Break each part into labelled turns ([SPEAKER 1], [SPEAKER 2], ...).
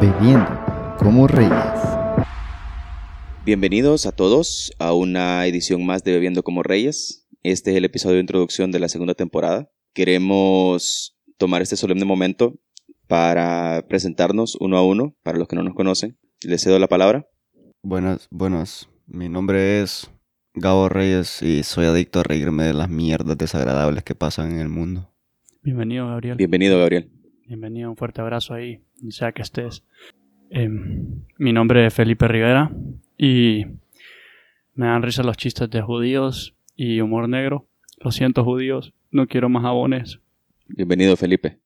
[SPEAKER 1] viviendo como reyes.
[SPEAKER 2] Bienvenidos a todos a una edición más de Bebiendo como Reyes. Este es el episodio de introducción de la segunda temporada. Queremos tomar este solemne momento para presentarnos uno a uno, para los que no nos conocen. Les cedo la palabra.
[SPEAKER 1] Buenas, buenas. Mi nombre es Gabo Reyes y soy adicto a reírme de las mierdas desagradables que pasan en el mundo.
[SPEAKER 3] Bienvenido, Gabriel.
[SPEAKER 2] Bienvenido, Gabriel.
[SPEAKER 3] Bienvenido, un fuerte abrazo ahí, donde sea que estés. Eh, mi nombre es Felipe Rivera y me dan risa los chistes de judíos y humor negro. Lo siento, judíos, no quiero más jabones.
[SPEAKER 2] Bienvenido, Felipe.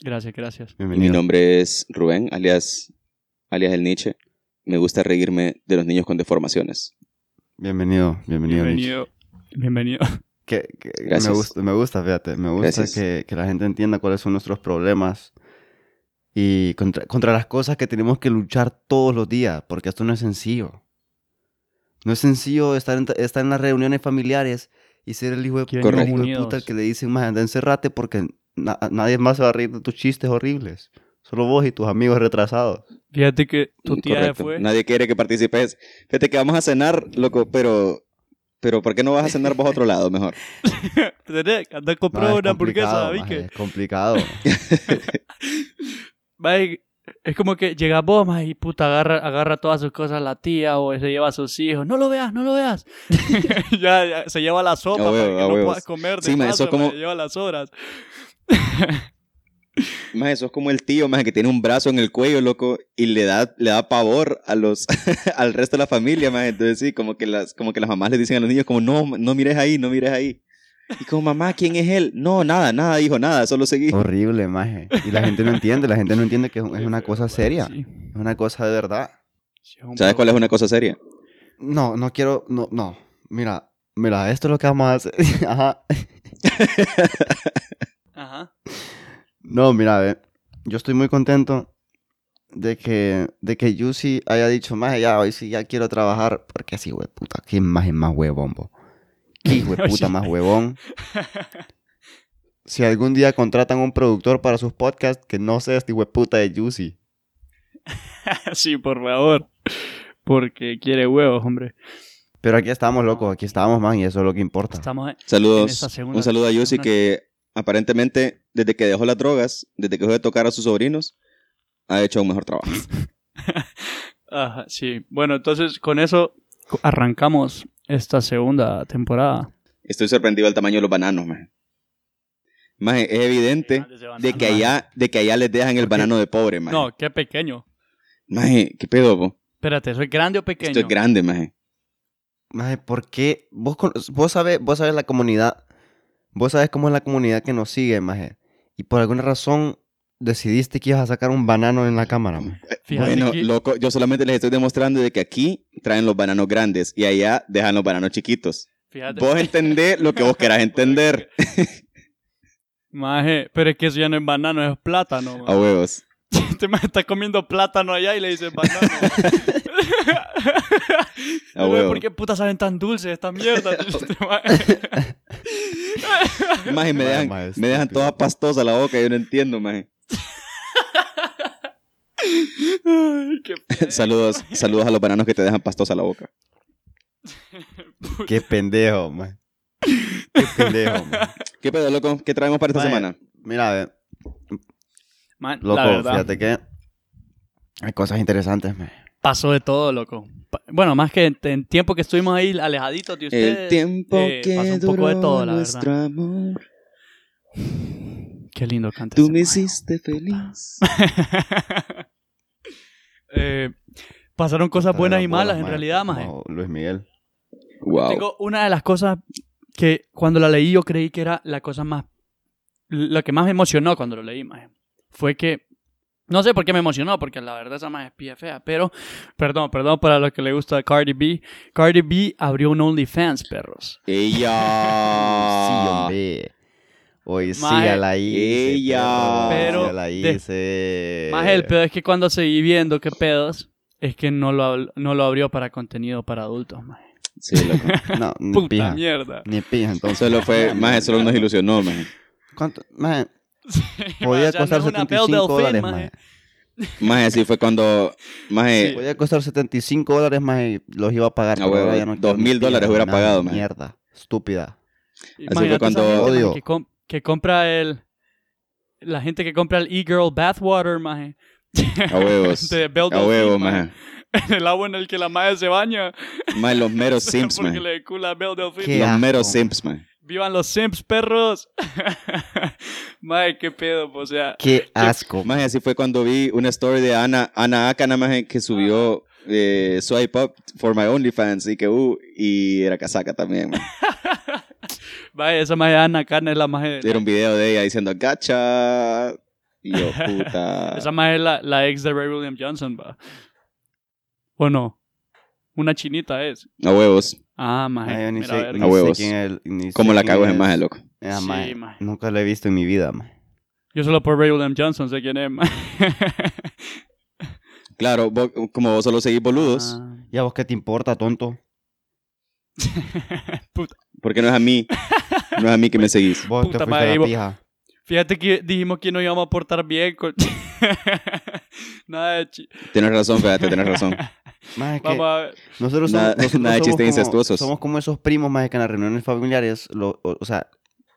[SPEAKER 3] Gracias, gracias.
[SPEAKER 2] Y mi nombre es Rubén, alias, alias el Nietzsche. Me gusta reírme de los niños con deformaciones.
[SPEAKER 1] Bienvenido, bienvenido. Nietzsche.
[SPEAKER 3] Bienvenido. Bienvenido.
[SPEAKER 1] Que, que- que
[SPEAKER 2] Gracias.
[SPEAKER 1] me, gusta, me gusta, fíjate, me gusta
[SPEAKER 2] Gracias.
[SPEAKER 1] que, que la gente entienda cuáles son nuestros problemas y contra, contra las cosas que tenemos que luchar todos los días, porque esto no es sencillo. No es sencillo estar en, estar en las reuniones familiares y ser el hijo de,
[SPEAKER 3] Que
[SPEAKER 1] hijo de
[SPEAKER 3] venimos
[SPEAKER 1] puta
[SPEAKER 3] unidos.
[SPEAKER 1] al que le dicen, más anda encerrate porque na- nadie más se va a reír de tus chistes horribles. Solo vos y tus amigos retrasados.
[SPEAKER 3] Fíjate que tu tía
[SPEAKER 2] Correcto.
[SPEAKER 3] fue.
[SPEAKER 2] Nadie quiere que participes. Fíjate que vamos a cenar, loco, pero... Pero ¿por qué no vas a cenar vos a otro lado mejor?
[SPEAKER 3] Tené, anda a
[SPEAKER 1] No,
[SPEAKER 3] comprar
[SPEAKER 1] es
[SPEAKER 3] una hamburguesa,
[SPEAKER 1] complicado,
[SPEAKER 3] ¿vi
[SPEAKER 1] maje,
[SPEAKER 3] que?
[SPEAKER 1] Es complicado.
[SPEAKER 3] Mae, es como que llega vos, mae, y puta, agarra, agarra todas sus cosas la tía o se lleva a sus hijos. No lo veas, no lo veas. ya, ya, se lleva la sopa
[SPEAKER 2] A
[SPEAKER 3] para
[SPEAKER 2] huevo,
[SPEAKER 3] que
[SPEAKER 2] a
[SPEAKER 3] no
[SPEAKER 2] huevo.
[SPEAKER 3] puedas comer. De
[SPEAKER 2] Sí, mae,
[SPEAKER 3] paso,
[SPEAKER 2] eso como-
[SPEAKER 3] mae, lleva las horas.
[SPEAKER 2] Más eso es como el tío, más que tiene un brazo en el cuello, loco, y le da, le da pavor a los, al resto de la familia, más. Entonces sí, como que las, como que las mamás le dicen a los niños, como no, no mires ahí, no mires ahí. Y como mamá, ¿quién es él? No, nada, nada, hijo, nada, solo seguí.
[SPEAKER 1] Oh, Horrible, maje. Y la gente no entiende, la gente no entiende que es es una cosa seria.
[SPEAKER 3] Sí.
[SPEAKER 1] Es una cosa de verdad.
[SPEAKER 3] Sí, es un
[SPEAKER 2] ¿Sabes cuál es
[SPEAKER 3] problema.
[SPEAKER 2] una cosa seria?
[SPEAKER 1] No, no quiero, no, no. Mira, mira, esto es lo que vamos a hacer. Ajá.
[SPEAKER 3] Ajá.
[SPEAKER 1] No, mira, ve, yo estoy muy contento de que, de que Yusi haya dicho, más ya, hoy sí ya quiero trabajar, porque así, güey, puta, qué más más huevón, bo. Qué hijo de puta más huevón. Si algún día contratan un productor para sus podcasts, que no sea este hueputa de Yusi.
[SPEAKER 3] sí, por favor. Porque quiere huevos, hombre.
[SPEAKER 1] Pero aquí estamos, loco, aquí estamos, man, y eso es lo que importa.
[SPEAKER 3] Estamos en- En esta
[SPEAKER 2] Saludos.
[SPEAKER 3] segunda-
[SPEAKER 2] Un saludo a Yossi
[SPEAKER 3] segunda-
[SPEAKER 2] que aparentemente, desde que dejó las drogas, desde que dejó de tocar a sus sobrinos, ha hecho un mejor trabajo.
[SPEAKER 3] Ajá, sí. Bueno, entonces con eso co- arrancamos esta segunda temporada.
[SPEAKER 2] Estoy sorprendido del tamaño de los bananos, man. Más es evidente de que allá, de que allá les dejan el
[SPEAKER 1] ¿Por qué?
[SPEAKER 2] banano de pobre, man.
[SPEAKER 3] No, qué pequeño.
[SPEAKER 2] Maje, ¿qué pedo, po?
[SPEAKER 3] Espérate, ¿soy grande o pequeño?
[SPEAKER 2] Esto es grande, maje.
[SPEAKER 1] Maje, ¿por qué? Vos, cono- vos, sabes, vos sabes la comunidad. Vos sabes cómo es la comunidad que nos sigue, maje. Y por alguna razón decidiste que ibas a sacar un banano en la cámara, maje.
[SPEAKER 3] Fíjate
[SPEAKER 2] bueno,
[SPEAKER 3] que-
[SPEAKER 2] loco, yo solamente les estoy demostrando de que aquí traen los bananos grandes y allá dejan los bananos chiquitos.
[SPEAKER 3] fíjate.
[SPEAKER 2] Vos entendés lo que vos querás entender.
[SPEAKER 3] Maje, pero es que eso ya no es banano, es plátano.
[SPEAKER 2] A
[SPEAKER 3] man.
[SPEAKER 2] huevos.
[SPEAKER 3] Este maje está comiendo plátano allá y le dice banano.
[SPEAKER 2] A
[SPEAKER 3] Pero,
[SPEAKER 2] Ah, huevo.
[SPEAKER 3] ¿Por qué putas saben tan dulces esta mierda? Este maje-
[SPEAKER 2] Maje, me
[SPEAKER 1] Vaya,
[SPEAKER 2] dejan,
[SPEAKER 1] maje,
[SPEAKER 2] me dejan
[SPEAKER 1] estúpido.
[SPEAKER 2] toda pastosa la boca, yo no entiendo, maje.
[SPEAKER 3] Ay, qué pe-
[SPEAKER 2] Saludos, saludos a los bananos que te dejan pastosa la boca.
[SPEAKER 1] Qué pendejo, maje. Qué pendejo, maje.
[SPEAKER 2] ¿Qué pedo, loco? ¿Qué traemos para esta
[SPEAKER 1] Maje,
[SPEAKER 2] semana?
[SPEAKER 1] Mira, ve,
[SPEAKER 3] Man, la
[SPEAKER 1] loco,
[SPEAKER 3] verdad,
[SPEAKER 1] fíjate que hay cosas interesantes, maje.
[SPEAKER 3] pasó de todo, loco. Pa- Bueno, más que en, en tiempo que estuvimos ahí alejaditos de ustedes.
[SPEAKER 2] El tiempo
[SPEAKER 3] eh,
[SPEAKER 2] que
[SPEAKER 3] pasó un
[SPEAKER 2] duró
[SPEAKER 3] poco de todo, la
[SPEAKER 2] nuestro
[SPEAKER 3] verdad.
[SPEAKER 2] amor,
[SPEAKER 3] Qué lindo canta
[SPEAKER 2] tú
[SPEAKER 3] ese
[SPEAKER 2] me
[SPEAKER 3] maje.
[SPEAKER 2] hiciste feliz.
[SPEAKER 3] Eh, pasaron cosas
[SPEAKER 1] Puta,
[SPEAKER 3] buenas y
[SPEAKER 1] las bolas,
[SPEAKER 3] malas en realidad, maje.
[SPEAKER 1] Como Luis Miguel.
[SPEAKER 2] wow.
[SPEAKER 3] Tengo una de las cosas que cuando la leí yo creí que era la cosa más... Lo que más me emocionó cuando lo leí, maje. Fue que... No sé por qué me emocionó, porque la verdad esa más es pie fea, pero... Perdón, perdón para los que le gusta Cardi B. Cardi B abrió un OnlyFans, perros.
[SPEAKER 1] Sí,
[SPEAKER 2] Ella.
[SPEAKER 1] hombre. Hoy sí
[SPEAKER 3] Maje.
[SPEAKER 1] ya la hice.
[SPEAKER 2] Ella.
[SPEAKER 1] perro, hoy sí
[SPEAKER 3] Pero
[SPEAKER 1] ya la
[SPEAKER 3] de-
[SPEAKER 1] hice.
[SPEAKER 3] Más el pedo es que cuando seguí viendo qué pedos, es que no lo, abl- no lo abrió para contenido para adultos, maje.
[SPEAKER 2] Sí, loco.
[SPEAKER 1] No, ni
[SPEAKER 3] Puta
[SPEAKER 1] pija.
[SPEAKER 3] mierda.
[SPEAKER 1] Ni pija, entonces.
[SPEAKER 2] Solo fue, maje, solo nos ilusionó, maje.
[SPEAKER 1] ¿Cuánto? Maje,
[SPEAKER 3] O
[SPEAKER 1] podía
[SPEAKER 3] sea, no es
[SPEAKER 1] costar
[SPEAKER 3] una Belle
[SPEAKER 1] 75
[SPEAKER 3] Delphine,
[SPEAKER 1] dólares,
[SPEAKER 3] maje.
[SPEAKER 1] maje.
[SPEAKER 2] Maje, sí fue cuando. Maje,
[SPEAKER 1] Podía costar 75 dólares más y los iba a pagar.
[SPEAKER 2] Ah,
[SPEAKER 1] pero
[SPEAKER 2] huevo,
[SPEAKER 1] ahora ya no quiero
[SPEAKER 2] dos
[SPEAKER 1] ni
[SPEAKER 2] mil dólares
[SPEAKER 1] pija,
[SPEAKER 2] hubiera
[SPEAKER 1] una
[SPEAKER 2] pagado, man.
[SPEAKER 1] Mierda, estúpida.
[SPEAKER 3] Imagínate
[SPEAKER 2] fue cuando-
[SPEAKER 3] esa gente, maje,
[SPEAKER 1] Odio.
[SPEAKER 3] Que, com- que compra el... La gente que compra el e-girl bathwater, maje.
[SPEAKER 2] a huevos.
[SPEAKER 3] De Bell
[SPEAKER 2] A
[SPEAKER 3] Dolphin,
[SPEAKER 2] huevos,
[SPEAKER 3] maje.
[SPEAKER 2] maje.
[SPEAKER 3] El agua en el que la madre se baña.
[SPEAKER 2] Maje, los meros simps,
[SPEAKER 3] porque
[SPEAKER 2] maje.
[SPEAKER 3] le cula a Belle Delphine.
[SPEAKER 1] Qué
[SPEAKER 2] Los meros
[SPEAKER 1] asco.
[SPEAKER 2] simps, maje.
[SPEAKER 3] ¡Vivan los Sims, perros! Mae, qué pedo, pues, o sea.
[SPEAKER 1] Qué asco.
[SPEAKER 2] Maje, así fue cuando vi una story de Ana, Ana Akana, maje, que subió eh, Swipe Up for My OnlyFans y que, uh, y era casaca también, maje.
[SPEAKER 3] Mae, esa mae Ana Cana es la mae.
[SPEAKER 2] Era un video de ella diciendo, gacha. Y yo, puta.
[SPEAKER 3] Esa mae es la, la ex de Ray William Johnson, va. ¿O no? Una chinita es.
[SPEAKER 2] A huevos.
[SPEAKER 3] Ah,
[SPEAKER 1] Ay,
[SPEAKER 3] mae.
[SPEAKER 1] yo ni
[SPEAKER 3] mira,
[SPEAKER 1] sé,
[SPEAKER 3] verga.
[SPEAKER 1] ni
[SPEAKER 2] A
[SPEAKER 1] sé
[SPEAKER 2] huevos.
[SPEAKER 1] quién es el- ni
[SPEAKER 2] ¿Cómo
[SPEAKER 1] sé
[SPEAKER 2] la
[SPEAKER 1] quién
[SPEAKER 2] cago en
[SPEAKER 1] es.
[SPEAKER 2] maje, loco?
[SPEAKER 1] Ah,
[SPEAKER 3] Sí,
[SPEAKER 1] maje,
[SPEAKER 3] maje.
[SPEAKER 1] Nunca la he visto en mi vida, maje.
[SPEAKER 3] Yo solo por Ray William Johnson sé quién es, mae.
[SPEAKER 2] Claro, vos- como vos solo seguís boludos,
[SPEAKER 1] Ya vos qué te importa, tonto.
[SPEAKER 3] Ah. Puta.
[SPEAKER 2] porque no es a mí. No es a mí que me seguís.
[SPEAKER 1] Vos
[SPEAKER 3] Puta
[SPEAKER 1] te fuiste
[SPEAKER 3] madre,
[SPEAKER 1] a
[SPEAKER 3] y
[SPEAKER 1] la
[SPEAKER 3] vos-
[SPEAKER 1] pija.
[SPEAKER 3] Fíjate que dijimos que no íbamos a portar bien con... Nada de chi-
[SPEAKER 2] Tienes razón, fíjate, tienes razón.
[SPEAKER 1] Maje, que
[SPEAKER 3] Vamos a ver.
[SPEAKER 1] nosotros somos,
[SPEAKER 2] Nada-
[SPEAKER 1] nosotros
[SPEAKER 2] nada de
[SPEAKER 1] somos
[SPEAKER 2] chistes
[SPEAKER 1] como-
[SPEAKER 2] incestuosos.
[SPEAKER 1] Somos como esos primos, maje, que en las reuniones familiares, lo- o, o sea,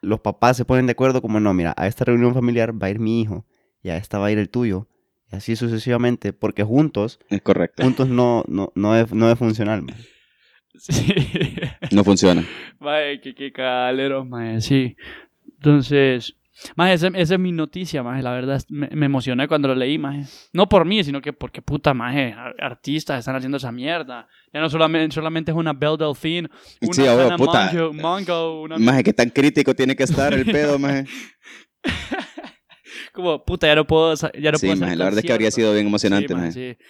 [SPEAKER 1] los papás se ponen de acuerdo como, no, mira, a esta reunión familiar va a ir mi hijo y a esta va a ir el tuyo. Y así sucesivamente, porque juntos,
[SPEAKER 2] Es correcto.
[SPEAKER 1] juntos no, no, no, es, no es funcional, maje.
[SPEAKER 3] Sí.
[SPEAKER 2] No funciona.
[SPEAKER 3] Mae, qué, qué caleros, mae, sí. Entonces, mae, ese- esa es mi noticia, mae, la verdad, me, me emocioné cuando lo leí, mae. No por mí, sino que porque puta, mae, ar- artistas están haciendo esa mierda. Ya no solamente, solamente es una Belle Delphine, una
[SPEAKER 2] Sí, a huevo,
[SPEAKER 3] Hannah
[SPEAKER 2] puta.
[SPEAKER 3] Monjo- Mongo, una...
[SPEAKER 2] Maje, que tan crítico tiene que estar el pedo, maje.
[SPEAKER 3] Como, puta, ya no puedo, sa- ya no
[SPEAKER 2] sí,
[SPEAKER 3] puedo hacer
[SPEAKER 2] maje, la verdad es que habría
[SPEAKER 3] conciertos.
[SPEAKER 2] sido bien emocionante,
[SPEAKER 3] pues, Sí, mae,
[SPEAKER 2] maje.
[SPEAKER 3] sí.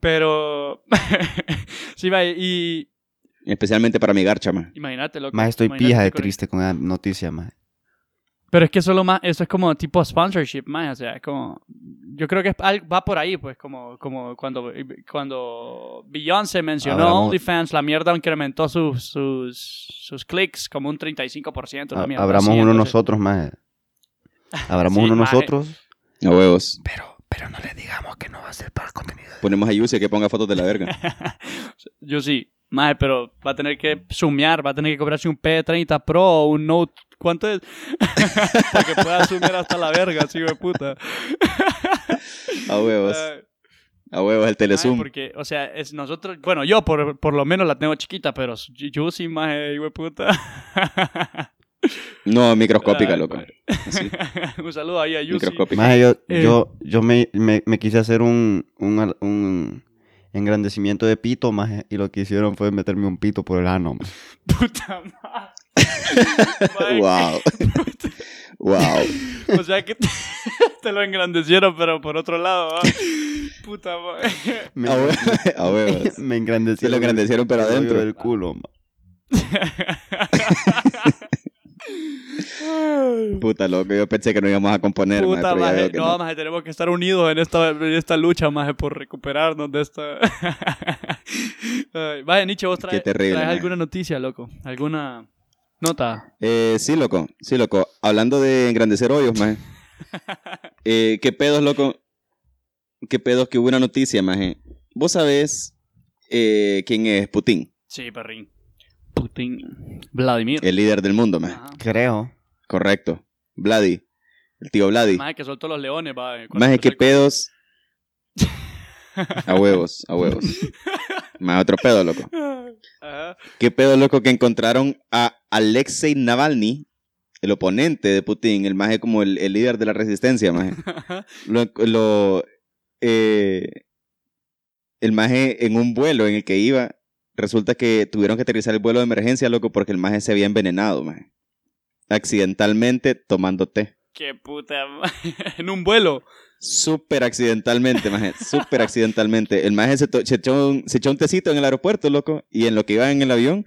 [SPEAKER 3] Pero, sí, mae, y
[SPEAKER 2] Especialmente para mi garcha, maje.
[SPEAKER 3] imagínate, loco.
[SPEAKER 1] Maje, estoy
[SPEAKER 3] imagínate
[SPEAKER 1] pija de
[SPEAKER 3] con-
[SPEAKER 1] triste con la noticia, maje.
[SPEAKER 3] Pero es que solo más, eso es como tipo sponsorship más, o sea, es como, yo creo que es al- va por ahí, pues, como, como cuando, cuando Beyoncé mencionó
[SPEAKER 1] Ahora vamos-
[SPEAKER 3] OnlyFans, la mierda incrementó sus, sus, sus clics como un 35%. una
[SPEAKER 1] Ha-
[SPEAKER 3] mierda
[SPEAKER 1] Abramos
[SPEAKER 3] así,
[SPEAKER 1] uno
[SPEAKER 3] entonces-
[SPEAKER 1] nosotros, maje. Abramos
[SPEAKER 3] Sí, eh.
[SPEAKER 1] uno
[SPEAKER 3] maje.
[SPEAKER 1] nosotros.
[SPEAKER 2] A huevos.
[SPEAKER 1] Pero, pero no le digamos que no va a ser para el contenido.
[SPEAKER 2] Ponemos a Yusia que ponga fotos de la verga.
[SPEAKER 3] Yo sí, más, pero va a tener que sumear, va a tener que cobrarse un P30 Pro o un Note, ¿cuánto es? Para que pueda sumear hasta la verga, así de puta.
[SPEAKER 2] A huevos.
[SPEAKER 3] Ah,
[SPEAKER 2] A huevos, el
[SPEAKER 3] Mae,
[SPEAKER 2] telezoom.
[SPEAKER 3] porque, o sea, es nosotros, bueno, yo por, por lo menos la tengo chiquita, pero yo, yo sí, más, puta.
[SPEAKER 2] No, microscópica,
[SPEAKER 3] Ay,
[SPEAKER 2] loco.
[SPEAKER 3] mae.
[SPEAKER 2] Así,
[SPEAKER 3] Un saludo ahí a Yusi.
[SPEAKER 2] microscópica.
[SPEAKER 1] Maje, yo,
[SPEAKER 3] Eh.
[SPEAKER 1] yo, yo me, me, me quise hacer un, un, al- un engrandecimiento de pito, maje, y lo que hicieron fue meterme un pito por el ano. maje.
[SPEAKER 3] Puta madre. Mae,
[SPEAKER 2] Wow. wow.
[SPEAKER 3] O sea que te, te lo engrandecieron, pero por otro lado, ¿va? Puta madre.
[SPEAKER 1] Me,
[SPEAKER 2] A huevos. A huevos.
[SPEAKER 1] me engrandecieron.
[SPEAKER 2] Se Ah, lo engrandecieron, pero
[SPEAKER 1] el hoyo
[SPEAKER 2] adentro.
[SPEAKER 1] del culo, maje.
[SPEAKER 2] Puta, loco, yo pensé que no íbamos a componer, maje,
[SPEAKER 3] Puta
[SPEAKER 2] pero ya
[SPEAKER 3] madre.
[SPEAKER 2] veo que
[SPEAKER 3] No,
[SPEAKER 2] no.
[SPEAKER 3] maje, tenemos que estar unidos en esta, en esta lucha, maje, por recuperarnos de esta. Ay, Maje, Nietzsche, vos
[SPEAKER 2] Qué
[SPEAKER 3] traes,
[SPEAKER 2] terrible,
[SPEAKER 3] traes
[SPEAKER 2] maje.
[SPEAKER 3] alguna noticia, loco. ¿Alguna nota?
[SPEAKER 2] Eh, sí, loco, sí, loco. Hablando de engrandecer hoyos, maje. Eh, ¿Qué pedos, loco? ¿Qué pedos que hubo una noticia, maje? Vos sabés eh, quién es Putin,
[SPEAKER 3] Sí, perrín. Putin. Vladimir.
[SPEAKER 2] el líder del mundo, Eh, maje.
[SPEAKER 3] Ajá.
[SPEAKER 1] Creo.
[SPEAKER 2] Correcto. Vladi, el tío Vladi.
[SPEAKER 3] Maje, que soltó los leones, va. eh, cuando
[SPEAKER 2] Maje, ¿qué
[SPEAKER 3] empezó el-
[SPEAKER 2] pedos? A huevos, a huevos. Más otro pedo, loco.
[SPEAKER 3] Ajá.
[SPEAKER 2] ¿Qué pedo, loco, que encontraron a Alexei Navalny, el oponente de Putin, el maje como el, el líder de la resistencia, maje? lo, lo, eh, el maje en un vuelo en el que iba, resulta que tuvieron que aterrizar el vuelo de emergencia, loco, porque el maje se había envenenado, maje. Accidentalmente tomando té.
[SPEAKER 3] Qué puta. ma- en un vuelo.
[SPEAKER 2] Súper accidentalmente, maje. Súper accidentalmente. El maje se, to- se echó un, se echó un tecito en el aeropuerto, loco. Y en lo que iba en el avión,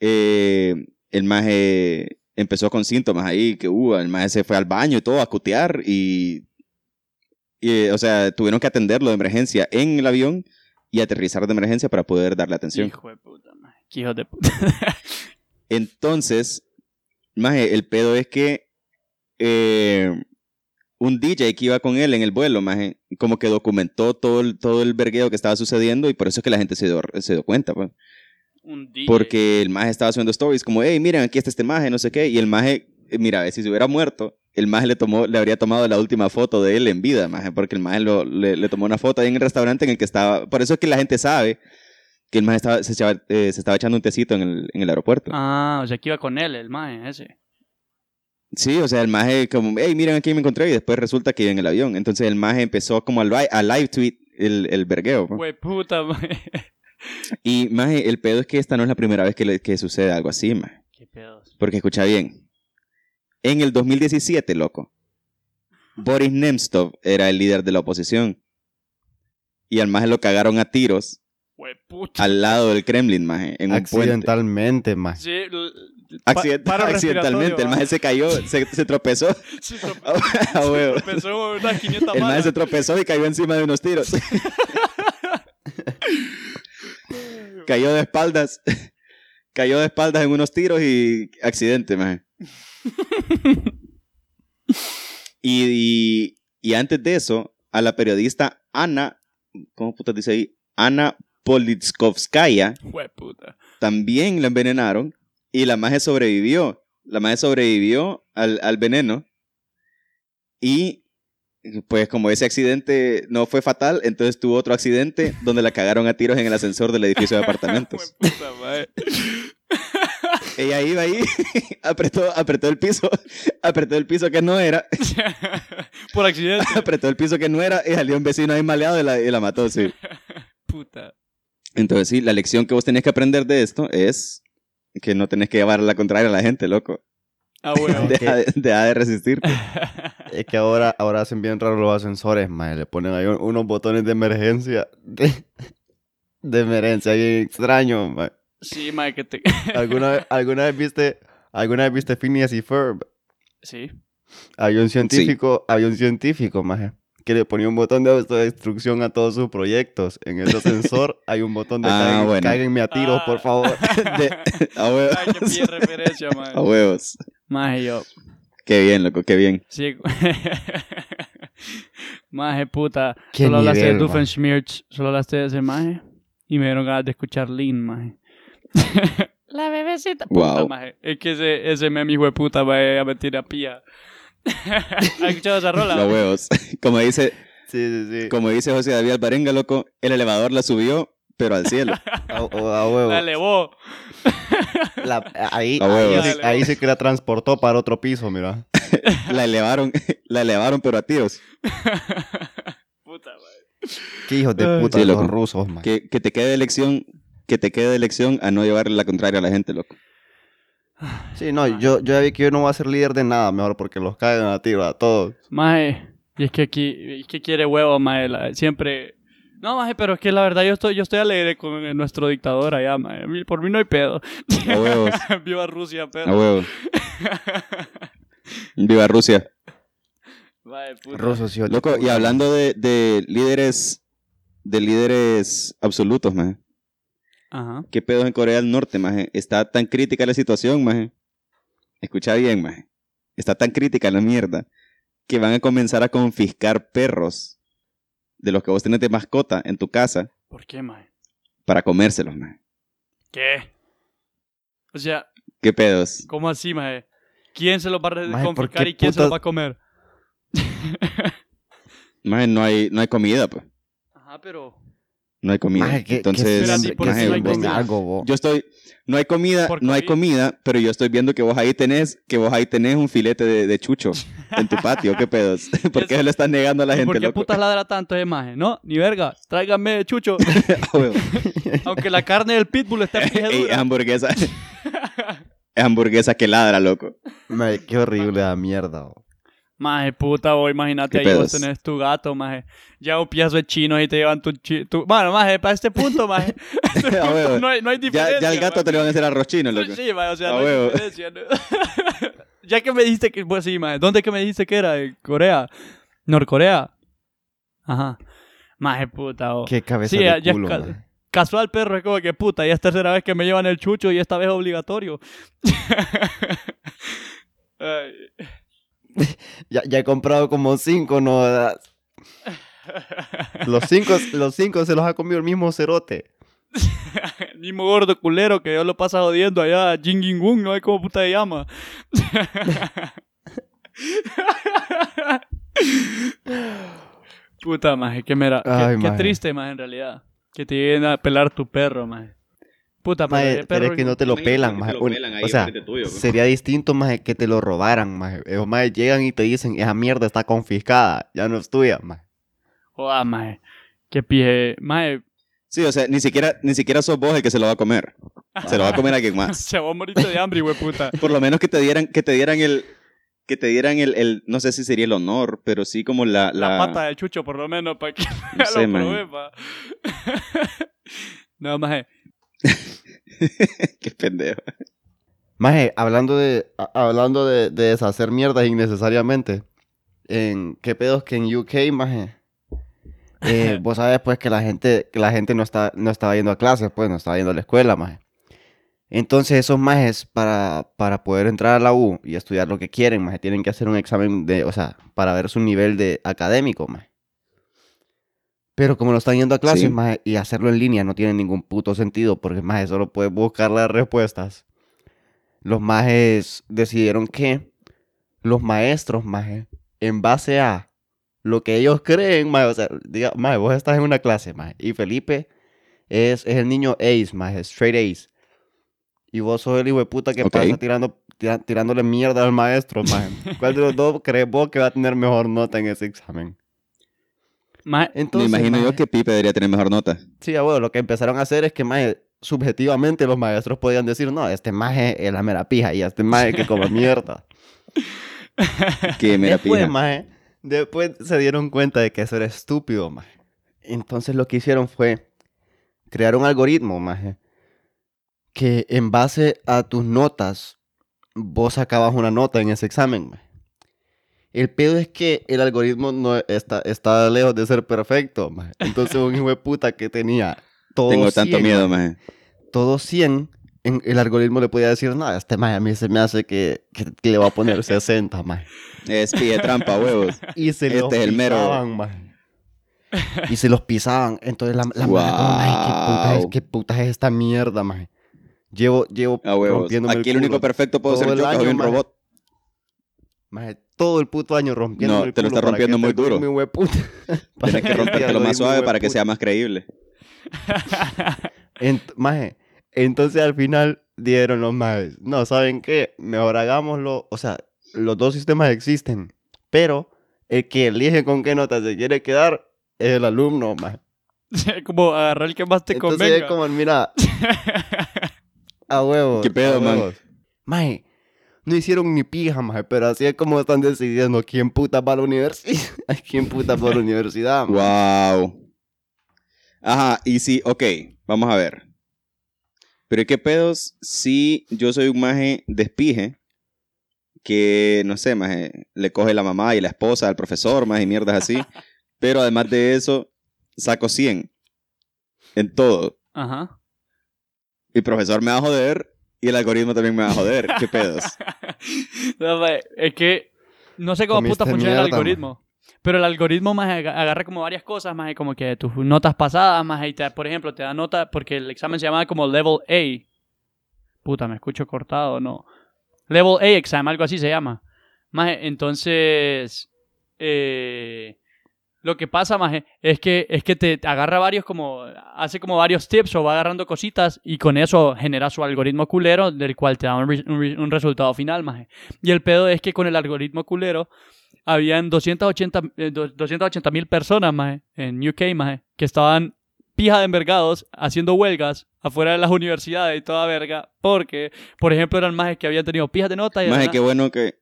[SPEAKER 2] eh, el maje empezó con síntomas ahí. Que hubo. el maje se fue al baño y todo a cutear. Y, y, eh, o sea, tuvieron que atenderlo de emergencia en el avión y aterrizar de emergencia para poder darle atención.
[SPEAKER 3] Hijo de puta, maje. Qué hijo de puta.
[SPEAKER 2] Entonces, maje, el pedo es que eh, un DJ que iba con él en el vuelo, maje, como que documentó todo el, todo el vergueo que estaba sucediendo y por eso es que la gente se dio, se dio cuenta, pues.
[SPEAKER 3] Un DJ.
[SPEAKER 2] Porque el maje estaba haciendo stories como, hey, miren, aquí está este maje, no sé qué. Y el maje, eh, mira, si se hubiera muerto, el maje le, tomó, le habría tomado la última foto de él en vida, maje, porque el maje lo- le, le tomó una foto ahí en el restaurante en el que estaba. Por eso es que la gente sabe que el maje estaba, se, echaba- eh, se estaba echando un tecito en el, en el aeropuerto.
[SPEAKER 3] Ah, o sea, que iba con él, el maje ese.
[SPEAKER 2] Sí, o sea, el maje como, hey, miren aquí me encontré y después resulta que iba en el avión. Entonces el maje empezó como a, li- a live tweet el, el vergueo. po.
[SPEAKER 3] Güey, puta, maje.
[SPEAKER 2] Y maje, el pedo es que esta no es la primera vez que, le- que sucede algo así, maje.
[SPEAKER 3] Qué pedos.
[SPEAKER 2] Porque escucha bien. En el 2017, loco, Boris Nemtsov era el líder de la oposición. Y al maje lo cagaron a tiros
[SPEAKER 3] Güey, puta.
[SPEAKER 2] al lado del Kremlin, maje, en un puente.
[SPEAKER 1] Accidentalmente, más.
[SPEAKER 3] Sí, l- pa-
[SPEAKER 2] Accident-
[SPEAKER 3] paro
[SPEAKER 2] accidentalmente, el maje
[SPEAKER 3] respiratorio,
[SPEAKER 2] se cayó, se, se tropezó.
[SPEAKER 3] ah. Sí, trope-
[SPEAKER 2] A huevo.
[SPEAKER 3] se tropezó unas 500
[SPEAKER 2] El maje
[SPEAKER 3] varas.
[SPEAKER 2] se tropezó y cayó encima de unos tiros. cayó de espaldas. cayó de espaldas en unos tiros y accidente, maje. y, y, y antes de eso, a la periodista Ana, ¿cómo putas dice ahí? Ana Politkovskaya
[SPEAKER 3] Güey, puta.
[SPEAKER 2] también la envenenaron y la maje sobrevivió. La maje sobrevivió al, al veneno y pues como ese accidente no fue fatal, entonces tuvo otro accidente donde la cagaron a tiros en el ascensor del edificio de apartamentos.
[SPEAKER 3] Güey, puta, maje.
[SPEAKER 2] Ella iba ahí, apretó, apretó el piso, apretó el piso que no era,
[SPEAKER 3] Por accidente.
[SPEAKER 2] apretó el piso que no era y salió un vecino ahí maleado y la, y la mató, sí.
[SPEAKER 3] Puta.
[SPEAKER 2] Entonces sí, la lección que vos tenés que aprender de esto es que no tenés que llevar a la contraria a la gente, loco.
[SPEAKER 3] Ah, huevo.
[SPEAKER 1] De-
[SPEAKER 2] Deja de, deja de resistir.
[SPEAKER 1] Es que ahora, ahora hacen bien raros los ascensores, más. Le ponen ahí un- unos botones de emergencia. De, de emergencia, bien extraño, ma.
[SPEAKER 3] Sí, maje, que te...
[SPEAKER 1] ¿Alguna, vez- ¿Alguna vez viste, alguna vez viste Phineas y Ferb?
[SPEAKER 3] Sí.
[SPEAKER 1] Había un científico, había un científico, maje, que le ponía un botón de autodestrucción a todos sus proyectos. En ese ascensor hay un botón de
[SPEAKER 2] Ah,
[SPEAKER 1] "Cáguen-
[SPEAKER 2] bueno.
[SPEAKER 1] cáguenme a tiros,
[SPEAKER 3] Ah.
[SPEAKER 1] por favor.
[SPEAKER 2] De- a huevos.
[SPEAKER 3] Ay, qué pide referencia, maje.
[SPEAKER 2] A huevos.
[SPEAKER 3] Maje, yo...
[SPEAKER 2] Qué bien, loco, qué bien.
[SPEAKER 3] Sí. maje, puta.
[SPEAKER 1] Qué
[SPEAKER 3] Solo hablaste de
[SPEAKER 1] nivel, maje.
[SPEAKER 3] Doofenshmirtz. Solo hablaste de ese maje. Y me dieron ganas de escuchar Lin, maje. La bebecita. Puta,
[SPEAKER 2] Wow.
[SPEAKER 3] maje. Es que ese, ese meme, hijo de puta, maje, a mentir a pía. ¿Has escuchado esa rola?
[SPEAKER 2] A huevos. Como dice,
[SPEAKER 1] Sí, sí, sí.
[SPEAKER 2] como dice José David Alvarenga, loco, el elevador la subió, pero al cielo.
[SPEAKER 1] A, o- a huevo.
[SPEAKER 3] Dale, vos.
[SPEAKER 1] La- ahí,
[SPEAKER 2] A huevo.
[SPEAKER 1] ahí, sí,
[SPEAKER 3] Dale,
[SPEAKER 1] ahí
[SPEAKER 3] huevo.
[SPEAKER 1] sí que la transportó para otro piso, mira.
[SPEAKER 2] La elevaron, la elevaron, pero a tiros.
[SPEAKER 3] Puta, maje.
[SPEAKER 1] Qué hijos de
[SPEAKER 3] Ay.
[SPEAKER 1] puta
[SPEAKER 2] Sí,
[SPEAKER 1] los
[SPEAKER 2] loco.
[SPEAKER 1] rusos, man.
[SPEAKER 2] Que, que te quede de lección, que te quede de lección a no llevarle la contraria a la gente, loco.
[SPEAKER 1] Sí, no, yo, yo ya vi que yo no voy a ser líder de nada, mejor porque los cagan a tiro a todos.
[SPEAKER 3] Maje, y es que aquí, es que quiere huevo, Maje, la- siempre... No, Maje, pero es que la verdad yo estoy, yo estoy alegre con eh, nuestro dictador allá, Maje. A mí- Por mí no hay pedo.
[SPEAKER 2] A huevos,
[SPEAKER 3] Viva Rusia,
[SPEAKER 2] a
[SPEAKER 3] pero...
[SPEAKER 2] huevos. Viva Rusia.
[SPEAKER 3] Maje, puta.
[SPEAKER 1] Rusos, hijos de
[SPEAKER 2] Loco, y
[SPEAKER 1] puta.
[SPEAKER 2] hablando de, de líderes, de líderes absolutos, maje.
[SPEAKER 3] Ajá.
[SPEAKER 2] ¿Qué pedos en Corea del Norte, maje? Está tan crítica la situación, maje. Escucha bien, maje. Está tan crítica la mierda que van a comenzar a confiscar perros de los que vos tenés de mascota en tu casa
[SPEAKER 3] ¿Por qué, Maje?
[SPEAKER 2] para comérselos, maje.
[SPEAKER 3] ¿Qué? O sea,
[SPEAKER 2] ¿Qué pedos?
[SPEAKER 3] ¿cómo así, Maje? ¿Quién se los va a re-
[SPEAKER 1] Maje, ¿por
[SPEAKER 3] confiscar
[SPEAKER 1] qué
[SPEAKER 3] y quién se los
[SPEAKER 1] putas-
[SPEAKER 3] va a comer?
[SPEAKER 2] Maje, no hay, no hay comida, pues.
[SPEAKER 3] Ajá, pero...
[SPEAKER 2] No hay comida.
[SPEAKER 1] Maje, qué-
[SPEAKER 2] Entonces,
[SPEAKER 3] Espérate,
[SPEAKER 1] qué,
[SPEAKER 3] ¿y por qué
[SPEAKER 2] maje,
[SPEAKER 3] no hay
[SPEAKER 1] vos-
[SPEAKER 3] comida?
[SPEAKER 1] algo, vos.
[SPEAKER 2] yo estoy... No hay comida,
[SPEAKER 3] ¿Por
[SPEAKER 2] no hay
[SPEAKER 3] COVID?
[SPEAKER 2] comida, pero yo estoy viendo que vos ahí tenés, que vos ahí tenés un filete de, de chucho en tu patio. ¿Qué pedos? ¿Por qué se lo estás negando a la
[SPEAKER 3] ¿Y
[SPEAKER 2] gente,
[SPEAKER 3] por qué
[SPEAKER 2] loco?
[SPEAKER 3] putas ladra tanto de Maje? No, ni verga. Tráiganme chucho.
[SPEAKER 2] A Ah, huevo.
[SPEAKER 3] Aunque la carne del pitbull esté
[SPEAKER 2] Ey, es
[SPEAKER 3] dura.
[SPEAKER 2] hamburguesa. es hamburguesa que ladra, loco.
[SPEAKER 1] Mae, qué horrible la mierda, bo.
[SPEAKER 3] Maje, puta, vos imagínate
[SPEAKER 2] ¿Qué
[SPEAKER 3] ahí vos
[SPEAKER 2] pedos?
[SPEAKER 3] tenés tu gato, maje. Ya un piazo de chinos y te llevan tu... chi- tu... Bueno, maje, para este punto, maje. a este
[SPEAKER 2] A Ah, huevo.
[SPEAKER 3] punto no, hay, no hay diferencia.
[SPEAKER 2] Ya, ya al gato
[SPEAKER 3] maje.
[SPEAKER 2] te le van a hacer arroz chino, loco.
[SPEAKER 3] Sí, maje, o sea,
[SPEAKER 2] A
[SPEAKER 3] no hay
[SPEAKER 2] huevo.
[SPEAKER 3] diferencia, ¿no? ya que me dijiste que... Pues sí, maje. ¿Dónde que me dijiste que era? ¿En Corea? ¿Norcorea? Ajá. Maje, puta, vos.
[SPEAKER 1] Qué cabeza
[SPEAKER 3] Sí, ya-
[SPEAKER 1] de
[SPEAKER 3] ya
[SPEAKER 1] culo,
[SPEAKER 3] ca-
[SPEAKER 1] mae.
[SPEAKER 3] Casual, perro, es como que puta, ya es tercera vez que me llevan el chucho y esta vez obligatorio. Ay,
[SPEAKER 1] Ya, ya he comprado como cinco, ¿no? Los cinco, los cinco se los ha comido el mismo cerote.
[SPEAKER 3] El mismo gordo culero que yo lo pasa jodiendo allá, Jing Jing Wung, no hay como puta de llama. puta maje, que mira, qué-
[SPEAKER 1] Ay,
[SPEAKER 3] qué,
[SPEAKER 1] maje.
[SPEAKER 3] triste maje en realidad. Que te lleguen a pelar tu perro, maje. Puta, Ah, pero
[SPEAKER 1] Maje,
[SPEAKER 3] el
[SPEAKER 1] pero es
[SPEAKER 3] perro-
[SPEAKER 1] que no te lo
[SPEAKER 2] Imagínate
[SPEAKER 1] pelan,
[SPEAKER 2] que
[SPEAKER 1] maje.
[SPEAKER 2] te lo
[SPEAKER 1] Un-
[SPEAKER 2] pelan ahí
[SPEAKER 1] O sea,
[SPEAKER 2] enfrente tuyo, pues.
[SPEAKER 1] sería distinto, maje, que te lo robaran, maje. Esos majes llegan y te dicen, esa mierda está confiscada, ya no es tuya, maje.
[SPEAKER 3] Joda, maje. Qué pije. Maje,
[SPEAKER 2] Sí, o sea, ni siquiera, ni siquiera sos vos el que se lo va a comer. Se lo va a comer alguien más.
[SPEAKER 3] se va a morirte de hambre, güey, puta.
[SPEAKER 2] Por lo menos que te dieran, que te dieran el, que te dieran el, el- no sé si sería el honor, pero sí como la,
[SPEAKER 3] La,
[SPEAKER 2] la,
[SPEAKER 3] pata de chucho, por lo menos, para que
[SPEAKER 2] no sé,
[SPEAKER 3] lo
[SPEAKER 2] man.
[SPEAKER 3] probé, pa. no, maje.
[SPEAKER 2] Qué pendejo.
[SPEAKER 1] Maje, hablando de, a- hablando de, de deshacer mierdas innecesariamente, en, ¿qué pedos que en UK, maje? eh, vos sabes, pues, que la gente, que la gente no, está, no estaba yendo a clases, pues, no estaba yendo a la escuela, maje. Entonces, esos majes, para, para poder entrar a la U y estudiar lo que quieren, maje, tienen que hacer un examen de, o sea, para ver su nivel de académico, maje. Pero como no están yendo a clases,
[SPEAKER 2] Sí.
[SPEAKER 1] maje, y hacerlo en línea no tiene ningún puto sentido, porque, maje, solo puedes buscar las respuestas los majes decidieron que los maestros, maje, en base a lo que ellos creen, maje, o sea, diga, maje, vos estás en una clase, maje, y Felipe es, es el niño ace, maje, straight ace. Y vos sos el hijo de puta que
[SPEAKER 2] Ok.
[SPEAKER 1] pasa tirando, tira- tirándole mierda al maestro, maje. ¿Cuál de los dos crees vos que va a tener mejor nota en ese examen?
[SPEAKER 3] Maje,
[SPEAKER 2] Me
[SPEAKER 1] Entonces,
[SPEAKER 2] imagino yo
[SPEAKER 1] maje,
[SPEAKER 2] que Pipe debería tener mejor nota.
[SPEAKER 1] Sí, abuelo, lo que empezaron a hacer es que más subjetivamente los maestros podían decir, no, este maje es la mera pija y este maje que come mierda.
[SPEAKER 2] Que me la
[SPEAKER 1] después,
[SPEAKER 2] pija.
[SPEAKER 1] maje, después se dieron cuenta de que eso era estúpido, maje. Entonces lo que hicieron fue crear un algoritmo, maje, que en base a tus notas, vos sacabas una nota en ese examen, maje. El pedo es que el algoritmo no está, está lejos de ser perfecto, maje. Entonces un hijo de puta que tenía todo
[SPEAKER 2] Tengo tanto
[SPEAKER 1] 100,
[SPEAKER 2] miedo, maje.
[SPEAKER 1] todo 100, en- el algoritmo le podía decir, no, este maje a mí se me hace que, que- que le va a poner 60, maje.
[SPEAKER 2] Es pie trampa, huevos.
[SPEAKER 1] Y se
[SPEAKER 2] Este
[SPEAKER 1] los
[SPEAKER 2] es el mero.
[SPEAKER 1] pisaban, maje. Y se los pisaban. Entonces la, la maje como, "Maje, ¿qué putas, es,
[SPEAKER 2] Guau.
[SPEAKER 1] qué putas es esta mierda, maje? Llevo, llevo
[SPEAKER 2] A huevos.
[SPEAKER 1] rompiéndome
[SPEAKER 2] Aquí el único
[SPEAKER 1] culo.
[SPEAKER 2] perfecto puedo
[SPEAKER 1] Todo
[SPEAKER 2] ser yo,
[SPEAKER 1] el
[SPEAKER 2] que soy
[SPEAKER 1] año,
[SPEAKER 2] un
[SPEAKER 1] maje.
[SPEAKER 2] robot.
[SPEAKER 1] Maje, todo el puto año rompiendo
[SPEAKER 2] No, te lo está rompiendo muy duro. Tienes que rompértelo más suave para que sea más creíble.
[SPEAKER 1] Ent- maje, entonces al final dieron los majes. No, ¿saben qué? Mejor hagámoslo. O sea, los dos sistemas existen. Pero el que elige con qué nota se quiere quedar es el alumno, maje.
[SPEAKER 3] como agarrar el que más te
[SPEAKER 1] entonces
[SPEAKER 3] convenga.
[SPEAKER 1] es como, mira. a huevos.
[SPEAKER 2] ¿Qué pedo,
[SPEAKER 1] a
[SPEAKER 2] man?
[SPEAKER 1] huevos. Maje, no hicieron ni pija, maje. Pero así es como están decidiendo quién puta va a la universidad. quién puta va a la universidad, maje.
[SPEAKER 2] Wow. Ajá, y sí, ok, vamos a ver. Pero qué pedos si yo soy un maje despije que, no sé, maje, le coge la mamá y la esposa al profesor, maje, y mierdas así. pero además de eso, saco 100 en todo.
[SPEAKER 3] Ajá.
[SPEAKER 2] Y el profesor me va a joder y el algoritmo también me va a joder. ¿Qué pedos?
[SPEAKER 3] No, maje, es que no sé cómo
[SPEAKER 1] Comiste
[SPEAKER 3] puta funciona el
[SPEAKER 1] mierda,
[SPEAKER 3] algoritmo. Pero el algoritmo más agarra como varias cosas, más como que tus notas pasadas, más y te, por ejemplo, te da nota porque el examen se llama como level A. Puta, me escucho cortado, no. Level A exam, algo así se llama. Más entonces eh, lo que pasa, más es que es que te agarra varios como hace como varios tips o va agarrando cositas y con eso genera su algoritmo culero del cual te da un, re- un re- un resultado final, más. Y el pedo es que con el algoritmo culero habían eh, 280 mil personas más en UK más que estaban pija de envergados haciendo huelgas afuera de las universidades y toda verga porque por ejemplo eran más que habían tenido pijas de nota y de la
[SPEAKER 2] Maje,
[SPEAKER 3] na-
[SPEAKER 2] qué bueno que,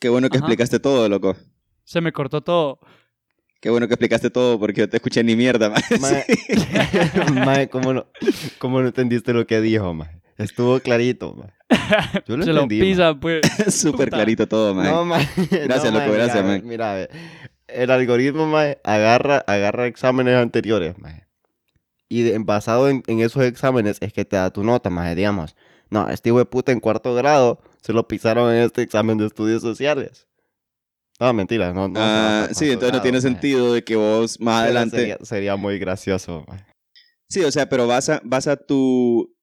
[SPEAKER 2] qué bueno que
[SPEAKER 3] Ajá.
[SPEAKER 2] explicaste todo, loco.
[SPEAKER 3] se me cortó todo.
[SPEAKER 2] Qué bueno que explicaste todo porque yo te escuché ni mierda, maje.
[SPEAKER 1] Mae, mae, ¿cómo, no, cómo no entendiste lo que dijo, mae? Estuvo clarito, mae. Yo lo
[SPEAKER 3] se
[SPEAKER 1] entendí.
[SPEAKER 3] lo
[SPEAKER 1] mae.
[SPEAKER 3] pisan, pues.
[SPEAKER 2] Súper
[SPEAKER 3] Puta.
[SPEAKER 2] clarito todo, maje.
[SPEAKER 1] No, mae.
[SPEAKER 2] Gracias,
[SPEAKER 1] no,
[SPEAKER 2] loco, gracias,
[SPEAKER 1] mira,
[SPEAKER 2] mae.
[SPEAKER 1] Mira, ve, el algoritmo, mae, agarra, agarra exámenes anteriores, mae. Y de- basado en, en esos exámenes es que te da tu nota, mae. Digamos, no, este hijo de puta en cuarto grado se lo pisaron en este examen de estudios sociales. No, mentira, no. no se va a
[SPEAKER 2] Ah,
[SPEAKER 1] estar
[SPEAKER 2] sí, entonces no
[SPEAKER 1] censurado,
[SPEAKER 2] tiene
[SPEAKER 1] maje.
[SPEAKER 2] sentido de que vos más
[SPEAKER 1] Pero
[SPEAKER 2] adelante...
[SPEAKER 1] Sería, sería muy gracioso. maje.
[SPEAKER 2] Sí, o sea, pero vas a, vas a tu...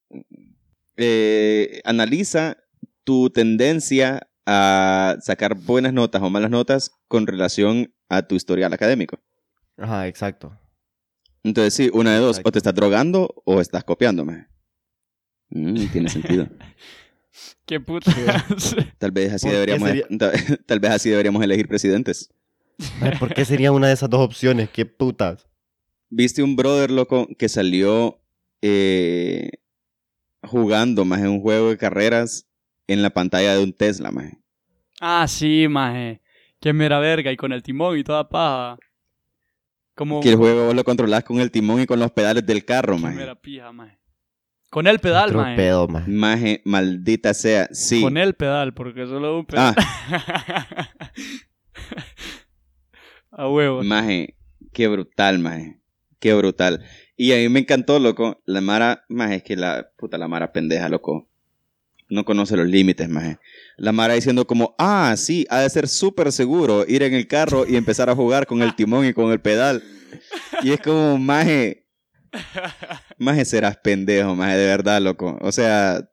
[SPEAKER 2] eh, analiza tu tendencia a sacar buenas notas o malas notas con relación a tu historial académico.
[SPEAKER 1] Ajá, exacto.
[SPEAKER 2] Entonces, sí, una de dos,
[SPEAKER 1] Exacto.
[SPEAKER 2] o te estás drogando o estás copiándome. Mm, tiene sentido.
[SPEAKER 3] Qué puta.
[SPEAKER 2] Tal vez así
[SPEAKER 1] ¿Por qué
[SPEAKER 2] deberíamos
[SPEAKER 1] sería-
[SPEAKER 2] tal, tal vez así deberíamos elegir presidentes.
[SPEAKER 1] Maje, ¿Por qué sería una de esas dos opciones? ¿Qué putas?
[SPEAKER 2] ¿Viste un brother loco que salió eh, jugando más en un juego de carreras en la pantalla de un Tesla, más?
[SPEAKER 3] ah, sí, maje. Qué mera verga. Y con el timón y toda paja. Como
[SPEAKER 2] Que el juego vos lo controlás con el timón y con los pedales del carro,
[SPEAKER 3] qué
[SPEAKER 2] maje.
[SPEAKER 3] mera pija, maje. Con el pedal,
[SPEAKER 1] Otro
[SPEAKER 3] maje.
[SPEAKER 1] pedo, maje.
[SPEAKER 2] Maje, maldita sea. Sí.
[SPEAKER 3] Con el pedal, porque solo un pedal.
[SPEAKER 2] Ah,
[SPEAKER 3] A huevo.
[SPEAKER 2] maje. Qué brutal, maje. Qué brutal. Y a mí me encantó, loco. La Mara, maje, es que la puta la Mara pendeja, loco. No conoce los límites, maje. La Mara diciendo como, ah, sí, ha de ser súper seguro ir en el carro y empezar a jugar con el timón y con el pedal. Y es como, maje, Maje, serás pendejo, maje, de verdad, loco. O sea,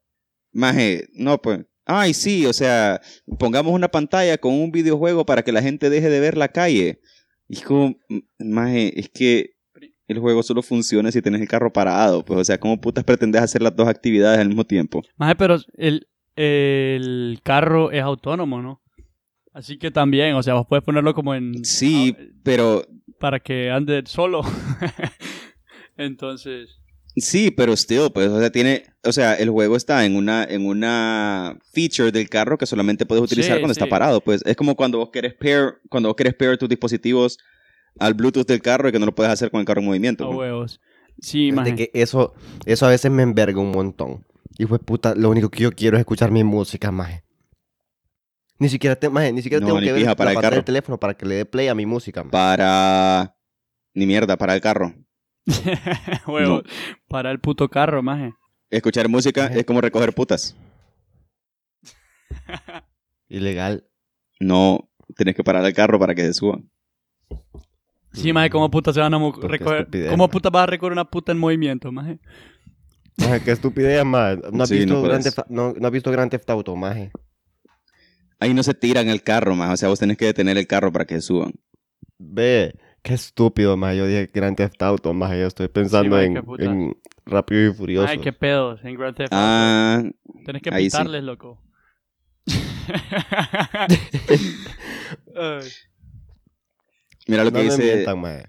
[SPEAKER 2] maje, no, pues. Ay, sí, o sea, pongamos una pantalla con un videojuego para que la gente deje de ver la calle. Y es como, m- maje, es que el juego solo funciona si tenés el carro parado. Pues, o sea, ¿cómo putas pretendés hacer las dos actividades al mismo tiempo?
[SPEAKER 3] Maje, pero el, el carro es autónomo, ¿no? Así que también, o sea, vos puedes ponerlo como en...
[SPEAKER 2] Sí,
[SPEAKER 3] ah,
[SPEAKER 2] pero,
[SPEAKER 3] para que ande solo. Entonces...
[SPEAKER 2] sí, pero still, pues, o sea, tiene, o sea, el juego está en una, en una feature del carro que solamente puedes utilizar
[SPEAKER 3] Sí,
[SPEAKER 2] cuando está
[SPEAKER 3] sí.
[SPEAKER 2] parado. Pues, es como cuando vos querés pair, cuando vos querés pair tus dispositivos al Bluetooth del carro y que no lo puedes hacer con el carro en movimiento.
[SPEAKER 3] A
[SPEAKER 2] pues.
[SPEAKER 3] huevos. Sí,
[SPEAKER 1] De
[SPEAKER 3] maje.
[SPEAKER 1] que eso, eso a veces me enverga un montón. Y pues puta, lo único que yo quiero es escuchar mi música, maje. Ni siquiera, te, maje, ni siquiera
[SPEAKER 2] No,
[SPEAKER 1] tengo
[SPEAKER 2] ni
[SPEAKER 1] que ver
[SPEAKER 2] pija
[SPEAKER 1] la
[SPEAKER 2] para el
[SPEAKER 1] pantalla
[SPEAKER 2] carro.
[SPEAKER 1] del teléfono para que le dé play a mi música, maje.
[SPEAKER 2] Para, ni mierda, para el carro.
[SPEAKER 3] A huevos. Para el puto carro, maje.
[SPEAKER 2] Escuchar música
[SPEAKER 1] Ajá.
[SPEAKER 2] es como recoger putas.
[SPEAKER 1] Ilegal.
[SPEAKER 2] No, tenés que parar el carro para que se suban.
[SPEAKER 3] Sí, maje, ¿cómo puta se van a mo-
[SPEAKER 1] Puta
[SPEAKER 3] recoger?
[SPEAKER 1] estupidez,
[SPEAKER 3] ¿Cómo
[SPEAKER 1] maje.
[SPEAKER 3] puta vas a recoger una puta en movimiento, maje?
[SPEAKER 1] Maje, qué estupidez, maje. No has
[SPEAKER 2] Sí,
[SPEAKER 1] visto
[SPEAKER 2] no
[SPEAKER 1] Grand
[SPEAKER 2] puedes.
[SPEAKER 1] Theft- no- no has visto Grand Theft Auto, maje.
[SPEAKER 2] Ahí no se tiran el carro, más. O sea, vos tenés que detener el carro para que se suban.
[SPEAKER 1] Ve, qué estúpido, maje. Yo dije Grand Theft Auto, maje. Yo estoy pensando
[SPEAKER 3] maje,
[SPEAKER 1] en,
[SPEAKER 3] qué puta.
[SPEAKER 1] en Rápido y Furioso.
[SPEAKER 3] Ay, qué pedos en Grand Theft Auto.
[SPEAKER 2] Ah,
[SPEAKER 3] Tenés que
[SPEAKER 2] ahí sí.
[SPEAKER 3] pitarles, loco. Ay.
[SPEAKER 2] mira lo
[SPEAKER 1] no me
[SPEAKER 2] que dice.
[SPEAKER 1] mientan, maje.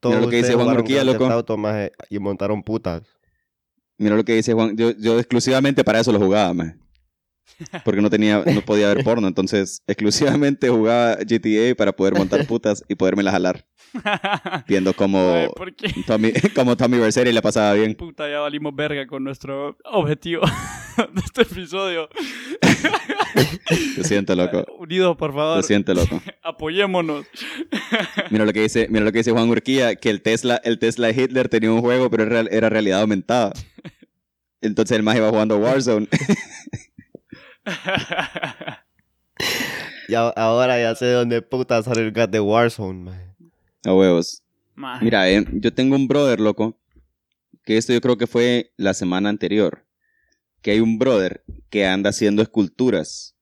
[SPEAKER 1] Todos
[SPEAKER 2] lo que
[SPEAKER 1] ustedes
[SPEAKER 2] dice Juan
[SPEAKER 1] jugaron
[SPEAKER 2] Urquía,
[SPEAKER 1] Grand Theft
[SPEAKER 2] loco.
[SPEAKER 1] Auto, maje, y montaron putas.
[SPEAKER 2] Mira lo que dice Juan. Yo, yo exclusivamente para eso lo jugaba, maje. Porque no tenía, no podía ver porno. Entonces, exclusivamente jugaba GTA para poder montar putas y poderme las jalar. Viendo
[SPEAKER 3] Ay,
[SPEAKER 2] como
[SPEAKER 3] ¿Por qué
[SPEAKER 2] Tommy, como Tommy Versailles la pasaba bien.
[SPEAKER 3] puta ya valimos verga con nuestro objetivo de este episodio?
[SPEAKER 2] Lo siento, loco.
[SPEAKER 3] Unidos, por favor,
[SPEAKER 2] Lo siento, loco.
[SPEAKER 3] apoyémonos.
[SPEAKER 2] Mira lo que dice, mira lo que dice Juan Urquía, que el Tesla, el Tesla de Hitler tenía un juego, pero era, era realidad aumentada. Entonces el más iba jugando Warzone.
[SPEAKER 1] Y a- ahora ya sé de dónde putas sale el gas de Warzone, maje.
[SPEAKER 2] A huevos.
[SPEAKER 3] Maje.
[SPEAKER 2] Mira, eh, yo tengo un brother, loco, que esto yo creo que fue la semana anterior, que hay un brother que anda haciendo esculturas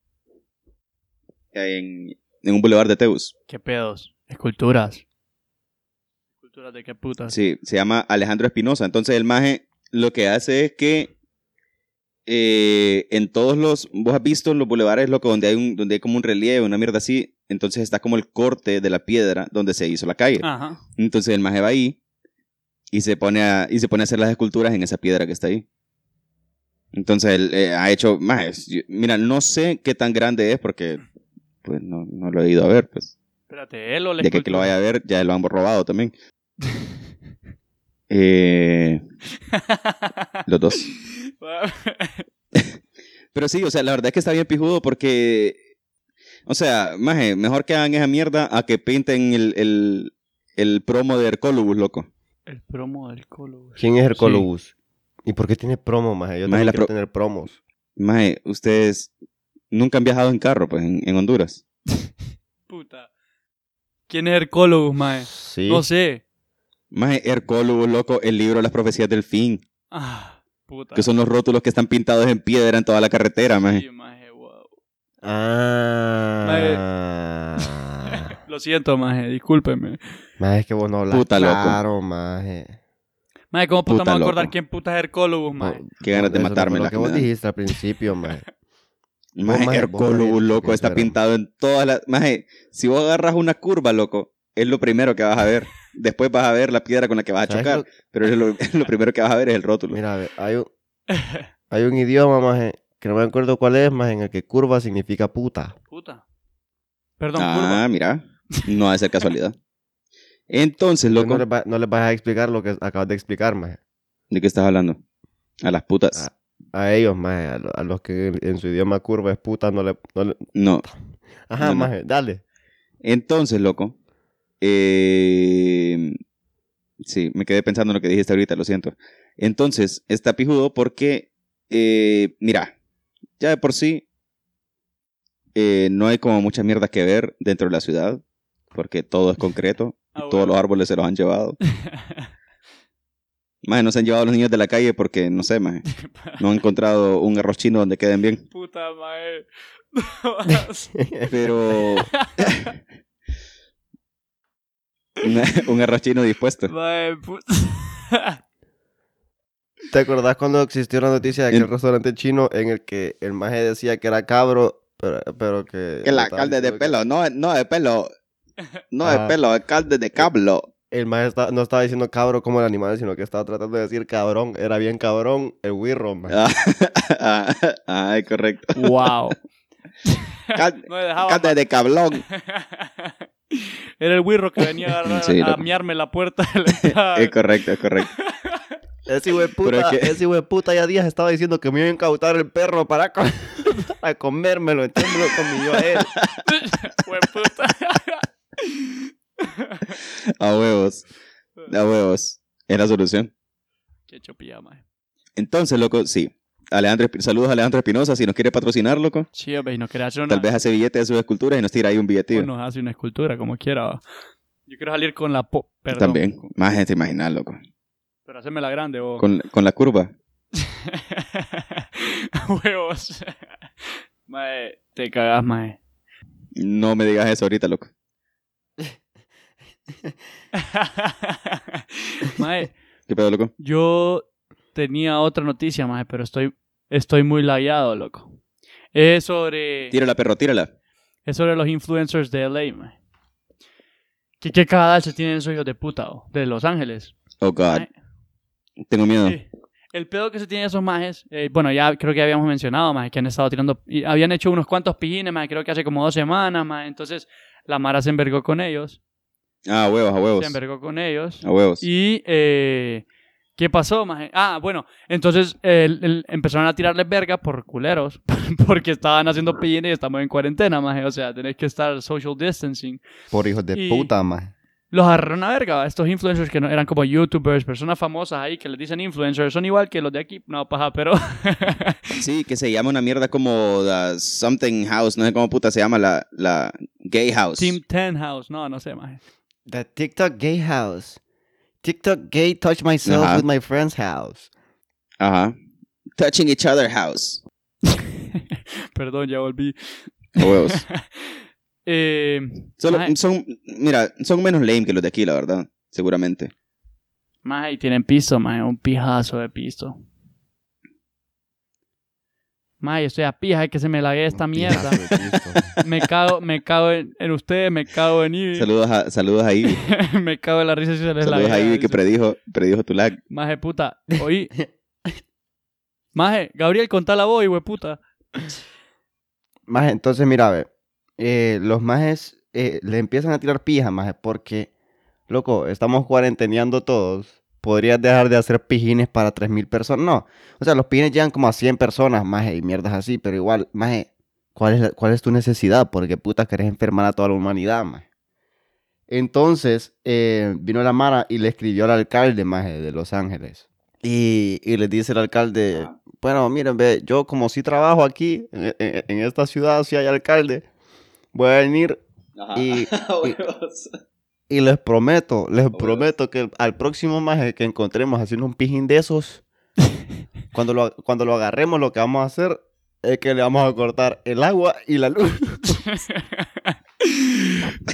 [SPEAKER 2] en, en un bulevar de Teus.
[SPEAKER 3] ¿Qué pedos? Esculturas. ¿Esculturas de qué putas?
[SPEAKER 2] Sí, se llama Alejandro Espinosa. Entonces el maje lo que hace es que eh, en todos los, vos has visto en los bulevares, loco, donde hay, un, donde hay como un relieve, una mierda así, entonces está como el corte de la piedra donde se hizo la calle.
[SPEAKER 3] Ajá.
[SPEAKER 2] Entonces el maje va ahí y se pone a, y se pone a hacer las esculturas en esa piedra que está ahí. Entonces él eh, ha hecho más. Mira, no sé qué tan grande es porque pues no, no lo he ido a ver. Pues.
[SPEAKER 3] Espérate, él o la
[SPEAKER 2] Ya que, que lo
[SPEAKER 3] escultura?
[SPEAKER 2] vaya a ver, ya lo han robado también. Eh, los dos. Pero sí, o sea, la verdad es que está bien pijudo porque. O sea, maje, mejor que hagan esa mierda a que pinten el, el, el promo de Hercolobus, loco.
[SPEAKER 3] El promo del colo.
[SPEAKER 1] ¿Quién es
[SPEAKER 3] Sí.
[SPEAKER 1] Hercolobus? ¿Y por qué tiene promo, maje? Yo
[SPEAKER 2] Maje,
[SPEAKER 1] también
[SPEAKER 2] la
[SPEAKER 1] quiero
[SPEAKER 2] pro-
[SPEAKER 1] tener promos.
[SPEAKER 2] Mae, ustedes nunca han viajado en carro, pues, en, en Honduras.
[SPEAKER 3] Puta. ¿Quién es Hercólogos, mae?
[SPEAKER 1] Sí.
[SPEAKER 3] No sé.
[SPEAKER 2] Maje, Hercólogos, loco, el libro Las Profecías del Fin,
[SPEAKER 3] Ah, puta.
[SPEAKER 2] que son los rótulos que están pintados en piedra en toda la carretera, maje.
[SPEAKER 3] Sí, maje, wow.
[SPEAKER 1] Ah.
[SPEAKER 3] Lo siento, maje, discúlpeme.
[SPEAKER 1] Maje, es que vos no hablas
[SPEAKER 2] Puta, loco.
[SPEAKER 1] claro, maje.
[SPEAKER 3] Maje, ¿cómo puta,
[SPEAKER 2] Puta
[SPEAKER 3] me voy a acordar
[SPEAKER 2] loco. Oh.
[SPEAKER 3] quién puta es Hercólogos, maje?
[SPEAKER 2] Qué ganas de
[SPEAKER 1] Eso,
[SPEAKER 2] matarme
[SPEAKER 1] Lo
[SPEAKER 2] la
[SPEAKER 1] que vos
[SPEAKER 2] que me da.
[SPEAKER 1] dijiste al principio, maje. maje,
[SPEAKER 2] Maje,
[SPEAKER 1] vos
[SPEAKER 2] Hercólogos,
[SPEAKER 1] maje,
[SPEAKER 2] loco,
[SPEAKER 1] que
[SPEAKER 2] está
[SPEAKER 1] eso era.
[SPEAKER 2] pintado en todas las... Maje, si vos agarras una curva, loco, es lo primero que vas a ver. Después vas a ver la piedra con la que vas a
[SPEAKER 1] ¿Sabes
[SPEAKER 2] chocar,
[SPEAKER 1] lo-
[SPEAKER 2] pero es lo, lo primero que vas a ver es el rótulo.
[SPEAKER 1] Mira, a ver, hay un, hay un idioma, maje, que no me acuerdo cuál es, maje, en el que curva significa puta.
[SPEAKER 3] Puta. Perdón,
[SPEAKER 2] ah, mira. No ha de ser casualidad. Entonces,
[SPEAKER 1] No
[SPEAKER 2] loco,
[SPEAKER 1] les, va- no les vas a explicar lo que acabas de explicar, maje.
[SPEAKER 2] ¿de qué estás hablando? A las putas.
[SPEAKER 1] Ah. A ellos, maje, a, lo- a los que en, en su idioma curva es puta, no le... no le-
[SPEAKER 2] No.
[SPEAKER 1] Ajá,
[SPEAKER 2] No, no.
[SPEAKER 1] maje, dale.
[SPEAKER 2] Entonces, loco. eh, Sí, me quedé pensando en lo que dijiste ahorita, lo siento. Entonces, está pijudo porque, eh, mira, ya de por sí eh, no hay como mucha mierda que ver dentro de la ciudad, porque todo es concreto,
[SPEAKER 3] Ah,
[SPEAKER 2] todos
[SPEAKER 3] bueno.
[SPEAKER 2] los árboles se los han llevado. Más no se han llevado a los niños de la calle porque, no sé, más
[SPEAKER 3] curva.
[SPEAKER 2] no han encontrado un arroz chino donde queden bien.
[SPEAKER 3] Puta, maje.
[SPEAKER 2] Pero. Una- un arroz chino dispuesto.
[SPEAKER 3] maje, puta.
[SPEAKER 1] ¿Te acordás cuando existió la noticia de aquel
[SPEAKER 2] En-
[SPEAKER 1] restaurante chino en el que el maje decía que era cabro, pero, pero que...
[SPEAKER 2] Que el
[SPEAKER 1] estaba
[SPEAKER 2] alcalde de
[SPEAKER 1] diciendo que-
[SPEAKER 2] pelo, no, no de pelo. No
[SPEAKER 1] Ah.
[SPEAKER 2] de pelo, alcalde de cablo.
[SPEAKER 1] El maje está- no estaba diciendo cabro como el animal, sino que estaba tratando de decir cabrón. Era bien cabrón el wirro, maje.
[SPEAKER 2] Ah, ah, Ay, correcto.
[SPEAKER 3] wow.
[SPEAKER 2] Cal-
[SPEAKER 3] No me dejaba.
[SPEAKER 2] Alcalde de cablón.
[SPEAKER 3] Era el wirro que venía a, agarrar-
[SPEAKER 2] Sí,
[SPEAKER 3] a
[SPEAKER 2] loco.
[SPEAKER 3] miarme la puerta de la entrada.
[SPEAKER 2] Es correcto, es correcto.
[SPEAKER 1] Ese hijo de
[SPEAKER 2] Pero
[SPEAKER 1] puta,
[SPEAKER 2] es que-
[SPEAKER 1] ese hijo de puta ya días estaba diciendo que me iba a incautar el perro para, co- para comérmelo, entonces me lo comí yo a él.
[SPEAKER 3] Hueputa.
[SPEAKER 2] A huevos, a huevos. Es la solución.
[SPEAKER 3] Qué chopilla, maje.
[SPEAKER 2] Entonces, loco, sí. Alejandro, Espi- saludos a Alejandro Espinosa. Si nos quiere patrocinar, loco,
[SPEAKER 3] Sí, hombre, y nos quería hacer una,
[SPEAKER 2] tal vez hace billete de sus esculturas y nos tira ahí un billetillo.
[SPEAKER 3] nos hace una escultura, como quiera. va. Yo quiero salir con la po... Perdón.
[SPEAKER 2] También. Más gente imaginar, loco.
[SPEAKER 3] Pero haceme la grande, vos.
[SPEAKER 2] Con, con la curva.
[SPEAKER 3] Huevos. Mae, te cagás, mae.
[SPEAKER 2] No me digas eso ahorita, loco.
[SPEAKER 3] mae,
[SPEAKER 2] ¿Qué pedo, loco?
[SPEAKER 3] yo tenía otra noticia, mae, pero estoy, estoy muy lagueado, loco. Es sobre,
[SPEAKER 2] Tírala, perro, tírala.
[SPEAKER 3] es sobre los influencers de LA, mae. ¿Qué, qué cagada se tienen esos hijos de puta, o? De Los Ángeles.
[SPEAKER 2] Oh, God.
[SPEAKER 3] mae.
[SPEAKER 2] Tengo miedo.
[SPEAKER 3] Sí. El pedo que se tiene de esos majes, eh, bueno, ya creo que habíamos mencionado, majes, que han estado tirando, y habían hecho unos cuantos pijines, majes, creo que hace como dos semanas, majes, entonces la Mara se envergó con ellos,
[SPEAKER 2] Ah, a huevos, a
[SPEAKER 3] se
[SPEAKER 2] huevos.
[SPEAKER 3] envergó con ellos,
[SPEAKER 2] A huevos.
[SPEAKER 3] y eh, ¿qué pasó, maje? Ah, bueno, entonces el- el- empezaron a tirarles verga por culeros, porque estaban haciendo pijines y estamos en cuarentena, maje, o sea, tenés que estar social distancing,
[SPEAKER 1] Por hijos de
[SPEAKER 3] Y-
[SPEAKER 1] puta, maje.
[SPEAKER 3] los agarraron a verga. Estos influencers que no, eran como youtubers, personas famosas ahí que les dicen influencers, son igual que los de aquí. No, paja, pero.
[SPEAKER 2] Sí, que se llama una mierda como the Something House. No sé cómo puta se llama la, la Gay House.
[SPEAKER 3] Team Ten House, no, no sé, más.
[SPEAKER 1] The TikTok gay house. TikTok gay touch myself
[SPEAKER 2] Ajá.
[SPEAKER 1] with my friend's house.
[SPEAKER 2] Ajá. Touching Each Other House.
[SPEAKER 3] Perdón, ya volví.
[SPEAKER 2] A huevos.
[SPEAKER 3] Eh,
[SPEAKER 2] Solo-
[SPEAKER 3] maje,
[SPEAKER 2] son, mira, son menos lame que los de aquí, la verdad. Seguramente.
[SPEAKER 3] maje, y tienen piso, maje, un pijazo de piso. Maje, estoy a pija, es que se me lague esta mierda. Me cago, me cago en, en ustedes, me cago en Ivy.
[SPEAKER 2] Saludos a, saludos a Ivy.
[SPEAKER 3] me cago en la risa si se les
[SPEAKER 2] Saludos
[SPEAKER 3] laguea,
[SPEAKER 2] a Ivy que
[SPEAKER 3] dice.
[SPEAKER 2] predijo, predijo tu lag.
[SPEAKER 3] Maje puta, oí. Maje, Gabriel, contá la voz, güey puta.
[SPEAKER 1] Maje, entonces mira, ve, eh, los majes eh, le empiezan a tirar pija, maje, porque, loco, estamos cuarenteneando todos. Podrías dejar de hacer pijines para 3.000 personas. No, o sea, los pijines llegan como a 100 personas, maje, y mierdas así, pero igual, maje, ¿cuál es, la- cuál es tu necesidad? Porque puta querés enfermar a toda la humanidad, maje. Entonces, eh, vino la Mara y le escribió al alcalde, maje, de Los Ángeles. Y, y le dice el alcalde, bueno, miren, ve, yo e, como sí trabajo aquí, en, en- en esta ciudad, si hay alcalde, voy a venir
[SPEAKER 2] Ajá.
[SPEAKER 1] Y-
[SPEAKER 2] Huevos.
[SPEAKER 1] Y les prometo, les
[SPEAKER 2] bueno.
[SPEAKER 1] prometo que el- al próximo maje que encontremos haciendo un pijín de esos, cuando lo, cuando lo agarremos, lo que vamos a hacer es que le vamos a cortar el agua y la luz.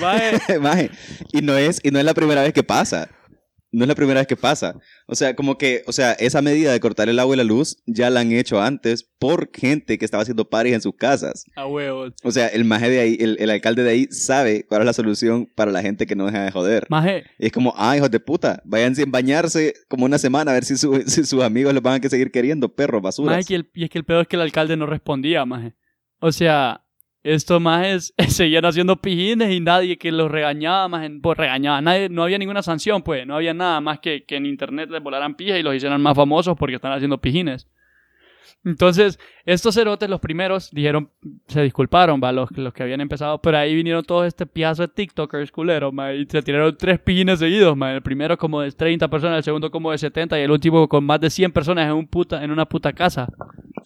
[SPEAKER 3] Mae,
[SPEAKER 2] Maje, y no es y no es la primera vez que pasa. No es la primera vez que pasa. O sea, como que, o sea, esa medida de cortar el agua y la luz ya la han hecho antes por gente que estaba haciendo pares en sus casas.
[SPEAKER 3] a huevos.
[SPEAKER 2] O sea, el maje de ahí, el, el alcalde de ahí sabe cuál es la solución para la gente que no deja de joder.
[SPEAKER 3] Maje,
[SPEAKER 2] Y es como, ah, hijos de puta, vayan sin bañarse como una semana a ver si, su- si sus amigos los van a seguir queriendo, perros, basuras.
[SPEAKER 3] Maje, que el- y es que el peor es que el alcalde no respondía, maje. O sea, estos majes seguían haciendo pijines y nadie que los regañaba, maje, pues regañaba, nadie, no había ninguna sanción, pues, no había nada más que, que en internet les volaran pija y los hicieran más famosos porque están haciendo pijines. Entonces, estos cerotes, los primeros, dijeron, se disculparon, va, los, los que habían empezado, pero ahí vinieron todos este piazo de TikTokers culeros, maje, y se tiraron tres pijines seguidos, maje, el primero como de 30 personas, el segundo como de 70 y el último con más de 100 personas en, un puta, en una puta casa.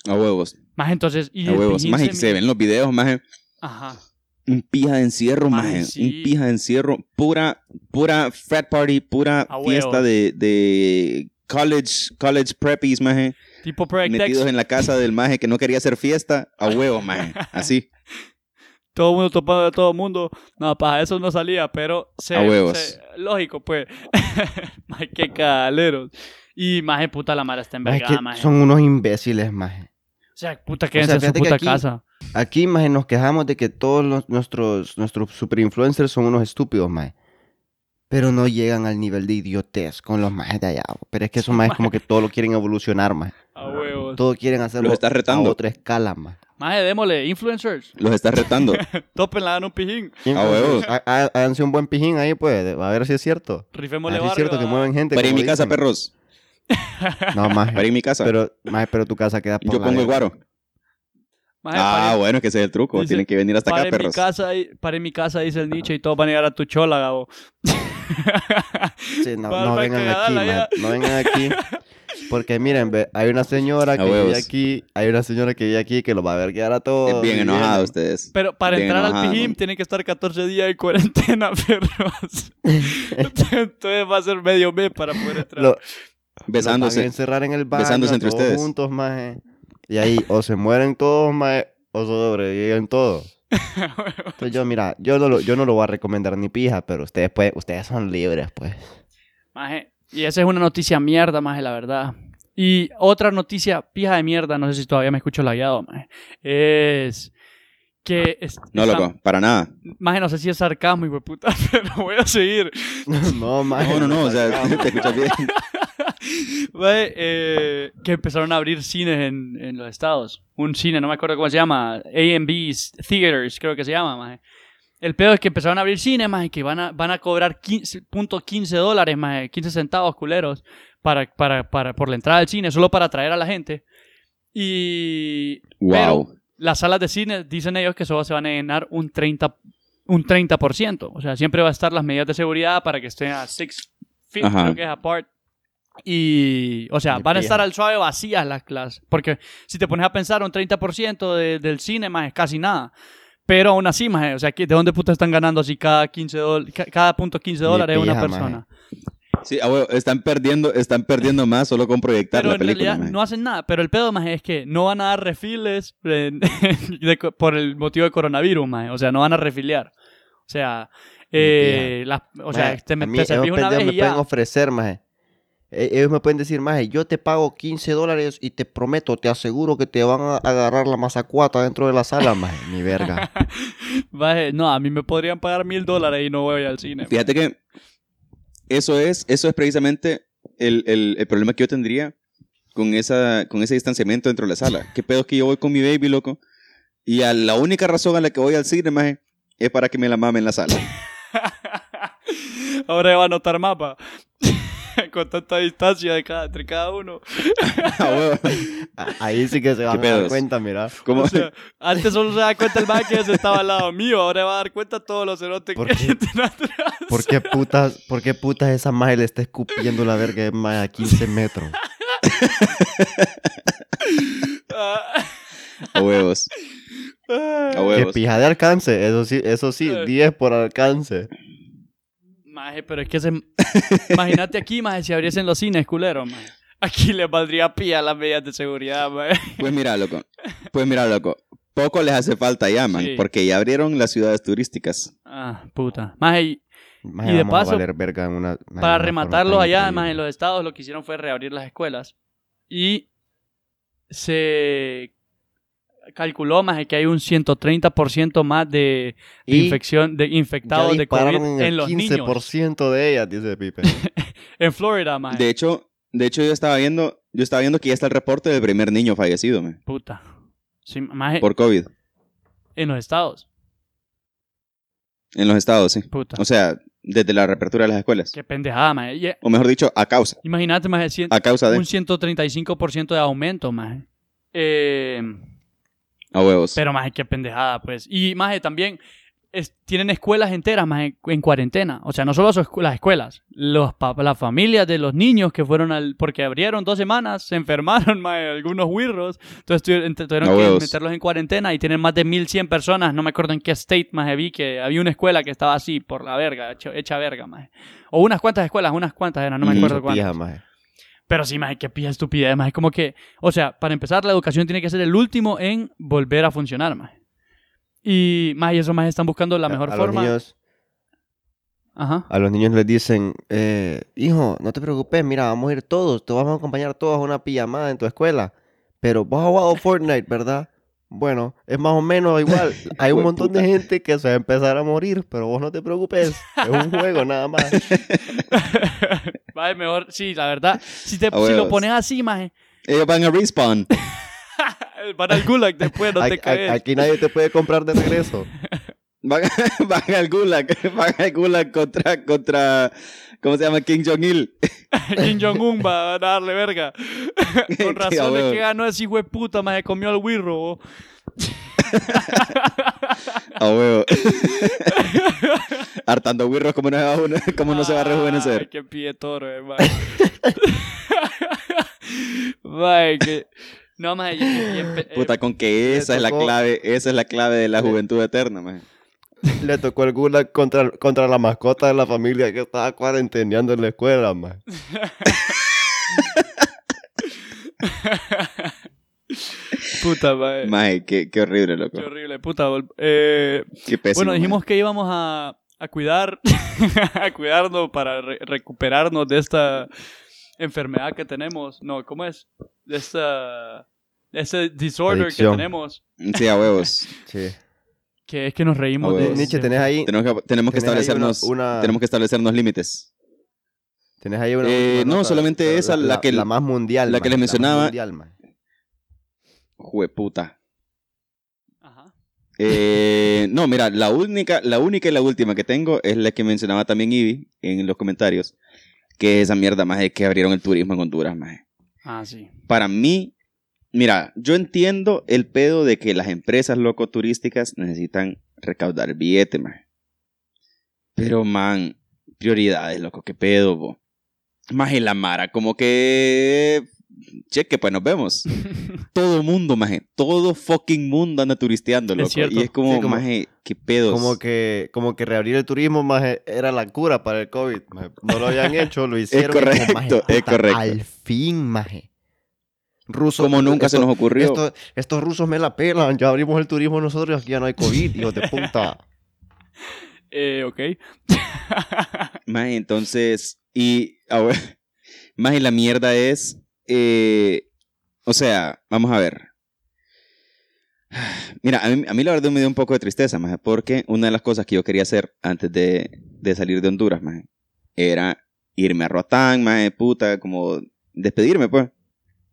[SPEAKER 2] A huevos,
[SPEAKER 3] Más entonces. Y
[SPEAKER 2] a
[SPEAKER 3] el
[SPEAKER 2] huevos.
[SPEAKER 3] pijín
[SPEAKER 2] Maje,
[SPEAKER 3] se
[SPEAKER 2] que se
[SPEAKER 3] mi-
[SPEAKER 2] ven los videos, maje.
[SPEAKER 3] Ajá.
[SPEAKER 2] Un pija de encierro,
[SPEAKER 3] Maje,
[SPEAKER 2] maje.
[SPEAKER 3] sí.
[SPEAKER 2] Un pija de encierro. Pura, pura frat party, pura
[SPEAKER 3] A huevo.
[SPEAKER 2] fiesta de, de college, college preppies, maje.
[SPEAKER 3] Tipo Project
[SPEAKER 2] Metidos
[SPEAKER 3] X.
[SPEAKER 2] en la casa del maje que no quería hacer fiesta. A huevo, maje. Así.
[SPEAKER 3] Todo el mundo topado de todo el mundo. No, para eso no salía, pero. Se,
[SPEAKER 2] A huevos.
[SPEAKER 3] se- lógico, pues. más que caleros. Y más de puta la mara está
[SPEAKER 1] Maje,
[SPEAKER 3] envergada,
[SPEAKER 1] que
[SPEAKER 3] maje.
[SPEAKER 1] son unos imbéciles, maje.
[SPEAKER 3] O sea, puta, quédense en su
[SPEAKER 1] fíjate que
[SPEAKER 3] puta
[SPEAKER 1] aquí-
[SPEAKER 3] casa.
[SPEAKER 1] Aquí, maje, nos quejamos de que todos los- nuestros, nuestros superinfluencers son unos estúpidos, maje. Pero no llegan al nivel de idiotez con los majes de allá. bo. Pero es que esos majes como que todo lo quieren evolucionar, maje.
[SPEAKER 3] A huevos.
[SPEAKER 1] Todo quieren hacerlo
[SPEAKER 2] Los estás
[SPEAKER 1] a
[SPEAKER 2] retando.
[SPEAKER 1] otra escala, maje.
[SPEAKER 3] Maje, démosle, influencers.
[SPEAKER 2] Los estás retando.
[SPEAKER 3] Tópenla, dan un pijín.
[SPEAKER 2] A huevos.
[SPEAKER 1] Ha- ha- Háganse un buen pijín ahí, pues. de- A ver si es cierto. A
[SPEAKER 2] Ah,
[SPEAKER 3] Rifémosle
[SPEAKER 1] ver si
[SPEAKER 3] barrio.
[SPEAKER 1] es cierto que
[SPEAKER 3] a-
[SPEAKER 1] mueven gente.
[SPEAKER 2] Para ir a
[SPEAKER 1] como
[SPEAKER 2] mi casa,
[SPEAKER 1] dicen.
[SPEAKER 2] perros.
[SPEAKER 1] No, más.
[SPEAKER 2] Para ir a mi casa.
[SPEAKER 1] Pero, maje, pero tu casa queda por
[SPEAKER 2] Yo
[SPEAKER 1] la
[SPEAKER 2] pongo el
[SPEAKER 1] verga.
[SPEAKER 2] guaro.
[SPEAKER 3] Maje,
[SPEAKER 2] Ah,
[SPEAKER 3] paren-
[SPEAKER 2] bueno, es que ese es el truco.
[SPEAKER 3] Dice,
[SPEAKER 2] Tienen que venir hasta acá,
[SPEAKER 3] paren mi
[SPEAKER 2] perros.
[SPEAKER 3] casa, y- paren mi casa, dice el Nietzsche, y todos van a llegar a tu chola, Gabo.
[SPEAKER 1] Sí, no,
[SPEAKER 3] Para-
[SPEAKER 1] no
[SPEAKER 3] para
[SPEAKER 1] vengan aquí,
[SPEAKER 3] cagarla,
[SPEAKER 1] maje, No vengan aquí. Porque miren, ve, hay una señora
[SPEAKER 2] A
[SPEAKER 1] que vive
[SPEAKER 2] huevos.
[SPEAKER 1] aquí. Hay una señora que vive aquí que lo va a ver quedar a todos.
[SPEAKER 2] Es bien
[SPEAKER 1] y
[SPEAKER 2] enojado ustedes.
[SPEAKER 3] Pero para
[SPEAKER 2] Bien
[SPEAKER 3] entrar al
[SPEAKER 2] enojado,
[SPEAKER 3] pijín
[SPEAKER 2] ¿no?
[SPEAKER 3] tienen que estar 14 días de cuarentena, perros. Entonces va a ser medio mes para poder entrar.
[SPEAKER 1] Lo- Los van a
[SPEAKER 2] Besándose.
[SPEAKER 1] encerrar en el baño.
[SPEAKER 2] Besándose entre
[SPEAKER 1] todos
[SPEAKER 2] ustedes.
[SPEAKER 1] juntos, maje. Y ahí o se mueren todos, maje, o sobreviven todos. Entonces yo, mira, yo no lo, yo no lo voy a recomendar ni pija, pero ustedes pues, ustedes son libres, pues.
[SPEAKER 3] Maje, y esa es una noticia mierda, maje, la verdad. Y otra noticia pija de mierda, no sé si todavía me escucho lagueado, maje, es que... es-
[SPEAKER 2] No,
[SPEAKER 3] está-
[SPEAKER 2] loco, para nada.
[SPEAKER 3] Maje, no sé si es sarcasmo, hijo de puta, pero voy a seguir.
[SPEAKER 1] no, maje.
[SPEAKER 2] No, no, no. O sea, te escuchas bien.
[SPEAKER 3] Maje, eh, que empezaron a abrir cines en, en los estados. Un cine, no me acuerdo cómo se llama. A&B Theaters, creo que se llama, maje. El pedo es que empezaron a abrir cines, maje, que van a, van a cobrar 15.15 dólares, maje, 15 centavos, culeros, para, para, para, por la entrada al cine, solo para atraer a la gente. Y Pero-
[SPEAKER 2] Wow.
[SPEAKER 3] las salas de cine dicen ellos que solo se van a llenar un 30%. Un 30%. O sea, siempre va a estar las medidas de seguridad para que estén a 6 feet,
[SPEAKER 2] Ajá.
[SPEAKER 3] creo que es apart. Y, o sea,
[SPEAKER 1] De
[SPEAKER 3] van a
[SPEAKER 1] pie.
[SPEAKER 3] estar al suave vacías las clases. Porque si te pones a pensar, un 30% de- del cine más es casi nada. Pero aún así, más, o sea, ¿qué- ¿de dónde puta están ganando si cada 15 dólares, ca- cada punto 15
[SPEAKER 1] Ni
[SPEAKER 3] dólares es una
[SPEAKER 1] pija, maje.
[SPEAKER 3] persona?
[SPEAKER 2] Sí, ah, bueno, están perdiendo, están perdiendo más solo con proyectar
[SPEAKER 3] Pero
[SPEAKER 2] la
[SPEAKER 3] en
[SPEAKER 2] película.
[SPEAKER 3] realidad
[SPEAKER 2] maje.
[SPEAKER 3] no hacen nada. Pero el pedo más es que no van a dar refiles eh, de co- por el motivo de coronavirus, más. O sea, no van a refiliar. O sea, eh, las- o sea,
[SPEAKER 1] Maje,
[SPEAKER 3] te, me-
[SPEAKER 1] a mí
[SPEAKER 3] te
[SPEAKER 1] esos
[SPEAKER 3] servís una
[SPEAKER 1] pendejos
[SPEAKER 3] vez
[SPEAKER 1] me
[SPEAKER 3] y ya.
[SPEAKER 1] pueden ofrecer, maje. E- Ellos me pueden decir, maje, yo te pago 15 dólares y te prometo, te aseguro que te van a agarrar la mazacuata dentro de la sala, maje. Ni verga.
[SPEAKER 3] Maje, no, a mí me podrían pagar mil dólares y no voy al cine. maje.
[SPEAKER 2] Fíjate que eso es, eso es precisamente el, el- el problema que yo tendría con, esa, con ese distanciamiento dentro de la sala. ¿Qué pedo es que yo voy con mi baby, loco? Y a la única razón a la que voy al cine, maje, es para que me la mame en la sala.
[SPEAKER 3] Ahora va a anotar mapa. Con tanta distancia de cada- entre cada uno.
[SPEAKER 2] A huevo.
[SPEAKER 1] A- Ahí sí que se van a dar
[SPEAKER 2] pedos?
[SPEAKER 1] cuenta, mira.
[SPEAKER 2] Como-
[SPEAKER 3] O sea, antes solo se da cuenta el man que se estaba al lado mío. Ahora va a dar cuenta todos los cerotes
[SPEAKER 1] ¿Por
[SPEAKER 3] que
[SPEAKER 1] qué?
[SPEAKER 3] están atrás.
[SPEAKER 1] ¿Por qué putas, por qué putas esa maje le está escupiendo la verga de maje a 15 metros?
[SPEAKER 3] Ah.
[SPEAKER 2] a huevos. A
[SPEAKER 1] Que
[SPEAKER 2] huevos.
[SPEAKER 1] pija de alcance, eso sí, eso sí,
[SPEAKER 3] Ay.
[SPEAKER 1] 10 por alcance.
[SPEAKER 3] Maje, pero es que se... Imagínate aquí, maje, si abriesen los cines, culero, maje. Aquí les valdría pía las medidas de seguridad, maje.
[SPEAKER 2] Pues mira, loco. Pues mira, loco. Poco les hace falta ya, man,
[SPEAKER 3] Sí.
[SPEAKER 2] porque ya abrieron las ciudades turísticas.
[SPEAKER 3] Ah, puta. Maje, y
[SPEAKER 1] Maje,
[SPEAKER 3] Y de
[SPEAKER 1] vamos a
[SPEAKER 3] paso,
[SPEAKER 1] valer verga en una- maje, de
[SPEAKER 3] para
[SPEAKER 1] una
[SPEAKER 3] rematarlo
[SPEAKER 1] forma tan
[SPEAKER 3] allá,
[SPEAKER 1] increíble.
[SPEAKER 3] maje, en los estados lo que hicieron fue reabrir las escuelas. Y se calculó, maje, que hay un 130% más de, de
[SPEAKER 1] Y
[SPEAKER 3] infección, de
[SPEAKER 1] ya
[SPEAKER 3] infectados de
[SPEAKER 1] dispararon
[SPEAKER 3] COVID
[SPEAKER 1] en
[SPEAKER 3] en
[SPEAKER 1] el
[SPEAKER 3] los niños.
[SPEAKER 1] 15% de ellas, dice Pipe.
[SPEAKER 3] En Florida, maje.
[SPEAKER 2] De hecho, de hecho yo estaba viendo, yo estaba viendo que ya está el reporte del primer niño fallecido, man,
[SPEAKER 3] Puta. Sí, maje,
[SPEAKER 2] por COVID
[SPEAKER 3] en los estados.
[SPEAKER 2] en los estados, sí.
[SPEAKER 3] Puta.
[SPEAKER 2] O sea, desde la reapertura de las escuelas.
[SPEAKER 3] Qué pendejada, maje. Y- eh,
[SPEAKER 2] O mejor dicho, a causa,
[SPEAKER 3] Imagínate, maje, cien-
[SPEAKER 2] a causa
[SPEAKER 3] un
[SPEAKER 2] de
[SPEAKER 3] 135% de aumento, maje. Eh,
[SPEAKER 2] a huevos.
[SPEAKER 3] pero, maje, qué pendejada, pues. Y, maje, también es- tienen escuelas enteras, maje, en cuarentena. O sea, no solo sus escu- las escuelas, los pa- las familias de los niños que fueron al... Porque abrieron dos semanas, se enfermaron, maje, algunos huirros. Entonces tuvi- ent- tuvieron
[SPEAKER 2] A
[SPEAKER 3] que
[SPEAKER 2] huevos.
[SPEAKER 3] meterlos en cuarentena y tienen más de 1.100 personas. No me acuerdo en qué state, maje, vi que había una escuela que estaba así, por la verga, hecho- hecha verga, maje. O unas cuantas escuelas, unas cuantas eran, no me
[SPEAKER 2] Mm,
[SPEAKER 3] acuerdo cuántas.
[SPEAKER 1] Pija, maje.
[SPEAKER 3] Pero sí, maje, qué pija estupidez, maje. Como que, o sea, para empezar, la educación tiene que ser el último en volver a funcionar, maje. Y, maje, eso, maje, están buscando la
[SPEAKER 1] A-
[SPEAKER 3] mejor
[SPEAKER 1] a los
[SPEAKER 3] forma.
[SPEAKER 1] niños-
[SPEAKER 3] Ajá.
[SPEAKER 1] A los niños les dicen, eh, hijo, no te preocupes, mira, vamos a ir todos, te vamos a acompañar todos a una pijamada en tu escuela. Pero vos has jugado Fortnite, ¿verdad? Bueno, es más o menos igual. Hay un montón de gente que se va a empezar a morir, pero vos no te preocupes. Es un juego nada más.
[SPEAKER 3] Maje, mejor, sí, la verdad. Si, te,
[SPEAKER 2] A
[SPEAKER 3] si lo
[SPEAKER 2] huevos.
[SPEAKER 3] pones así, maje,
[SPEAKER 2] Ellos van a respawn.
[SPEAKER 3] para el gulag después no
[SPEAKER 1] Aquí-
[SPEAKER 3] te
[SPEAKER 1] a-
[SPEAKER 3] caes.
[SPEAKER 1] aquí nadie te puede comprar de regreso.
[SPEAKER 2] Van, van al gulag, van al gulag contra, contra, ¿cómo se llama? King Jong-il.
[SPEAKER 3] Kim Jong-un va a darle verga. Con
[SPEAKER 2] Sí, a
[SPEAKER 3] razón es
[SPEAKER 2] huevo.
[SPEAKER 3] que ganó ese hijo de puta, maje, comió al wirro. bo.
[SPEAKER 2] A huevo. Hartando güirros, ¿cómo no se va, a uno- cómo no se va a
[SPEAKER 3] Ay,
[SPEAKER 2] rejuvenecer?
[SPEAKER 3] qué pie toro, eh, mae. Mae, que... No, mae, yo- yo- yo empe- eh,
[SPEAKER 2] Puta, con que esa es la
[SPEAKER 1] tocó-
[SPEAKER 2] clave, esa es la clave de la juventud eterna, man.
[SPEAKER 1] Le tocó el gulag contra, contra la mascota de la familia que estaba cuarenteneando en la escuela, man.
[SPEAKER 3] puta, mae.
[SPEAKER 2] Mae, qué, qué horrible,
[SPEAKER 3] Qué
[SPEAKER 2] loco.
[SPEAKER 3] horrible, puta. bol- Eh,
[SPEAKER 2] Qué pésimo.
[SPEAKER 3] bueno,
[SPEAKER 2] mae.
[SPEAKER 3] dijimos que íbamos a, a cuidar, a cuidarnos para re- recuperarnos de esta enfermedad que tenemos. No, ¿cómo es? De esta... de Este disorder
[SPEAKER 1] Adicción.
[SPEAKER 3] que tenemos.
[SPEAKER 2] Sí, a huevos.
[SPEAKER 1] Sí.
[SPEAKER 3] Que es que nos reímos
[SPEAKER 2] A
[SPEAKER 3] de...
[SPEAKER 2] huevos.
[SPEAKER 1] Nietzsche,
[SPEAKER 3] de-
[SPEAKER 1] tenés ahí,
[SPEAKER 2] Tenemos que, tenemos que
[SPEAKER 1] Tenés ahí
[SPEAKER 2] establecernos,
[SPEAKER 1] una- una-
[SPEAKER 2] tenemos que establecernos límites.
[SPEAKER 1] tenés ahí una.
[SPEAKER 2] Eh,
[SPEAKER 1] última
[SPEAKER 2] no,
[SPEAKER 1] nota,
[SPEAKER 2] solamente esa, la que-
[SPEAKER 1] La más mundial.
[SPEAKER 2] la que
[SPEAKER 1] man,
[SPEAKER 2] les
[SPEAKER 1] más
[SPEAKER 2] mencionaba.
[SPEAKER 1] mundial, man.
[SPEAKER 2] Jueputa.
[SPEAKER 3] Ajá.
[SPEAKER 2] Eh, no, mira, la única, la única y la última que tengo es la que mencionaba también Ivy en los comentarios, que es esa mierda más de que abrieron el turismo en Honduras, más.
[SPEAKER 3] Ah, sí.
[SPEAKER 2] para mí, mira, yo entiendo el pedo de que las empresas loco turísticas necesitan recaudar billete, man. Pero, man, prioridades, loco, qué pedo, bo. Más en la mara, como que. Cheque, pues nos vemos. Todo mundo, maje. Todo fucking mundo anda turisteando, loco.
[SPEAKER 3] cierto.
[SPEAKER 2] Y es como,
[SPEAKER 1] Sí, como-
[SPEAKER 2] maje, qué pedos.
[SPEAKER 1] Como que, como que reabrir el turismo maje, era la cura para el COVID. maje. No lo habían hecho, lo hicieron. y como, maje,
[SPEAKER 2] correcto, es
[SPEAKER 1] puta,
[SPEAKER 2] correcto.
[SPEAKER 1] Al fin, maje. Rusos,
[SPEAKER 2] Como nunca se
[SPEAKER 1] esto-
[SPEAKER 2] nos ocurrió.
[SPEAKER 1] esto- estos rusos me la pelan. Ya abrimos el turismo nosotros y aquí ya no hay COVID, hijos de puta.
[SPEAKER 3] Eh, ok.
[SPEAKER 2] Más entonces, y ahora, más y la mierda es, eh, o sea, vamos a ver. Mira, a mí, a mí la verdad me dio un poco de tristeza, más porque una de las cosas que yo quería hacer antes de, de salir de Honduras, más, era irme a Roatán, más, puta, como despedirme, pues,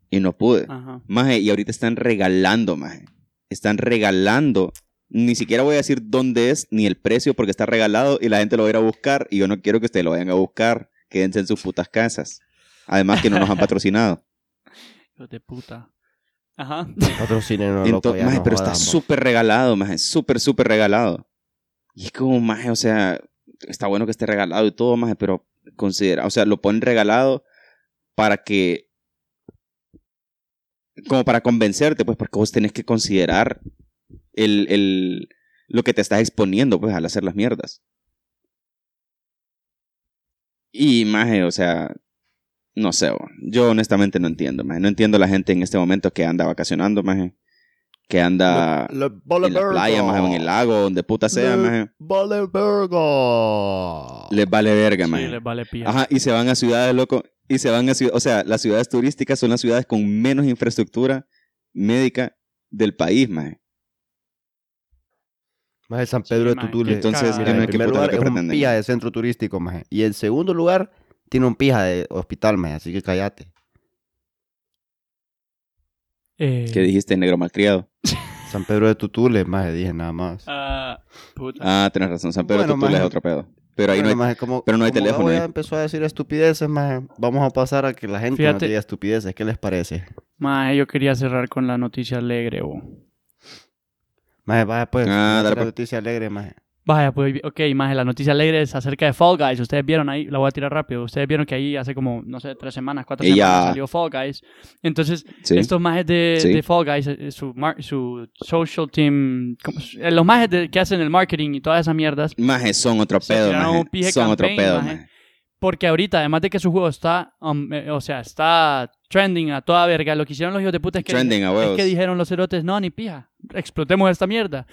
[SPEAKER 2] y no pude.
[SPEAKER 3] Ajá.
[SPEAKER 2] Maje, y ahorita están regalando, maje. Están regalando. Ni siquiera voy a decir dónde es ni el precio porque está regalado y la gente lo va a ir a buscar y yo no quiero que ustedes lo vayan a buscar. Quédense en sus putas casas. Además que no nos han patrocinado.
[SPEAKER 3] Hijo de puta. Ajá.
[SPEAKER 1] Otros cines no, loco,
[SPEAKER 2] Entonces,
[SPEAKER 1] ya
[SPEAKER 2] maje,
[SPEAKER 1] no
[SPEAKER 2] pero está
[SPEAKER 1] jodan, maje.
[SPEAKER 2] súper regalado, maje. Súper, súper regalado. Y es como, maje, o sea, está bueno que esté regalado y todo, maje, pero considera, o sea, lo ponen regalado para que como para convencerte, pues, porque vos tenés que considerar el, el, lo que te estás exponiendo, pues, al hacer las mierdas. Y, maje, o sea, no sé, bo. yo honestamente no entiendo, maje. No entiendo la gente en este momento que anda vacacionando, maje. Que anda
[SPEAKER 1] Le
[SPEAKER 2] en la playa, maje, o en el lago, donde puta sea, maje. Les vale verga,
[SPEAKER 3] Sí,
[SPEAKER 2] maje.
[SPEAKER 3] les vale pija.
[SPEAKER 2] Ajá, y se van a ciudades, loco. Y se van a ciudades, o sea, las ciudades turísticas son las ciudades con menos infraestructura médica del país, maje.
[SPEAKER 1] Maje, San
[SPEAKER 3] Sí,
[SPEAKER 1] Pedro de
[SPEAKER 3] maje,
[SPEAKER 1] Tutule.
[SPEAKER 3] qué
[SPEAKER 2] Entonces,
[SPEAKER 3] cagada.
[SPEAKER 1] Mira,
[SPEAKER 2] no
[SPEAKER 1] en
[SPEAKER 2] es que
[SPEAKER 1] primer
[SPEAKER 2] puta lo
[SPEAKER 1] lugar
[SPEAKER 2] que
[SPEAKER 1] es un
[SPEAKER 2] pretenden.
[SPEAKER 1] pija de centro turístico, maje. Y en segundo lugar tiene un pija de hospital, maje. Así que cállate.
[SPEAKER 3] Eh,
[SPEAKER 2] ¿Qué dijiste, negro malcriado?
[SPEAKER 1] San Pedro de Tutule, maje, dije nada más.
[SPEAKER 3] ah, puta.
[SPEAKER 2] Ah, tenés razón, San Pedro
[SPEAKER 1] Bueno,
[SPEAKER 2] Tutula
[SPEAKER 1] maje.
[SPEAKER 2] es otro pedo. Pero ahí
[SPEAKER 1] Bueno,
[SPEAKER 2] no hay...
[SPEAKER 1] maje, como-
[SPEAKER 2] pero no hay
[SPEAKER 1] como
[SPEAKER 2] teléfono
[SPEAKER 1] Gabo
[SPEAKER 2] ahí.
[SPEAKER 1] ya empezó a decir estupideces, maje. Vamos a pasar a que la gente nos
[SPEAKER 3] Fíjate.
[SPEAKER 1] diga estupideces. ¿Qué les parece?
[SPEAKER 3] Mae, yo quería cerrar con la noticia alegre, bo.
[SPEAKER 1] Maje, vaya pues.
[SPEAKER 2] Ah, dale,
[SPEAKER 1] la
[SPEAKER 2] pues.
[SPEAKER 1] noticia alegre, maje.
[SPEAKER 3] Vaya, pues, ok, más la noticia alegre es acerca de Fall Guys. Ustedes vieron ahí, la voy a tirar rápido. Ustedes vieron que ahí hace como, no sé, tres semanas, cuatro
[SPEAKER 2] Ella-
[SPEAKER 3] semanas salió Fall Guys. Entonces,
[SPEAKER 2] Sí.
[SPEAKER 3] estos majes de,
[SPEAKER 2] Sí.
[SPEAKER 3] de Fall Guys, eh, su, mar- su social team, ¿cómo se- eh, los majes de- que hacen el marketing y todas esas mierdas,
[SPEAKER 2] Maje, son otro
[SPEAKER 3] Se
[SPEAKER 2] pedo,
[SPEAKER 3] tiraron
[SPEAKER 2] maje.
[SPEAKER 3] un pije
[SPEAKER 2] Son otro
[SPEAKER 3] campaign,
[SPEAKER 2] pedo,
[SPEAKER 3] maje.
[SPEAKER 2] maje.
[SPEAKER 3] porque ahorita, además de que su juego está, um, eh, o sea, está trending a toda verga, lo que hicieron los hijos de puta es que,
[SPEAKER 2] Trending a
[SPEAKER 3] es
[SPEAKER 2] huevos.
[SPEAKER 3] que dijeron los cerotes, no, ni pija, explotemos esta mierda.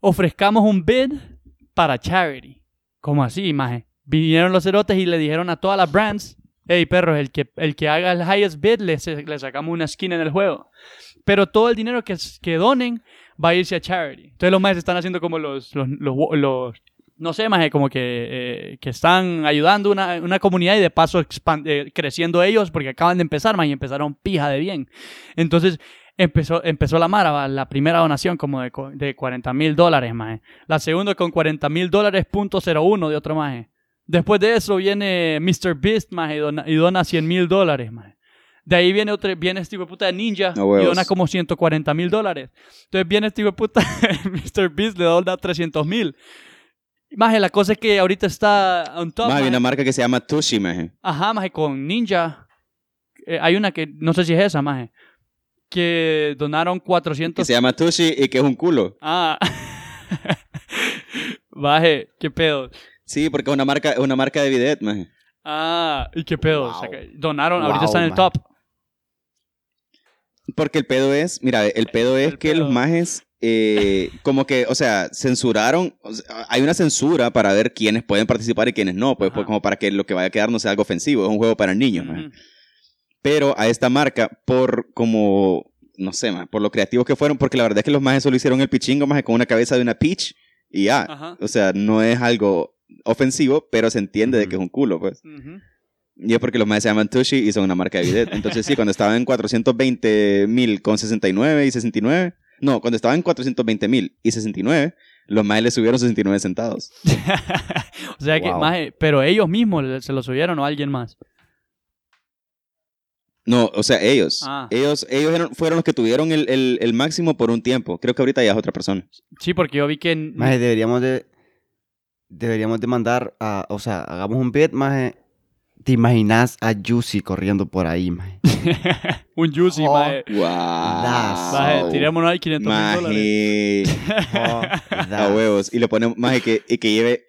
[SPEAKER 3] Ofrezcamos un bid para charity. ¿Cómo así, maje? Vinieron los cerotes y le dijeron a todas las brands, hey, perros, el que, el que haga el highest bid, le, se- le sacamos una skin en el juego. Pero todo el dinero que, s- que donen va a irse a charity. Entonces los majes están haciendo como los, los, los, los- no sé, maje, como que, eh, que están ayudando una, una comunidad y de paso expan- eh, creciendo ellos porque acaban de empezar, maje, y empezaron pija de bien. Entonces empezó, empezó la Mara, va, la primera donación como de, co- de 40 mil dólares, maje. La segunda con 40 mil dólares punto 01 de otro maje. Después de eso viene Mr. Beast, maje, y dona, y dona 100 mil dólares, maje. De ahí viene, otro, viene este tipo de puta de ninja
[SPEAKER 2] No huevos.
[SPEAKER 3] y dona como 140 mil dólares. Entonces viene este tipo de puta, Mr. Beast le dona 300 mil. Maje, la cosa es que ahorita está on top.
[SPEAKER 2] Maje,
[SPEAKER 3] maje.
[SPEAKER 2] hay una marca que se llama Tushi, maje.
[SPEAKER 3] Ajá, maje, con Ninja. Eh, hay una que no sé si es esa, maje. Que donaron
[SPEAKER 2] Que
[SPEAKER 3] 400.
[SPEAKER 2] se llama Tushi y que es un culo.
[SPEAKER 3] Ah. maje, qué pedo.
[SPEAKER 2] Sí, porque es una marca, es una marca de bidet, maje.
[SPEAKER 3] Ah, y qué pedo.
[SPEAKER 1] Wow.
[SPEAKER 3] O sea, que donaron, ahorita
[SPEAKER 1] Wow,
[SPEAKER 3] está en el
[SPEAKER 1] maje.
[SPEAKER 3] top.
[SPEAKER 2] Porque el pedo es, mira, el pedo es
[SPEAKER 3] El
[SPEAKER 2] que
[SPEAKER 3] pedo.
[SPEAKER 2] los majes, eh, como que, o sea, censuraron, o sea, hay una censura para ver quiénes pueden participar y quiénes no, pues,
[SPEAKER 3] Ajá.
[SPEAKER 2] pues, como para que lo que vaya a quedar no sea algo ofensivo, es un juego para niños, maje.
[SPEAKER 3] Ujú.
[SPEAKER 2] Pero a esta marca, por como, no sé, maje, por lo creativos que fueron, porque la verdad es que los majes solo hicieron el pichingo, maje, con una cabeza de una peach y ya.
[SPEAKER 3] Ajá.
[SPEAKER 2] O sea, no es algo ofensivo, pero se entiende de que es un culo, pues.
[SPEAKER 3] Ujú.
[SPEAKER 2] Y es porque los más se llaman Tushi y son una marca de bidet. Entonces, sí, cuando estaba en 420 mil con 69 y 69, no, cuando estaba en 420 mil y 69, los más le subieron 69 centavos.
[SPEAKER 3] o sea que,
[SPEAKER 1] Wow.
[SPEAKER 3] maje, pero ellos mismos le- se lo subieron o alguien más.
[SPEAKER 2] No, o sea, ellos.
[SPEAKER 3] Ah.
[SPEAKER 2] Ellos, ellos eran- fueron los que tuvieron el, el- el máximo por un tiempo. Creo que ahorita ya es otra persona.
[SPEAKER 3] Sí, porque yo vi que. n-
[SPEAKER 1] Maje, deberíamos de. Deberíamos de mandar a. O sea, hagamos un beat, maje. ¿Te imaginas a Juicy corriendo por ahí, maje?
[SPEAKER 3] un Juicy,
[SPEAKER 1] Oh.
[SPEAKER 3] maje.
[SPEAKER 2] ¡Wow!
[SPEAKER 3] Maje, tirémonos ahí 500 mil dólares.
[SPEAKER 2] Maje.
[SPEAKER 1] Oh,
[SPEAKER 2] A
[SPEAKER 1] Joder.
[SPEAKER 2] huevos. Y le ponemos, maje, que, y que lleve,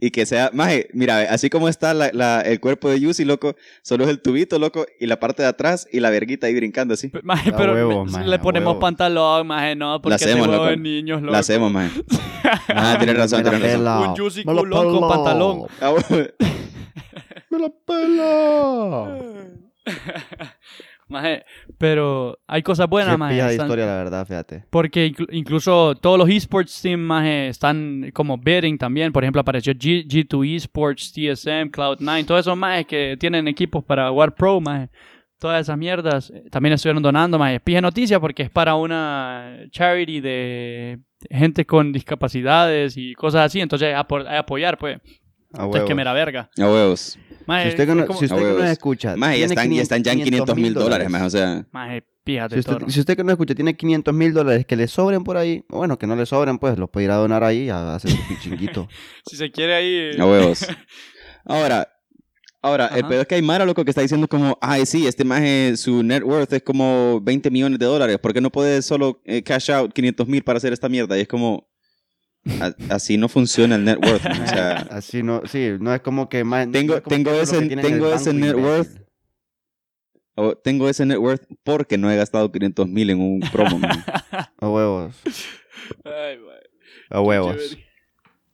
[SPEAKER 2] y que sea, maje, mira, ve, así como está la- la- el cuerpo de Yusi, loco, solo es el tubito, loco, y la parte de atrás y la verguita ahí brincando así.
[SPEAKER 3] P- maje,
[SPEAKER 1] A
[SPEAKER 3] pero
[SPEAKER 1] huevo,
[SPEAKER 3] me-
[SPEAKER 1] maje,
[SPEAKER 3] le
[SPEAKER 1] a
[SPEAKER 3] ponemos
[SPEAKER 1] huevo.
[SPEAKER 3] pantalón, maje, no, porque ese
[SPEAKER 2] hacemos,
[SPEAKER 3] huevo
[SPEAKER 2] loco.
[SPEAKER 3] de niños, loco.
[SPEAKER 2] La hacemos, maje. Ah, tienes razón,
[SPEAKER 1] Me la
[SPEAKER 2] tienes razón.
[SPEAKER 1] pela.
[SPEAKER 3] Un juicy
[SPEAKER 1] Me la
[SPEAKER 3] culón con
[SPEAKER 1] pela.
[SPEAKER 3] pantalón.
[SPEAKER 2] A huevo.
[SPEAKER 1] Me la pela.
[SPEAKER 3] Maje, pero hay cosas buenas,
[SPEAKER 1] Qué
[SPEAKER 3] maje.
[SPEAKER 1] pija de
[SPEAKER 3] están-
[SPEAKER 1] historia, la verdad, fíjate.
[SPEAKER 3] Porque inclu- incluso todos los esports team, maje, están como bidding también. Por ejemplo, apareció G- G2 Esports, TSM, Cloud9, todos esos majes que tienen equipos para jugar pro, maje. Todas esas mierdas eh, también estuvieron donando, maje. Pija noticia porque es para una charity de gente con discapacidades y cosas así. Entonces, hay apo- hay apoyar, pues.
[SPEAKER 1] A
[SPEAKER 3] Entonces,
[SPEAKER 1] huevos.
[SPEAKER 3] que eh, mera verga.
[SPEAKER 2] A huevos.
[SPEAKER 3] Maje,
[SPEAKER 1] Si usted que
[SPEAKER 3] es
[SPEAKER 1] no,
[SPEAKER 3] como-
[SPEAKER 1] si usted que
[SPEAKER 2] A
[SPEAKER 1] no
[SPEAKER 2] huevos.
[SPEAKER 1] escucha.
[SPEAKER 2] Maje, ya
[SPEAKER 1] tiene
[SPEAKER 2] están, ya
[SPEAKER 1] 500
[SPEAKER 2] están ya en 500 mil dólares, maje, o sea.
[SPEAKER 3] Maje, píjate
[SPEAKER 1] Si usted,
[SPEAKER 3] toro.
[SPEAKER 1] si usted que no escucha tiene 500 mil dólares que le sobren por ahí, o bueno, que no le sobren, pues los puede ir a donar ahí a hacer un pichinguito.
[SPEAKER 3] Si se quiere ahí...
[SPEAKER 2] A huevos. Ahora, Ahora, el
[SPEAKER 3] Ajá.
[SPEAKER 2] pedo es que hay Mara, loco, que está diciendo como, ay, sí, este maje, su net worth es como 20 millones de dólares. ¿Por qué no puedes solo eh, cash out 500 mil para hacer esta mierda? Y es como, a- así no funciona el net worth. man. O sea,
[SPEAKER 1] Así no, sí, no es como que más. no
[SPEAKER 2] Tengo-
[SPEAKER 1] es como
[SPEAKER 2] tengo
[SPEAKER 1] que
[SPEAKER 2] ese-
[SPEAKER 1] lo que tienen en el
[SPEAKER 2] tengo ese
[SPEAKER 1] banco,
[SPEAKER 2] net
[SPEAKER 1] imbécil.
[SPEAKER 2] worth. o tengo ese net worth porque no he gastado 500 mil en un promo. man.
[SPEAKER 1] A huevos.
[SPEAKER 3] Ay, güey.
[SPEAKER 1] A huevos.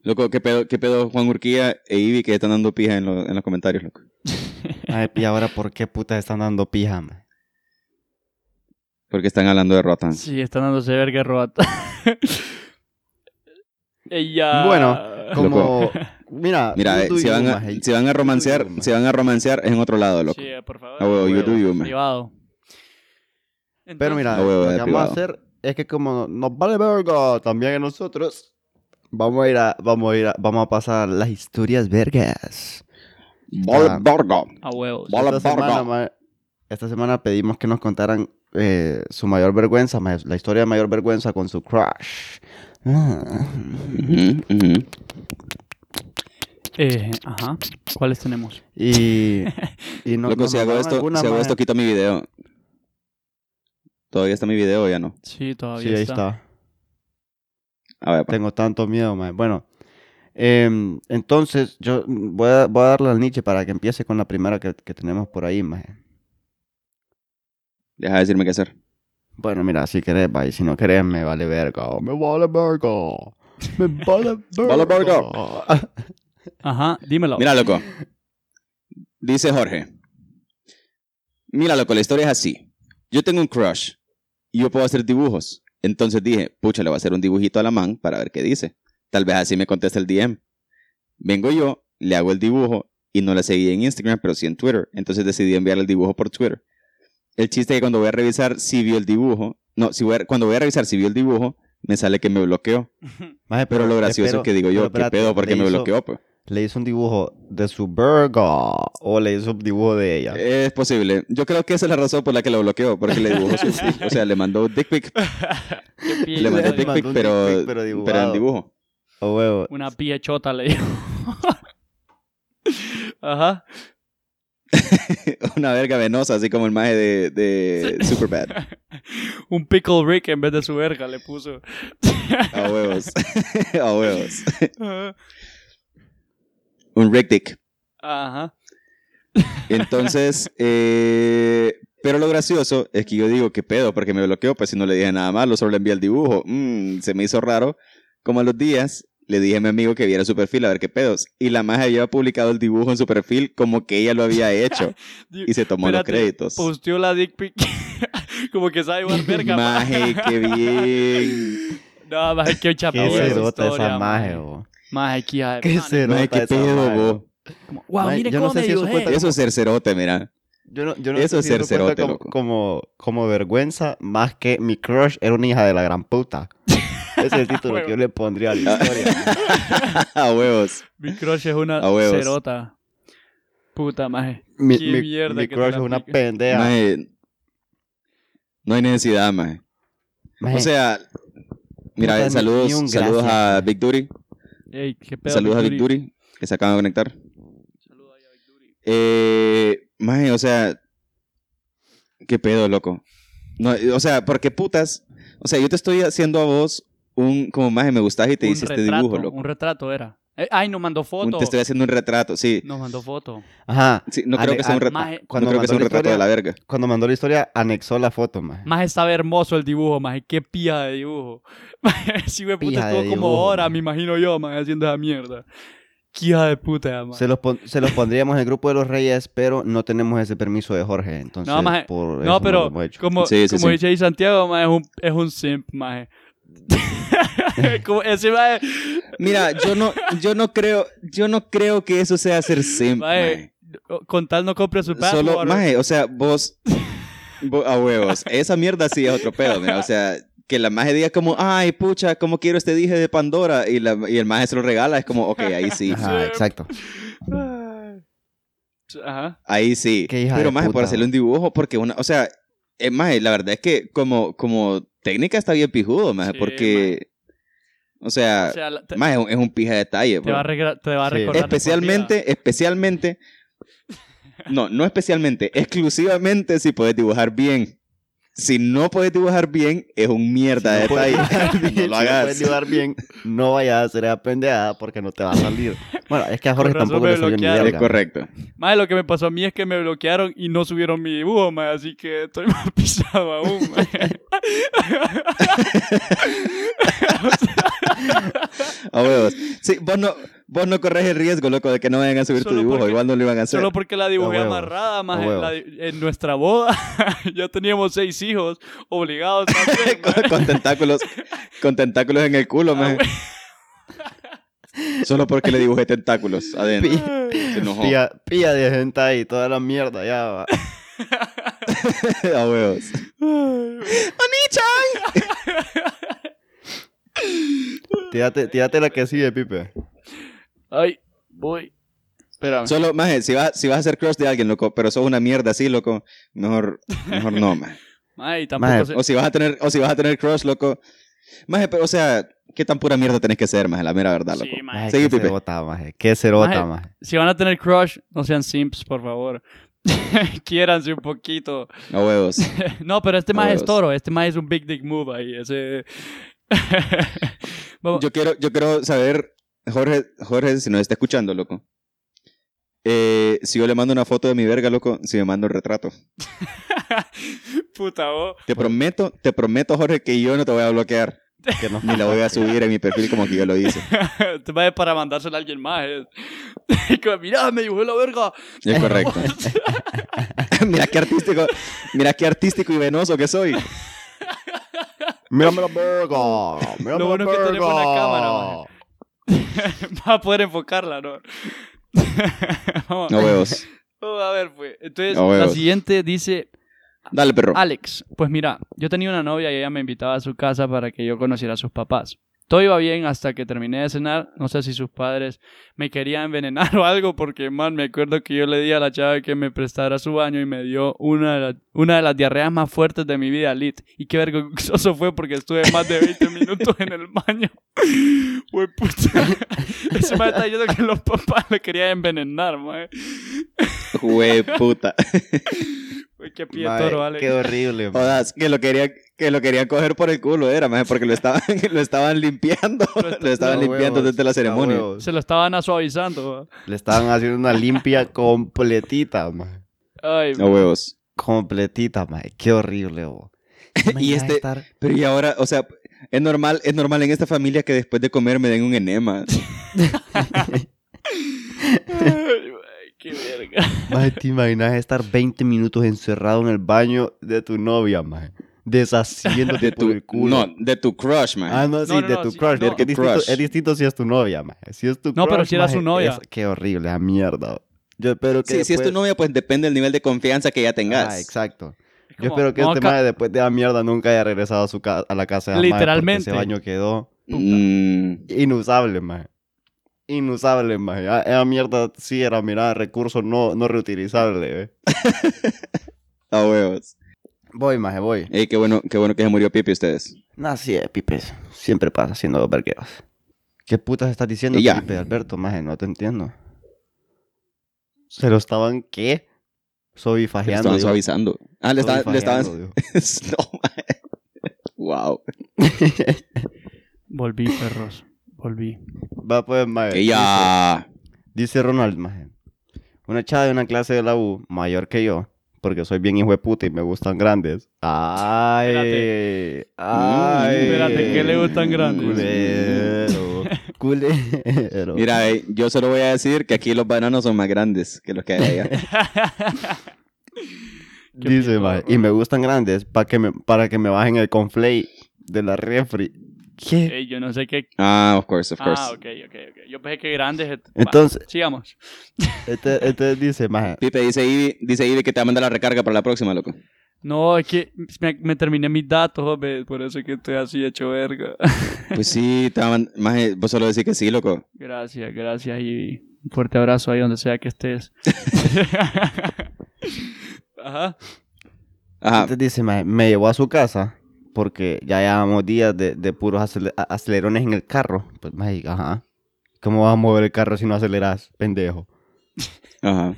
[SPEAKER 2] Loco, ¿qué pedo, qué pedo Juan Urquía e Ivy que están dando pija en, lo- en los comentarios, loco?
[SPEAKER 1] Ay, y ahora, ¿por qué putas están dando pija, man?
[SPEAKER 2] Porque están hablando de Rotan.
[SPEAKER 3] Sí, están dándose verga rota. Ella.
[SPEAKER 1] Bueno, Como. Mira,
[SPEAKER 2] Mira,
[SPEAKER 1] you
[SPEAKER 2] eh,
[SPEAKER 1] do
[SPEAKER 2] si,
[SPEAKER 1] you,
[SPEAKER 2] van a,
[SPEAKER 1] maje.
[SPEAKER 2] si van a romancear,
[SPEAKER 1] maje.
[SPEAKER 2] si van a romancear es en otro lado, loco.
[SPEAKER 3] Sí, por favor.
[SPEAKER 2] A huevo, you do you, man.
[SPEAKER 3] Privado.
[SPEAKER 1] Pero
[SPEAKER 3] Entonces-
[SPEAKER 1] mira,
[SPEAKER 2] No, huevo,
[SPEAKER 1] lo
[SPEAKER 2] de
[SPEAKER 1] que vamos a
[SPEAKER 2] privado.
[SPEAKER 1] hacer es que como nos vale verga también a nosotros, vamos a ir a, vamos a ir a- vamos a pasar las historias vergas.
[SPEAKER 2] Vale,
[SPEAKER 1] Ah.
[SPEAKER 2] verga.
[SPEAKER 3] A huevos.
[SPEAKER 2] Vale,
[SPEAKER 1] esta, semana,
[SPEAKER 2] verga.
[SPEAKER 1] ma- esta semana pedimos que nos contaran eh, su mayor vergüenza, ma- la historia de mayor vergüenza con su crush. Ah.
[SPEAKER 2] Ujú, ujú.
[SPEAKER 3] Eh, ajá. ¿Cuáles tenemos?
[SPEAKER 1] Y, y no,
[SPEAKER 2] Loco,
[SPEAKER 1] nos
[SPEAKER 2] si hago
[SPEAKER 1] mandaron
[SPEAKER 2] esto,
[SPEAKER 1] alguna,
[SPEAKER 2] si hago
[SPEAKER 1] ma.
[SPEAKER 2] esto, quito mi video. Todavía está mi video, o ya no.
[SPEAKER 3] Sí, todavía
[SPEAKER 1] Sí, ahí
[SPEAKER 3] está.
[SPEAKER 1] está.
[SPEAKER 2] A ver, pues, pa.
[SPEAKER 1] Tengo tanto miedo, man. Bueno, em, entonces yo voy a, voy a darle al Nietzsche para que empiece con la primera que, que tenemos por ahí, man.
[SPEAKER 2] deja de decirme qué hacer.
[SPEAKER 1] Bueno, mira, si querés, va, y si no querés, me vale verga. oh, Me vale verga. Me vale verga.
[SPEAKER 2] Vale verga.
[SPEAKER 3] Ajá,
[SPEAKER 1] Oh.
[SPEAKER 3] dímelo.
[SPEAKER 2] Mira, loco. Dice Jorge. Mira, loco, la historia es así. Yo tengo un crush y yo puedo hacer dibujos. Entonces dije, pucha, le voy a hacer un dibujito a la man para ver qué dice. Tal vez así me contesta el DM. Vengo yo, le hago el dibujo y no la seguí en Instagram, pero sí en Twitter. Entonces decidí enviar el dibujo por Twitter. El chiste es que cuando voy a revisar si vio el dibujo, no, si voy a- cuando voy a revisar si vio el dibujo, me sale que me bloqueó.
[SPEAKER 1] Maje,
[SPEAKER 2] Pero lo gracioso
[SPEAKER 1] espero-
[SPEAKER 2] es que digo yo,
[SPEAKER 1] Ah, pero espérate,
[SPEAKER 2] ¿qué pedo?
[SPEAKER 1] le
[SPEAKER 2] Porque me
[SPEAKER 1] hizo-
[SPEAKER 2] bloqueó, pues.
[SPEAKER 1] ¿Le hizo un dibujo de su verga o le hizo un dibujo de ella?
[SPEAKER 2] Es posible. Yo creo que esa es la razón por la que lo bloqueó, porque le dibujó su dick. O sea, le mandó un dick pic,
[SPEAKER 3] Qué pie-
[SPEAKER 2] le mandó un
[SPEAKER 1] mandó
[SPEAKER 2] dick
[SPEAKER 1] un
[SPEAKER 2] pic,
[SPEAKER 1] dick
[SPEAKER 2] pero,
[SPEAKER 1] pic, pero
[SPEAKER 2] pero, en
[SPEAKER 1] dibujado.
[SPEAKER 2] dibujo.
[SPEAKER 1] O Oh, huevo.
[SPEAKER 3] Una pilla chota le dijo. Ajá.
[SPEAKER 2] Una verga venosa, así como el maje de, de Superbad.
[SPEAKER 3] Un pickle Rick en vez de su verga le puso.
[SPEAKER 2] A huevos. A huevos.
[SPEAKER 3] Ajá.
[SPEAKER 2] Un Rick dick.
[SPEAKER 3] Ajá.
[SPEAKER 2] Entonces, eh, pero lo gracioso es que yo digo, ¿qué pedo? Porque me bloqueó, pues si no le dije nada malo, solo le envié el dibujo. Mm, se me hizo raro. Como a los días, le dije a mi amigo que viera su perfil, a ver qué pedos. Y la maje había publicado el dibujo en su perfil como que ella lo había hecho. y se tomó los
[SPEAKER 3] Espérate,
[SPEAKER 2] créditos.
[SPEAKER 3] Posteó la dick pic. Como que sabe igual verga. ma.
[SPEAKER 2] Maje, qué bien.
[SPEAKER 3] No, maje, qué chapa.
[SPEAKER 1] Qué
[SPEAKER 2] huevo, esa
[SPEAKER 1] cerota esa maje, bo.
[SPEAKER 3] Maje, qué hija de-
[SPEAKER 1] Qué
[SPEAKER 3] No, no,
[SPEAKER 2] Maje,
[SPEAKER 1] cerota
[SPEAKER 2] qué
[SPEAKER 1] esa
[SPEAKER 2] pedo,
[SPEAKER 1] maje.
[SPEAKER 2] bo.
[SPEAKER 3] como- Guau,
[SPEAKER 1] Maje,
[SPEAKER 3] mire
[SPEAKER 1] yo no
[SPEAKER 3] cómo
[SPEAKER 1] sé
[SPEAKER 3] me
[SPEAKER 1] si eso
[SPEAKER 3] dibujé.
[SPEAKER 1] cuenta
[SPEAKER 2] Eso es ser cerote, mira.
[SPEAKER 1] Yo no, yo no
[SPEAKER 2] Eso
[SPEAKER 1] sé si
[SPEAKER 2] es ser
[SPEAKER 1] cuenta
[SPEAKER 2] cerote,
[SPEAKER 1] como,
[SPEAKER 2] loco.
[SPEAKER 1] como, como vergüenza, más que mi crush era una hija de la gran puta. Ese es el título
[SPEAKER 3] Huevo.
[SPEAKER 1] que yo le pondría a la
[SPEAKER 2] Ah.
[SPEAKER 1] historia.
[SPEAKER 2] A huevos.
[SPEAKER 3] Mi crush es una
[SPEAKER 2] A huevos.
[SPEAKER 3] cerota. Puta maje.
[SPEAKER 1] mi,
[SPEAKER 3] Qué
[SPEAKER 1] mi-
[SPEAKER 3] mierda
[SPEAKER 1] mi
[SPEAKER 3] que te
[SPEAKER 1] crush
[SPEAKER 3] la
[SPEAKER 1] es una
[SPEAKER 3] apliques.
[SPEAKER 1] pendeja.
[SPEAKER 2] Maje, no hay necesidad, maje.
[SPEAKER 1] Maje,
[SPEAKER 2] O sea, mira, eh,
[SPEAKER 1] Puta, ni-
[SPEAKER 2] saludos,
[SPEAKER 1] ni un
[SPEAKER 2] saludos
[SPEAKER 1] gracias.
[SPEAKER 2] a Big Duty,
[SPEAKER 3] Ey, qué pedo.
[SPEAKER 2] saludos a Big
[SPEAKER 3] Victory.
[SPEAKER 2] Duty, que se acaban de conectar.
[SPEAKER 3] Saludos ahí a Victory.
[SPEAKER 2] Eh, maje, o sea, qué pedo, loco. No, eh, o sea, porque putas, o sea, yo te estoy haciendo a vos un, como maje, me gustas y te
[SPEAKER 3] un
[SPEAKER 2] hice este
[SPEAKER 3] retrato,
[SPEAKER 2] dibujo, loco.
[SPEAKER 3] Un retrato era. Eh, ay, nos mandó
[SPEAKER 2] Un-
[SPEAKER 3] foto.
[SPEAKER 2] te estoy haciendo un retrato, sí.
[SPEAKER 3] Nos mandó foto.
[SPEAKER 1] Ajá.
[SPEAKER 2] Sí, no creo
[SPEAKER 1] Ale-
[SPEAKER 2] que sea un
[SPEAKER 1] ale-
[SPEAKER 2] retrato.
[SPEAKER 3] Maje,
[SPEAKER 2] No
[SPEAKER 1] Cuando
[SPEAKER 2] creo
[SPEAKER 1] mandó
[SPEAKER 2] que sea un
[SPEAKER 1] la
[SPEAKER 2] retrato de
[SPEAKER 1] historia-
[SPEAKER 2] la verga.
[SPEAKER 1] Cuando mandó la historia, anexó la foto, maje.
[SPEAKER 3] Más estaba hermoso el dibujo, más qué pija de dibujo. Maje, sí, güey, puta,
[SPEAKER 1] Pija de
[SPEAKER 3] estuvo como
[SPEAKER 1] dibujo,
[SPEAKER 3] hora,
[SPEAKER 1] maje.
[SPEAKER 3] me imagino yo, más haciendo esa mierda. Qué hija de puta, más.
[SPEAKER 1] Se los, pon- se los pondríamos en el grupo de los reyes, pero no tenemos ese permiso de Jorge. Entonces,
[SPEAKER 3] No, maje.
[SPEAKER 1] por eso
[SPEAKER 3] No,
[SPEAKER 1] lo
[SPEAKER 3] pero
[SPEAKER 1] hemos hecho.
[SPEAKER 3] como,
[SPEAKER 2] Sí, sí,
[SPEAKER 3] como
[SPEAKER 2] sí.
[SPEAKER 3] dice ahí Santiago, maje, es un, es un simp, maje. como ese maje,
[SPEAKER 2] Mira, yo no, yo no creo, yo no creo que eso sea ser simp,
[SPEAKER 3] Maje,
[SPEAKER 2] maje.
[SPEAKER 3] con tal no compra su password.
[SPEAKER 2] Solo, maje, o sea, vos, vo- a huevos, esa mierda sí es otro pedo, mira, o sea, que la maje diga como, ay, pucha, ¿cómo quiero este dije de Pandora? Y, la, y el maje se lo regala, es como, ok, ahí sí,
[SPEAKER 1] Ajá, exacto.
[SPEAKER 3] Ajá.
[SPEAKER 2] ahí sí.
[SPEAKER 1] Qué hija
[SPEAKER 2] Pero
[SPEAKER 1] de
[SPEAKER 2] maje, por
[SPEAKER 1] puta.
[SPEAKER 2] hacerle un dibujo, porque una, o sea, es maje, la verdad es que como, como técnica está bien pijudo, maje,
[SPEAKER 3] Sí,
[SPEAKER 2] porque, o sea,
[SPEAKER 3] O sea, la- te,
[SPEAKER 2] maje, es un- es un pija de detalle, pues.
[SPEAKER 3] te va a,
[SPEAKER 2] bro.
[SPEAKER 3] regra- te va a
[SPEAKER 1] Sí.
[SPEAKER 3] recordar. la
[SPEAKER 2] Especialmente, especialmente No, no especialmente. Exclusivamente si puedes dibujar bien. Si no puedes dibujar bien, es un mierda de
[SPEAKER 1] no puedes dibujar bien, si
[SPEAKER 2] detalle. no lo
[SPEAKER 1] no
[SPEAKER 2] hagas.
[SPEAKER 1] puedes dibujar bien, no vayas a hacer esa pendejada porque no te va a salir. Bueno, es que a Jorge
[SPEAKER 3] Con razón
[SPEAKER 1] tampoco
[SPEAKER 3] me
[SPEAKER 1] le salió ni
[SPEAKER 3] bloquearon.
[SPEAKER 2] Es
[SPEAKER 1] verga.
[SPEAKER 2] correcto.
[SPEAKER 3] Más lo que me pasó a mí es que me bloquearon y no subieron mi dibujo, mae, así que estoy más pisado aún. mae.
[SPEAKER 2] A huevos. Sí, vos no, vos no corres el riesgo, loco, de que no vayan a subir tu
[SPEAKER 3] Solo
[SPEAKER 2] dibujo.
[SPEAKER 3] porque-
[SPEAKER 2] Igual no lo iban a hacer.
[SPEAKER 3] Solo porque la dibujé
[SPEAKER 1] huevos,
[SPEAKER 3] amarrada, más
[SPEAKER 1] a
[SPEAKER 3] en, la- en nuestra boda. ya teníamos seis hijos obligados también, mae.
[SPEAKER 2] con, con tentáculos con tentáculos en el
[SPEAKER 3] Ah,
[SPEAKER 2] culo, man. Solo porque le dibujé tentáculos adentro.
[SPEAKER 1] Pi-
[SPEAKER 2] Se enojó.
[SPEAKER 1] Pía, pía de gente ahí, toda la mierda, ya va.
[SPEAKER 2] A huevos.
[SPEAKER 1] Tírate, tírate la que sigue, Pipe.
[SPEAKER 3] Ay, voy. Espérame.
[SPEAKER 2] Solo, maje, si vas, si vas a hacer crush de alguien, loco, pero sos una mierda así, loco, mejor, mejor no, maje.
[SPEAKER 3] Mae, y tampoco
[SPEAKER 1] Mae,
[SPEAKER 3] sé-
[SPEAKER 2] O si vas a tener, o si vas a tener crush, loco. Maje, pero, o sea, qué tan pura mierda tenés que ser, maje, la mera verdad, loco.
[SPEAKER 3] Sí, mae.
[SPEAKER 1] Ay,
[SPEAKER 2] Sigue,
[SPEAKER 1] qué
[SPEAKER 2] Pipe.
[SPEAKER 1] cerota, maje. Qué cerota,
[SPEAKER 3] Maje.
[SPEAKER 1] maje.
[SPEAKER 3] Si van a tener crush, no sean simps, por favor. Quiéranse un poquito.
[SPEAKER 2] A huevos.
[SPEAKER 3] No, pero este
[SPEAKER 2] A
[SPEAKER 3] más es
[SPEAKER 2] huevos.
[SPEAKER 3] toro. Este más es un big dick move ahí. Ese... Vamos.
[SPEAKER 2] Yo quiero, yo quiero saber, Jorge, Jorge, si nos está escuchando, loco. eh, si yo le mando una foto de mi verga, loco, si me mando un retrato.
[SPEAKER 3] Puta vos.
[SPEAKER 2] Te prometo, te prometo, Jorge, que yo no te voy a bloquear.
[SPEAKER 1] Que no-
[SPEAKER 2] Ni la voy a subir en mi perfil como que yo lo hice.
[SPEAKER 3] Este más es para mandárselo a alguien más. es. Como, Mirá, me dibujé la verga.
[SPEAKER 2] Es correcto. mira qué artístico, mira qué artístico y venoso que soy.
[SPEAKER 1] Mírame la verga. Mírame
[SPEAKER 3] Lo bueno
[SPEAKER 1] la
[SPEAKER 3] es que tenemos una
[SPEAKER 1] verga.
[SPEAKER 3] cámara, maje. Va a poder enfocarla, ¿no? Vamos.
[SPEAKER 2] No huevos.
[SPEAKER 3] Vamos a ver, pues. Entonces,
[SPEAKER 2] No
[SPEAKER 3] la
[SPEAKER 2] huevos.
[SPEAKER 3] siguiente dice...
[SPEAKER 2] Dale, perro.
[SPEAKER 1] Ah.
[SPEAKER 3] Alex, pues mira, yo tenía una novia y ella me invitaba a su casa para que yo conociera a sus papás. Todo iba bien hasta que terminé de cenar. No sé si sus padres me querían envenenar o algo, porque, man, me acuerdo que yo le di a la chava que me prestara su baño y me dio una de, la- una de las diarreas más fuertes de mi vida, Lit. Y qué vergonzoso fue porque estuve más de 20 minutos en el baño. Güey, puta. Ese man está diciendo que los papás le querían envenenar, man.
[SPEAKER 2] Jue puta.
[SPEAKER 3] Güey, qué pie de
[SPEAKER 1] Maje,
[SPEAKER 3] toro, Alex.
[SPEAKER 1] Qué horrible, maje.
[SPEAKER 2] Jodas, que lo querían, que lo querían coger por el culo, era, maje, porque lo estaban, lo estaban limpiando. Lo estaban
[SPEAKER 1] No,
[SPEAKER 2] limpiando
[SPEAKER 1] huevos,
[SPEAKER 2] desde la
[SPEAKER 1] no,
[SPEAKER 2] ceremonia.
[SPEAKER 1] huevos.
[SPEAKER 3] Se lo estaban a suavizando.
[SPEAKER 1] Le estaban haciendo una limpia completita, maje.
[SPEAKER 3] Ay,
[SPEAKER 2] No huevos.
[SPEAKER 1] Completita, maje. Qué horrible, bo. ¿Te imaginas
[SPEAKER 2] este-
[SPEAKER 1] estar-
[SPEAKER 2] Pero y ahora, o sea, es normal, es normal en esta familia que después de comer me den un enema.
[SPEAKER 3] Ay, güey, qué verga.
[SPEAKER 1] Maje, ¿te imaginas estar 20 minutos encerrado en el baño de tu novia, maje? Deshaciéndote
[SPEAKER 2] De
[SPEAKER 1] por
[SPEAKER 2] tu,
[SPEAKER 1] el culo.
[SPEAKER 2] no, de tu crush, man.
[SPEAKER 1] Ah, no, sí,
[SPEAKER 3] No, no,
[SPEAKER 1] de
[SPEAKER 3] no,
[SPEAKER 1] tu
[SPEAKER 3] sí,
[SPEAKER 1] crush. de que
[SPEAKER 3] no.
[SPEAKER 1] es,
[SPEAKER 2] Tu
[SPEAKER 1] distinto,
[SPEAKER 2] crush.
[SPEAKER 1] es distinto si es tu novia, maje. Si es tu
[SPEAKER 3] No, pero
[SPEAKER 1] crush,
[SPEAKER 3] si era su
[SPEAKER 1] maje,
[SPEAKER 3] novia.
[SPEAKER 1] es- qué horrible, la mierda. bo. Yo espero que
[SPEAKER 2] Sí, si es tu
[SPEAKER 1] después-
[SPEAKER 2] novia, pues depende del nivel de confianza que ya tengas.
[SPEAKER 1] Ah, exacto.
[SPEAKER 3] Es
[SPEAKER 1] Yo
[SPEAKER 3] como,
[SPEAKER 1] espero que
[SPEAKER 3] no,
[SPEAKER 1] este
[SPEAKER 3] ca-
[SPEAKER 1] maje después de la mierda nunca haya regresado a, su ca- a la casa de la maje, porque
[SPEAKER 3] Literalmente.
[SPEAKER 1] ese baño quedó
[SPEAKER 2] Mm,
[SPEAKER 1] inusable, maje. Inusable, maje. Ah, Esa mierda sí era, mira, recurso no, no reutilizable. eh.
[SPEAKER 2] a huevos.
[SPEAKER 1] Voy, maje, voy.
[SPEAKER 2] Ey, qué bueno, qué bueno que se murió Pipi ustedes.
[SPEAKER 1] No, sí, eh, Pipes. Siempre pasa haciendo los vergueros. ¿Qué putas estás diciendo,
[SPEAKER 2] Y ya.
[SPEAKER 1] Pipe, Alberto? Maje, no te entiendo. ¿Se lo estaban qué?
[SPEAKER 2] Le
[SPEAKER 1] Sobifajeando.
[SPEAKER 2] estaban
[SPEAKER 1] digo.
[SPEAKER 2] suavizando. Ah, le estaban, le estaban.
[SPEAKER 1] Sobifajeando, digo.
[SPEAKER 2] no, maje. Wow.
[SPEAKER 3] Volví, perros. Volví.
[SPEAKER 1] Va pues, maje. Dice-
[SPEAKER 2] Ella.
[SPEAKER 1] Dice Ronald, maje. Una chava de una clase de la U, mayor que yo, porque soy bien hijo de puta y me gustan grandes. Ay, ay.
[SPEAKER 3] Mm,
[SPEAKER 1] Mm,
[SPEAKER 3] Espérate, ¿qué le gustan grandes?
[SPEAKER 1] Culero, culero.
[SPEAKER 2] Mira, ey, yo solo voy a decir que aquí los bananos son más grandes que los que hay allá.
[SPEAKER 3] Qué
[SPEAKER 1] Dice,
[SPEAKER 3] miedo,
[SPEAKER 1] maje,
[SPEAKER 3] bro.
[SPEAKER 1] y me gustan grandes para que me, para que me bajen el conflay de la refri. ¿Qué?
[SPEAKER 3] Ey, yo no sé qué.
[SPEAKER 2] Ah, of course, of course.
[SPEAKER 3] Ah, ok, ok, ok. Yo pensé que grandes. et- Va,
[SPEAKER 1] Entonces-
[SPEAKER 3] sigamos.
[SPEAKER 1] Este, este dice, maje,
[SPEAKER 2] Pipe dice Ivy, dice Ivy que te va a mandar la recarga para la próxima, loco.
[SPEAKER 3] No, es que me, me terminé mis datos, hombre. Por eso es que estoy así hecho verga.
[SPEAKER 2] Pues sí, te va a mandar. Maje, vos solo decís que sí, loco.
[SPEAKER 3] Gracias, gracias. Y un fuerte abrazo ahí donde sea que estés. Ajá.
[SPEAKER 2] Ajá.
[SPEAKER 1] Entonces dice, "Mae, me llevó a su casa porque ya llevábamos días de, de puros acele- a- acelerones en el carro. Pues, mae, ajá. ¿Cómo vas a mover el carro si no aceleras, pendejo?
[SPEAKER 2] Ajá.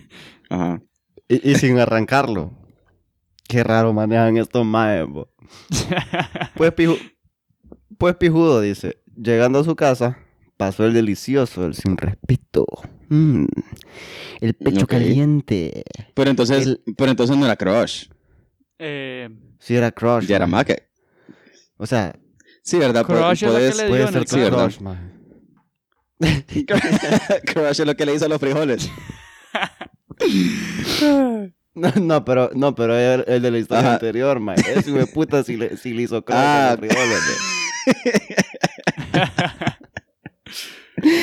[SPEAKER 2] Ajá.
[SPEAKER 1] Y, y sin arrancarlo. Qué raro manejan estos maes, bo. Pues, piju- pues pijudo, dice. Llegando a su casa, pasó el delicioso, el sin respeto. Mm, el pecho
[SPEAKER 2] Ok.
[SPEAKER 1] caliente.
[SPEAKER 2] Pero entonces, pero entonces no era crush.
[SPEAKER 3] Eh,
[SPEAKER 1] Si era crush.
[SPEAKER 2] Ya era
[SPEAKER 1] maje.
[SPEAKER 2] más que.
[SPEAKER 1] O sea,
[SPEAKER 2] Sí, ¿verdad? Po-
[SPEAKER 3] Crush es lo que
[SPEAKER 2] podés-
[SPEAKER 3] le dio
[SPEAKER 1] puede
[SPEAKER 3] en
[SPEAKER 1] ser
[SPEAKER 3] el Sí, ¿verdad?
[SPEAKER 1] crush, maje.
[SPEAKER 2] crush es lo que le hizo a los frijoles.
[SPEAKER 1] No, no, pero, no, pero el, el de la historia
[SPEAKER 2] Ajá.
[SPEAKER 1] anterior, mae. Ese hijo de puta si le, si le hizo crush
[SPEAKER 2] Ah.
[SPEAKER 1] a los frijoles, mae.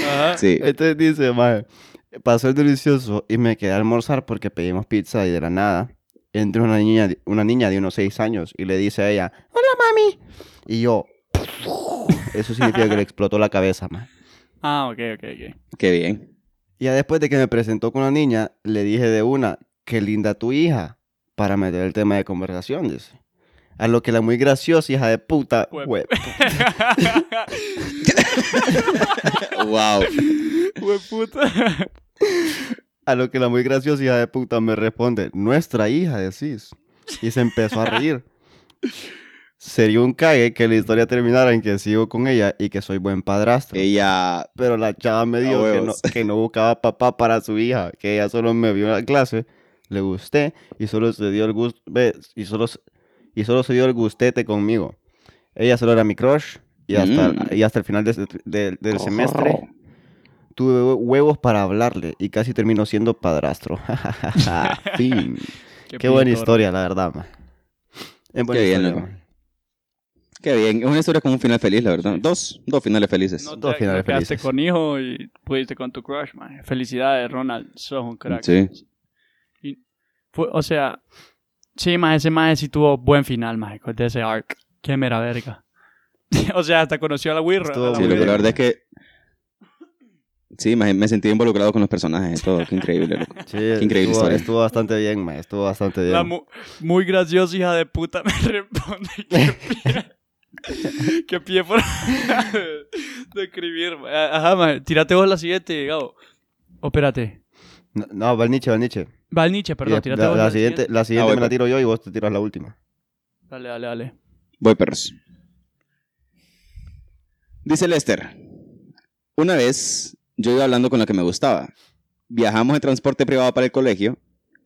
[SPEAKER 3] ajá.
[SPEAKER 2] Sí.
[SPEAKER 1] Entonces dice, mae, pasó el delicioso y me quedé a almorzar porque pedimos pizza y de la nada entra una niña, de- una niña de unos 6 años y le dice a ella, hola mami. Y yo, eso significa que le explotó la cabeza, mae.
[SPEAKER 3] Ah, ok, ok, ok.
[SPEAKER 2] Qué bien.
[SPEAKER 1] Ya después de que me presentó con la niña, le dije de una, qué linda tu hija, para meter el tema de conversación, dice. A lo que la muy graciosa hija de puta, hue-
[SPEAKER 3] Hue-
[SPEAKER 2] Wow.
[SPEAKER 3] Hueputa.
[SPEAKER 1] A lo que la muy graciosa hija de puta me responde, nuestra hija, decís. Y se empezó a reír. Sería un cague que la historia terminara en que sigo con ella y que soy buen padrastro.
[SPEAKER 2] Ella.
[SPEAKER 1] Pero la chava me
[SPEAKER 2] A
[SPEAKER 1] dijo que no,
[SPEAKER 2] huevos.
[SPEAKER 1] que no buscaba papá para su hija, que ella solo me vio en la clase, le gusté y solo se dio el gusto y solo, se- y solo se dio el gustete conmigo. Ella solo era mi crush y hasta,
[SPEAKER 2] Mm.
[SPEAKER 1] y hasta el final de ese- de- del semestre tuve hue- huevos para hablarle y casi terminó siendo padrastro. fin. Qué, buena
[SPEAKER 3] pintor.
[SPEAKER 1] historia, la verdad, ma. Es buena
[SPEAKER 2] Qué bien,
[SPEAKER 1] historia,
[SPEAKER 2] loco.
[SPEAKER 1] ma.
[SPEAKER 2] Qué bien. Es una historia con un final feliz, la verdad. Dos, dos finales felices.
[SPEAKER 3] No te,
[SPEAKER 1] Dos Pues, finales
[SPEAKER 3] no quedaste
[SPEAKER 1] felices.
[SPEAKER 3] con hijo y pudiste con tu crush, man. Felicidades, Ronald. Sos un crack.
[SPEAKER 2] Sí.
[SPEAKER 3] Y fue- o sea, sí, más ese más sí tuvo buen final, más de ese arc. Qué mera verga. o sea, hasta conoció a la Wirra.
[SPEAKER 1] Estuvo
[SPEAKER 3] a la
[SPEAKER 2] Sí,
[SPEAKER 1] muy
[SPEAKER 2] lo que
[SPEAKER 3] Wirra.
[SPEAKER 2] la verdad es que. Sí, me, me sentí involucrado con los personajes. Todo, qué increíble, loco.
[SPEAKER 1] Sí,
[SPEAKER 2] increíble
[SPEAKER 1] estuvo,
[SPEAKER 2] historia.
[SPEAKER 1] estuvo bastante bien, ma. Estuvo bastante bien.
[SPEAKER 3] La mu- muy graciosa hija de puta me responde que pie, que pie por de escribir. ma. Ajá, ma, tírate vos la siguiente, Gabo. O espérate.
[SPEAKER 1] No, No, Valniche, Valniche.
[SPEAKER 3] Va el Nietzsche,
[SPEAKER 1] Y
[SPEAKER 3] perdón,
[SPEAKER 1] de-
[SPEAKER 3] tírate
[SPEAKER 1] la,
[SPEAKER 3] vos
[SPEAKER 1] la siguiente, la
[SPEAKER 2] Ah,
[SPEAKER 1] siguiente
[SPEAKER 2] voy,
[SPEAKER 1] me la tiro yo y vos te tiras la última.
[SPEAKER 3] Dale, dale, dale.
[SPEAKER 2] Voy, perros. Dice Lester. Una vez yo iba hablando con la que me gustaba. Viajamos en transporte privado para el colegio.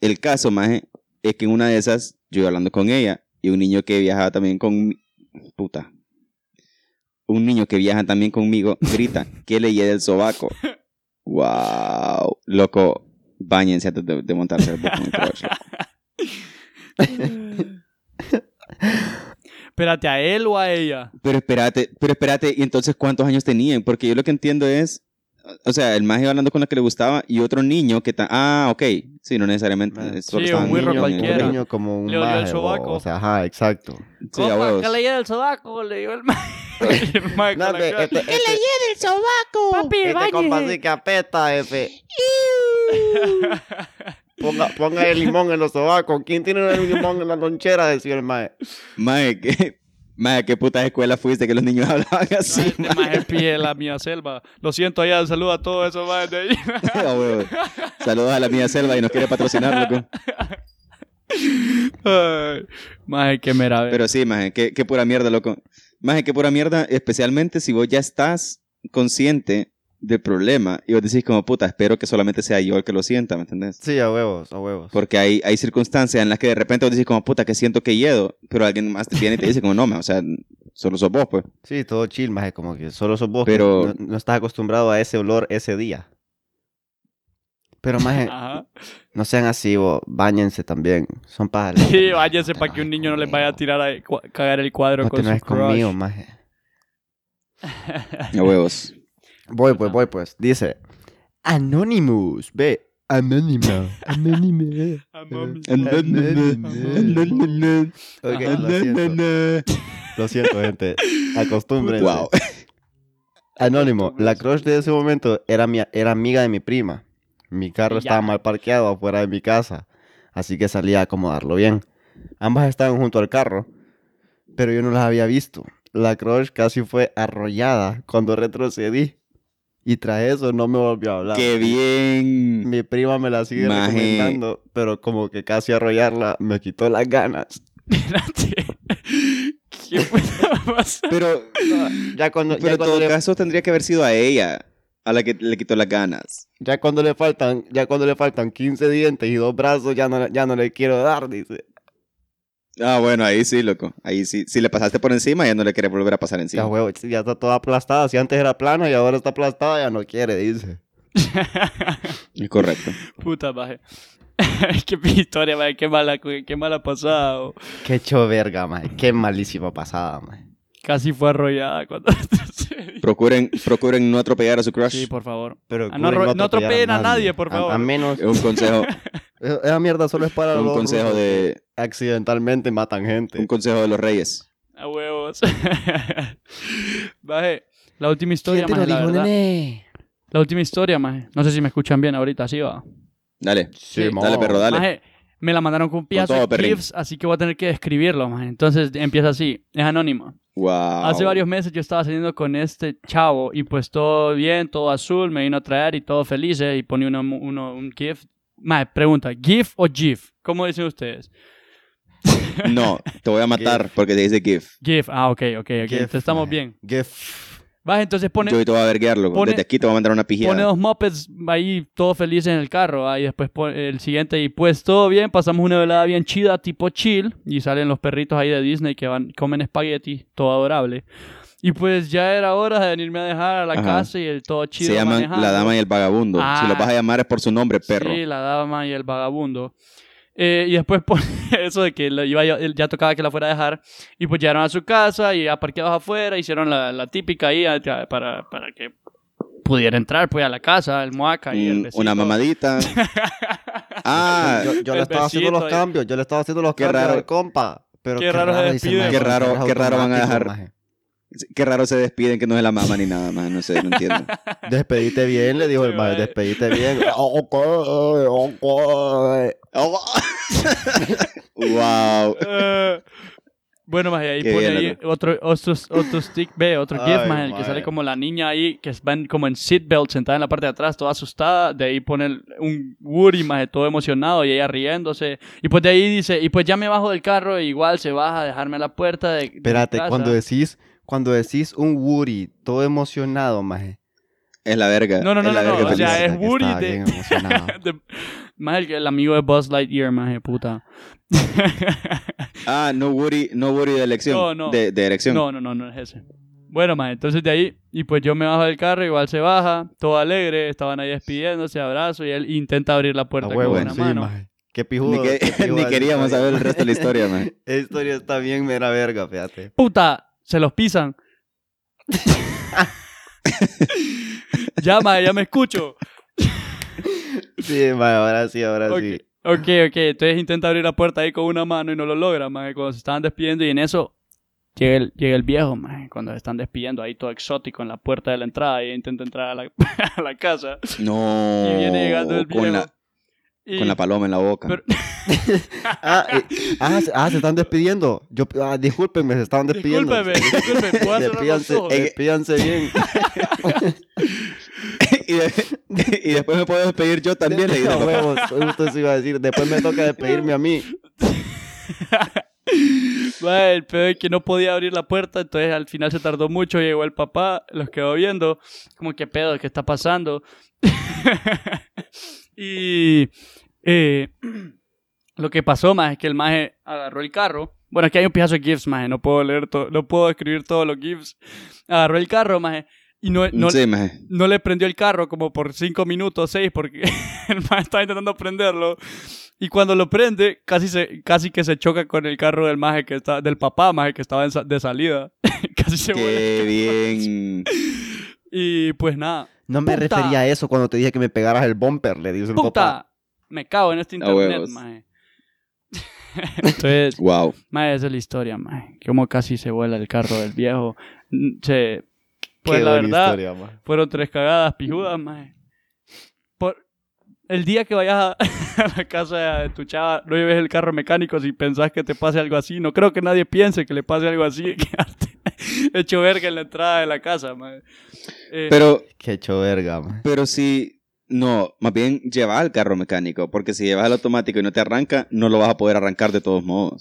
[SPEAKER 2] El caso, maje, es que en una de esas yo iba hablando con ella y un niño que viajaba también con... mi- Puta. Un niño que viaja también conmigo grita que le hiede el sobaco. Wow. Loco, bañense antes de, de montarse al bus con el crush, loco.
[SPEAKER 3] Espérate, ¿a él o a ella?
[SPEAKER 2] Pero espérate, pero espérate, ¿y entonces cuántos años tenían? Porque yo lo que entiendo es, o sea, el más iba hablando con la que le gustaba y otro niño que ta- ah, ok, sí, no necesariamente.
[SPEAKER 1] Ah.
[SPEAKER 2] es Eh, solo
[SPEAKER 3] Sí,
[SPEAKER 2] estaban
[SPEAKER 3] un güiro
[SPEAKER 2] niños,
[SPEAKER 3] cualquiera.
[SPEAKER 1] Un niño como un
[SPEAKER 3] Le olió el
[SPEAKER 1] maje, bo,
[SPEAKER 3] sobaco.
[SPEAKER 1] O sea, ajá, exacto.
[SPEAKER 2] Sí, a huevos.
[SPEAKER 3] que le lleve el sobaco, le dio el ma. el ma
[SPEAKER 1] No,
[SPEAKER 3] con la
[SPEAKER 1] hombre,
[SPEAKER 3] cara.
[SPEAKER 1] este, este,
[SPEAKER 4] el sobaco.
[SPEAKER 3] Papi,
[SPEAKER 1] este compa
[SPEAKER 3] bañe.
[SPEAKER 1] sí que apesta, F. Ponga, ponga el limón en los sobacos. ¿Quién tiene un limón en la lonchera? Decía el mae.
[SPEAKER 2] Mae, ¿qué, mae, ¿qué putas escuelas fuiste que los niños hablaban
[SPEAKER 3] No,
[SPEAKER 2] así?
[SPEAKER 3] este ma es pie de la mía selva. Lo siento allá, saludo a todos esos maes de ahí.
[SPEAKER 2] mae? A huevos. Saludos a la mía selva y nos quiere patrocinar, loco.
[SPEAKER 3] Ay, Maje, qué mera verga.
[SPEAKER 2] Pero sí, maje, qué, qué pura mierda, loco. Maje, qué pura mierda, especialmente si vos ya estás consciente del problema y vos decís como, puta, espero que solamente sea yo el que lo sienta, ¿me entendés?
[SPEAKER 1] Sí, a huevos, a huevos.
[SPEAKER 2] Porque hay, hay circunstancias en las que de repente vos decís como, puta, que siento que lledo, pero alguien más te viene y te dice como, no, ma, o sea, solo sos vos, pues.
[SPEAKER 1] Sí, todo chill, mae. Como que solo sos vos.
[SPEAKER 2] Pero-
[SPEAKER 1] No, no estás acostumbrado a ese olor ese día. Pero, mae,
[SPEAKER 3] Ajá.
[SPEAKER 1] no sean así, bo. Báñense también. Son padres.
[SPEAKER 3] Sí,
[SPEAKER 1] mae.
[SPEAKER 3] váyase
[SPEAKER 1] te
[SPEAKER 3] para que un
[SPEAKER 1] enojes
[SPEAKER 3] niño no les
[SPEAKER 1] conmigo.
[SPEAKER 3] vaya a tirar a cua- cagar el cuadro
[SPEAKER 1] No te
[SPEAKER 3] con su
[SPEAKER 1] enojes
[SPEAKER 3] crush.
[SPEAKER 1] conmigo, mae.
[SPEAKER 2] A huevos.
[SPEAKER 1] Voy, pues,
[SPEAKER 3] Ajá.
[SPEAKER 1] voy, pues. Dice Anonymous. Ve. Anónima. Anónima.
[SPEAKER 3] A Ah, mami.
[SPEAKER 1] Ok,
[SPEAKER 3] Ajá.
[SPEAKER 1] lo siento. Lo siento, gente. Acostúmbrense.
[SPEAKER 2] Wow.
[SPEAKER 1] Anónimo. La crush de ese momento era, mi, era amiga de mi prima. Mi carro
[SPEAKER 3] Ya.
[SPEAKER 1] estaba mal parqueado afuera de mi casa. Así que salí a acomodarlo bien. Ambas estaban junto al carro. Pero yo no las había visto. La crush casi fue arrollada cuando retrocedí. Y tras eso no me volvió a hablar.
[SPEAKER 2] ¡Qué bien!
[SPEAKER 1] Mi prima me la sigue
[SPEAKER 2] Maje.
[SPEAKER 1] recomendando, pero como que casi arrollarla me quitó las ganas.
[SPEAKER 3] Espérate. ¿Qué puta pasa?
[SPEAKER 2] Pero,
[SPEAKER 1] Ya cuando,
[SPEAKER 2] pero
[SPEAKER 1] ya
[SPEAKER 2] en
[SPEAKER 1] cuando
[SPEAKER 2] todo
[SPEAKER 1] le,
[SPEAKER 2] caso tendría que haber sido a ella a la que le quitó las ganas.
[SPEAKER 1] ya cuando le faltan, ya cuando le faltan 15 dientes y dos brazos, ya no, ya no le quiero dar, dice.
[SPEAKER 2] Ah, bueno, ahí sí, loco. Ahí sí. Si le pasaste por encima, ya no le querés volver a pasar
[SPEAKER 1] Ya
[SPEAKER 2] encima.
[SPEAKER 1] huevo, ya está toda aplastada. Si antes era plana y ahora está aplastada, ya no quiere, dice.
[SPEAKER 2] Es Correcto.
[SPEAKER 3] Puta maje. qué historia, maje. Qué mala, qué mala pasada. oh. o.
[SPEAKER 1] Qué hecho verga, mae. Qué malísima pasada, mae.
[SPEAKER 3] Casi fue arrollada cuando
[SPEAKER 2] Procuren, procuren no atropellar a su crush.
[SPEAKER 3] Sí, por favor.
[SPEAKER 1] Pero
[SPEAKER 3] Ah, no
[SPEAKER 1] culen,
[SPEAKER 3] arro- no
[SPEAKER 1] atropellar
[SPEAKER 3] atropellen a nadie, por favor.
[SPEAKER 1] A, menos.
[SPEAKER 2] Es un consejo,
[SPEAKER 1] eh, Esa mierda solo es para
[SPEAKER 2] un
[SPEAKER 1] los
[SPEAKER 2] consejo
[SPEAKER 1] rusos
[SPEAKER 2] de,
[SPEAKER 1] que accidentalmente matan gente.
[SPEAKER 2] un consejo de los reyes.
[SPEAKER 3] A huevos. maje, la última historia, maje, la verdad.
[SPEAKER 1] nene?
[SPEAKER 3] La última historia, maje. No sé si me escuchan bien ahorita, sí va.
[SPEAKER 2] Dale,
[SPEAKER 1] Sí,
[SPEAKER 3] Sí.
[SPEAKER 2] dale, perro, dale.
[SPEAKER 3] Maje, me la mandaron con un piazo
[SPEAKER 2] todo,
[SPEAKER 3] de
[SPEAKER 2] perrín.
[SPEAKER 3] GIFs, así que voy a tener que describirlo, maje. Entonces empieza así. Es anónimo.
[SPEAKER 2] Wow.
[SPEAKER 3] Hace varios meses yo estaba saliendo con este chavo y pues todo bien, todo azul, me vino a traer y todo felices y ponía uno, uno- un GIF. Mae, pregunta, ¿GIF o GIF? ¿Cómo dicen ustedes?
[SPEAKER 2] No, te voy a matar porque te dice GIF.
[SPEAKER 3] GIF, ah, ok, ok, ok.
[SPEAKER 1] GIF,
[SPEAKER 3] entonces estamos
[SPEAKER 1] mae.
[SPEAKER 3] bien.
[SPEAKER 1] Gif.
[SPEAKER 3] Vas, entonces pone,
[SPEAKER 2] Yo hoy te voy a verguear, loco.
[SPEAKER 3] pone-
[SPEAKER 2] Desde aquí te voy a mandar una
[SPEAKER 3] pone
[SPEAKER 2] pijada.
[SPEAKER 3] dos mopeds ahí todos felices en el carro ah, y después pone el siguiente y pues todo bien, pasamos una velada bien chida tipo chill y salen los perritos ahí de Disney que van, comen espagueti, todo adorable. Y pues ya era hora de venirme a dejar a la
[SPEAKER 2] Ajá.
[SPEAKER 3] casa y el todo chido
[SPEAKER 2] Se llaman
[SPEAKER 3] manejando.
[SPEAKER 2] La Dama y el Vagabundo.
[SPEAKER 3] Ah.
[SPEAKER 2] Si los vas a llamar es por su nombre, perro.
[SPEAKER 3] Sí, la dama y el vagabundo. Eh, y después por eso de que la iba, ya ya tocaba que la fuera a dejar. Y pues llegaron a su casa y aparqueados afuera, hicieron la, la típica ahí a- ya para, para que pudiera entrar pues a la casa, el muaca y el
[SPEAKER 2] Mm,
[SPEAKER 3] besito.
[SPEAKER 2] una mamadita. ah,
[SPEAKER 1] Yo, yo le
[SPEAKER 3] El
[SPEAKER 1] estaba haciendo
[SPEAKER 3] besito
[SPEAKER 1] los
[SPEAKER 3] ahí.
[SPEAKER 1] cambios, yo le estaba haciendo los
[SPEAKER 2] Qué
[SPEAKER 1] cambios
[SPEAKER 2] raro.
[SPEAKER 1] al compa. Pero
[SPEAKER 3] Qué raro se
[SPEAKER 1] dice,
[SPEAKER 3] despide,
[SPEAKER 1] maje,
[SPEAKER 2] Qué
[SPEAKER 1] porque
[SPEAKER 2] raro-
[SPEAKER 1] es
[SPEAKER 2] qué raro van a
[SPEAKER 1] automático,
[SPEAKER 2] dejar.
[SPEAKER 1] maje.
[SPEAKER 2] qué raro se despiden que no es la mamá ni nada más. No sé, no entiendo.
[SPEAKER 1] Despedite bien, le dijo el
[SPEAKER 3] Sí,
[SPEAKER 1] maje,
[SPEAKER 3] maje.
[SPEAKER 1] despedite bien. Ok, ok.
[SPEAKER 2] wow.
[SPEAKER 3] Eh, bueno, más ahí
[SPEAKER 2] Qué
[SPEAKER 3] pone
[SPEAKER 2] bien,
[SPEAKER 3] ahí otro, otro, otro stick B, otro
[SPEAKER 1] Ay,
[SPEAKER 3] GIF, más el que
[SPEAKER 1] madre.
[SPEAKER 3] sale como la niña ahí, que va en- como en seatbelt, sentada en la parte de atrás, toda asustada. De ahí pone el- un Woody, más todo emocionado, y ella riéndose. Y pues de ahí dice, y pues ya me bajo del carro, e igual se baja a dejarme a la puerta de. de mi
[SPEAKER 1] Espérate,
[SPEAKER 3] casa.
[SPEAKER 1] cuando decís, cuando decís un Woody todo emocionado, maje.
[SPEAKER 2] Es la verga.
[SPEAKER 3] No, no, no,
[SPEAKER 2] es la
[SPEAKER 3] no, no,
[SPEAKER 2] verga
[SPEAKER 3] o sea,
[SPEAKER 2] feliz.
[SPEAKER 3] es
[SPEAKER 1] Puta que
[SPEAKER 3] Woody
[SPEAKER 1] estaba
[SPEAKER 3] de-
[SPEAKER 1] bien emocionado.
[SPEAKER 3] de- Maje, el, el amigo de Buzz Lightyear, más de puta.
[SPEAKER 2] Ah, no Woody, no Woody de elección.
[SPEAKER 3] No, no.
[SPEAKER 2] De, de erección.
[SPEAKER 3] No, no, no, no es ese. Bueno, más entonces de ahí, y pues yo me bajo del carro, igual se baja, todo alegre, estaban ahí despidiéndose, abrazo, y él intenta abrir la puerta
[SPEAKER 1] A
[SPEAKER 3] con
[SPEAKER 1] huevo,
[SPEAKER 3] una
[SPEAKER 1] sí,
[SPEAKER 3] mano.
[SPEAKER 1] maje. Qué
[SPEAKER 2] Ni,
[SPEAKER 1] pijudo.
[SPEAKER 2] que-
[SPEAKER 1] qué pijudo
[SPEAKER 2] ni
[SPEAKER 1] esa
[SPEAKER 2] queríamos
[SPEAKER 1] historia.
[SPEAKER 2] saber el resto de la historia, man.
[SPEAKER 1] Esa historia está bien mera verga, fíjate.
[SPEAKER 3] ¡Puta! Se los pisan. ya, maje, ya me escucho.
[SPEAKER 1] Sí, maje, ahora sí, ahora
[SPEAKER 3] Ok,
[SPEAKER 1] sí.
[SPEAKER 3] ok, ok, entonces intenta abrir la puerta ahí con una mano y no lo logra, maje, cuando se estaban despidiendo, y en eso llega el, llega el viejo, maje, cuando se están despidiendo ahí todo exótico en la puerta de la entrada, y intenta entrar a la, a la casa.
[SPEAKER 2] No.
[SPEAKER 3] Y viene llegando el
[SPEAKER 2] Oh, con
[SPEAKER 3] viejo.
[SPEAKER 2] la,
[SPEAKER 3] Y-
[SPEAKER 2] con la paloma en la boca.
[SPEAKER 3] Pero-
[SPEAKER 1] Ah, eh, ah, se- ah, se están despidiendo. Yo, ah, discúlpenme, se estaban despidiendo.
[SPEAKER 3] Discúlpeme, discúlpeme, puedo cerrar los
[SPEAKER 1] Despídanse, eh,
[SPEAKER 3] ojos.
[SPEAKER 1] despídanse bien.
[SPEAKER 2] y, de- y después me puedo despedir yo también. le dije,
[SPEAKER 1] No,
[SPEAKER 2] papá.
[SPEAKER 1] huevos, justo eso iba a decir. Después me toca despedirme a mí.
[SPEAKER 3] Mae, el pedo es que no podía abrir la puerta, entonces al final se tardó mucho, llegó el papá, los quedó viendo, como que pedo, ¿qué está pasando? y eh, lo que pasó, más es que el maje agarró el carro. Bueno, aquí hay un pijazo de GIFs, maje, no puedo leer todo, no puedo escribir todos los GIFs. Agarró el carro, maje, y no, no,
[SPEAKER 2] sí, maje.
[SPEAKER 3] no le prendió el carro como por 5 minutos, 6, porque el man estaba intentando prenderlo. Y cuando lo prende, casi, se, casi que se choca con el carro del maje que está, del papá maje que estaba en sa- de salida. casi se vuela.
[SPEAKER 2] Qué bien.
[SPEAKER 3] Y pues nada,
[SPEAKER 1] No me
[SPEAKER 3] Puta.
[SPEAKER 1] refería a eso cuando te dije que me pegaras el bumper, le dice el papá.
[SPEAKER 3] puta, me cago en este
[SPEAKER 2] A
[SPEAKER 3] internet,
[SPEAKER 2] huevos.
[SPEAKER 3] maje. Entonces,
[SPEAKER 2] Wow.
[SPEAKER 3] maje, esa es la historia, maje. Como casi se vuela el carro del viejo. Mm, Se, pues
[SPEAKER 1] Qué
[SPEAKER 3] la
[SPEAKER 1] buena
[SPEAKER 3] verdad,
[SPEAKER 1] historia, maje.
[SPEAKER 3] Fueron tres cagadas pijudas, maje. Por el día que vayas a, a la casa de tu chava, no lleves el carro mecánico si pensás que te pase algo así. No creo que nadie piense que le pase algo así. Quédate, hecho verga en la entrada de la casa, mae. Eh,
[SPEAKER 2] Pero,
[SPEAKER 1] Qué hecho verga, man.
[SPEAKER 2] pero si... No, más bien lleva al carro mecánico, porque si llevas al automático y no te arranca, no lo vas a poder arrancar de todos modos.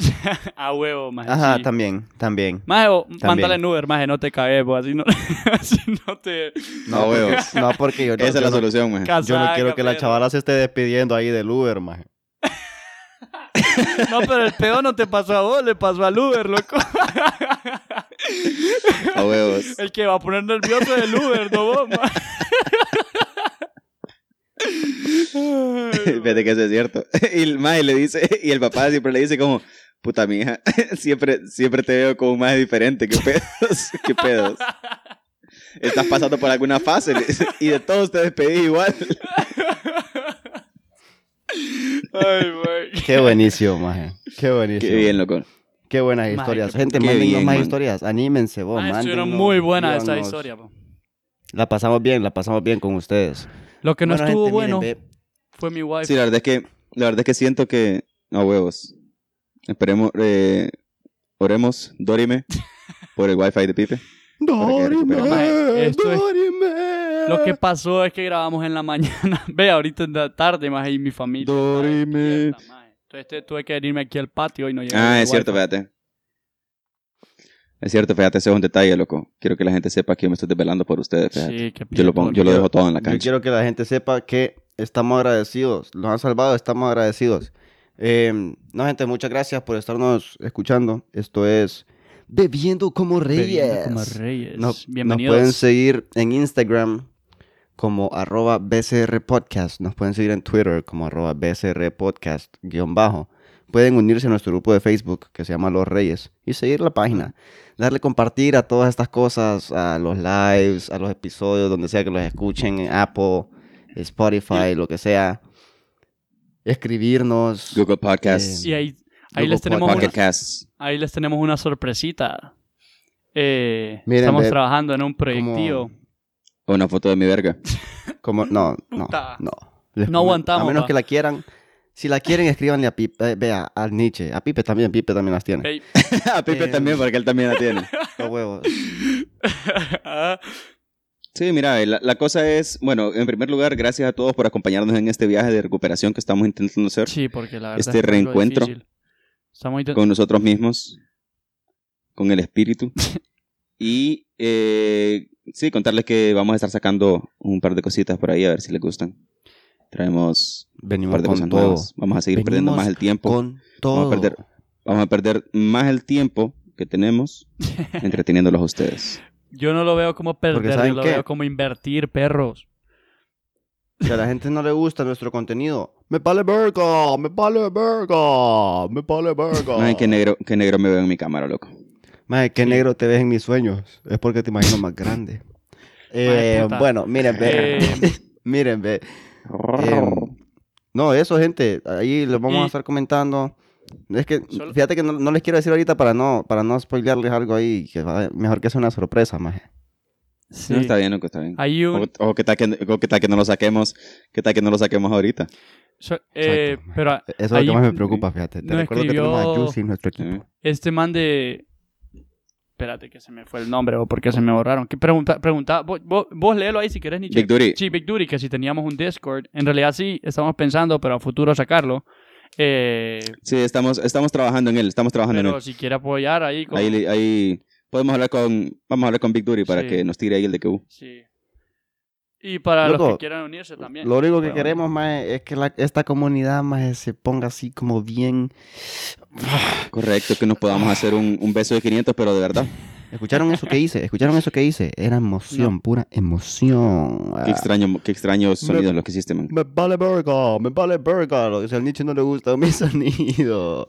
[SPEAKER 3] a huevo, mae.
[SPEAKER 1] Ajá,
[SPEAKER 3] sí.
[SPEAKER 1] también, también.
[SPEAKER 3] Maje, o
[SPEAKER 1] También.
[SPEAKER 3] mándale en Uber, maje, no te caes, pues, así no, así no te
[SPEAKER 2] No,
[SPEAKER 1] porque-
[SPEAKER 2] huevos.
[SPEAKER 1] No, porque yo no,
[SPEAKER 2] Esa
[SPEAKER 1] yo
[SPEAKER 2] es la
[SPEAKER 1] no-
[SPEAKER 2] solución, man.
[SPEAKER 3] casas.
[SPEAKER 1] yo no quiero que la chavala se esté despidiendo ahí del Uber, maje.
[SPEAKER 3] No, pero el pedo no te pasó a vos, le pasó al Uber, loco.
[SPEAKER 2] A huevos.
[SPEAKER 3] El que va a poner nervioso es el Uber, no vos, maje.
[SPEAKER 2] Fíjate que eso es cierto. Y el mae le dice, y el papá siempre le dice como, puta mija, siempre, siempre te veo como un mae diferente, qué pedos, qué pedos. Estás pasando por alguna fase le dice, y de todos te despedís igual.
[SPEAKER 3] Ay, güey.
[SPEAKER 1] Qué buenísimo, maje. Qué buenísimo.
[SPEAKER 2] Qué bien, loco.
[SPEAKER 1] Qué buenas
[SPEAKER 3] Maje,
[SPEAKER 1] historias.
[SPEAKER 3] qué-
[SPEAKER 1] Gente,
[SPEAKER 2] qué
[SPEAKER 1] mándenos
[SPEAKER 2] bien,
[SPEAKER 1] más
[SPEAKER 2] man.
[SPEAKER 1] historias. Anímense
[SPEAKER 2] Oh,
[SPEAKER 1] vos,
[SPEAKER 3] Maje, estuvieron
[SPEAKER 1] mándenos,
[SPEAKER 3] Ah, muy buenas esta
[SPEAKER 1] díganos.
[SPEAKER 3] historia, po.
[SPEAKER 1] La pasamos bien, la pasamos bien con ustedes.
[SPEAKER 3] Lo que no
[SPEAKER 1] Bueno,
[SPEAKER 3] estuvo
[SPEAKER 1] gente, miren,
[SPEAKER 3] bueno
[SPEAKER 1] ve-
[SPEAKER 3] fue mi wife.
[SPEAKER 2] Sí, la verdad es que, la verdad es que siento que, a huevos. Esperemos, eh, oremos, dórime, por el wifi de Pipe.
[SPEAKER 1] Dorime,
[SPEAKER 3] Maje, esto es-
[SPEAKER 1] Dorime.
[SPEAKER 3] Lo que pasó es que grabamos en la mañana. Ve, ahorita en la tarde, más ahí mi familia. estaba
[SPEAKER 2] Dorime.
[SPEAKER 3] despierta, maje. Entonces te- tuve que venirme aquí al patio y no llegué.
[SPEAKER 2] Ah,
[SPEAKER 3] al
[SPEAKER 2] es cierto,
[SPEAKER 3] wifi.
[SPEAKER 2] fíjate. Es cierto, fíjate, ese es un detalle, loco. Quiero que la gente sepa que yo me estoy desvelando por ustedes, fíjate.
[SPEAKER 3] Sí, qué
[SPEAKER 2] Yo lo, pongo- yo lo dejo todo en la
[SPEAKER 1] Yo
[SPEAKER 2] cancha.
[SPEAKER 1] quiero que la gente sepa que estamos agradecidos. Los han salvado, estamos agradecidos. Eh, no, gente, muchas gracias por estarnos escuchando. Esto es Bebiendo como Reyes.
[SPEAKER 3] Bebiendo como reyes.
[SPEAKER 1] No-
[SPEAKER 3] Bienvenidos.
[SPEAKER 1] Nos pueden seguir en Instagram como arroba BCR Podcast. Nos pueden seguir en Twitter como arroba BCR Podcast guión bajo. Pueden unirse a nuestro grupo de Facebook que se llama Los Reyes y seguir la página. Darle compartir a todas estas cosas, a los lives, a los episodios, donde sea que los escuchen, en Apple, Spotify, lo que sea. Escribirnos.
[SPEAKER 2] Google Podcasts,
[SPEAKER 1] Eh,
[SPEAKER 3] Y ahí, ahí
[SPEAKER 1] Google
[SPEAKER 3] les tenemos
[SPEAKER 2] Pocket
[SPEAKER 3] una,
[SPEAKER 1] Podcast.
[SPEAKER 2] Casts.
[SPEAKER 3] ahí les tenemos una sorpresita. Eh,
[SPEAKER 1] Miren,
[SPEAKER 3] estamos
[SPEAKER 1] ve-
[SPEAKER 3] trabajando en un proyectivo.
[SPEAKER 2] O Una foto de mi verga.
[SPEAKER 1] Como, no, no,
[SPEAKER 3] Puta.
[SPEAKER 1] no. Les prometo,
[SPEAKER 3] No aguantamos,
[SPEAKER 1] A menos
[SPEAKER 3] pa.
[SPEAKER 1] que la quieran. Si la quieren, escríbanle a Pipe, eh, vea, al Nietzsche. A Pipe también, Pipe también las tiene.
[SPEAKER 3] Ey.
[SPEAKER 2] a Ah, Pipe
[SPEAKER 1] Eh,
[SPEAKER 2] también, porque él también la tiene.
[SPEAKER 1] Los huevos.
[SPEAKER 3] Ah,
[SPEAKER 2] Sí, mira, eh, la, la cosa es, bueno, en primer lugar, gracias a todos por acompañarnos en este viaje de recuperación que estamos intentando hacer
[SPEAKER 3] sí, porque la verdad
[SPEAKER 2] Este
[SPEAKER 3] es algo
[SPEAKER 2] reencuentro
[SPEAKER 3] difícil. Estamos intent-
[SPEAKER 2] con nosotros mismos, con el espíritu. y eh, sí, contarles que vamos a estar sacando un par de cositas por ahí, a ver si les gustan. Traemos un
[SPEAKER 1] Venimos
[SPEAKER 2] par de
[SPEAKER 1] con
[SPEAKER 2] cosas
[SPEAKER 1] todo.
[SPEAKER 2] nuevas. Vamos a seguir perdiendo
[SPEAKER 1] Venimos
[SPEAKER 2] más el tiempo.
[SPEAKER 1] Con todo.
[SPEAKER 2] Vamos a perder, vamos a perder más el tiempo que tenemos entreteniéndolos a ustedes.
[SPEAKER 3] Yo no lo veo como perder, yo
[SPEAKER 1] ¿saben
[SPEAKER 3] lo
[SPEAKER 1] qué?
[SPEAKER 3] veo como invertir, perros.
[SPEAKER 1] Si a la gente no le gusta nuestro contenido, me vale verga, me vale verga, me vale verga.
[SPEAKER 2] Ay, qué negro, qué negro me veo en mi cámara, loco.
[SPEAKER 1] Em. Mae, qué
[SPEAKER 3] Sí.
[SPEAKER 1] negro te ves en mis sueños. Es porque te imagino más grande. Eh,
[SPEAKER 3] puta.
[SPEAKER 1] bueno, miren, ve.
[SPEAKER 3] Eh,
[SPEAKER 1] Miren, ve. Em, no, eso, gente. Ahí les vamos
[SPEAKER 3] Y-
[SPEAKER 1] a estar comentando. Es que,
[SPEAKER 3] Solo-
[SPEAKER 1] fíjate que no, no les quiero decir ahorita para no, para no spoilearles algo ahí. Que va- mejor que sea una sorpresa, maje.
[SPEAKER 3] sí.
[SPEAKER 2] No, está bien, loco, está bien.
[SPEAKER 3] Hay un,
[SPEAKER 2] O, o qué tal que, o qué tal que no lo saquemos, qué tal que no lo saquemos ahorita.
[SPEAKER 3] so- eh,
[SPEAKER 1] Exacto.
[SPEAKER 3] pero
[SPEAKER 1] Eso es lo
[SPEAKER 3] Ahí-
[SPEAKER 1] que más me preocupa, fíjate. Te
[SPEAKER 3] no
[SPEAKER 1] recuerdo que tenemos a
[SPEAKER 3] escribió-
[SPEAKER 1] Juicy en nuestro equipo.
[SPEAKER 2] Sí.
[SPEAKER 3] este man de... Espérate que se me fue el nombre o porque se me borraron. ¿Qué pregunta? pregunta vos, vos, vos léelo ahí si querés, Nietzsche.
[SPEAKER 2] Big Duty,
[SPEAKER 3] Sí, Big Duty, que si teníamos un Discord. En realidad sí, estamos pensando, pero a futuro sacarlo. Eh,
[SPEAKER 2] sí, estamos, estamos trabajando en él, estamos trabajando en
[SPEAKER 3] pero
[SPEAKER 2] él.
[SPEAKER 3] si quiere apoyar ahí... Con...
[SPEAKER 2] Ahí, le- ahí podemos hablar con, vamos a hablar con Big Duty para
[SPEAKER 3] Sí.
[SPEAKER 2] que nos tire ahí el de DQ.
[SPEAKER 3] Sí. Y para los
[SPEAKER 1] Loco,
[SPEAKER 3] que quieran unirse también.
[SPEAKER 1] Lo único que
[SPEAKER 3] Bueno,
[SPEAKER 1] queremos, maje, es que la- esta comunidad, maje, se ponga así como bien...
[SPEAKER 2] Correcto, que nos podamos hacer un, un beso de 500, pero de verdad.
[SPEAKER 1] ¿Escucharon eso que hice? ¿Escucharon eso que hice? Era emoción, pura emoción. Ah.
[SPEAKER 2] Qué extraño, qué extraños sonidos los que hiciste, man.
[SPEAKER 1] Me vale verga, me vale verga. Lo que sea, al Nietzsche no le gustan mis sonidos.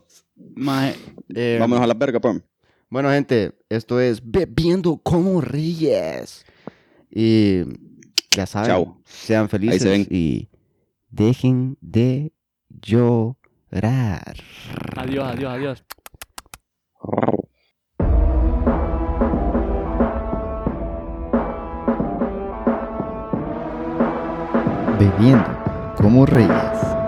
[SPEAKER 3] mae,
[SPEAKER 1] Eh,
[SPEAKER 2] Vámonos a la verga, pam.
[SPEAKER 1] Bueno, gente, esto es Bebiendo como Reyes. Y ya saben,
[SPEAKER 2] Chao.
[SPEAKER 1] sean felices
[SPEAKER 2] se ven.
[SPEAKER 1] y dejen de llorar.
[SPEAKER 3] Adiós, adiós, adiós.
[SPEAKER 1] Bebiendo como Reyes.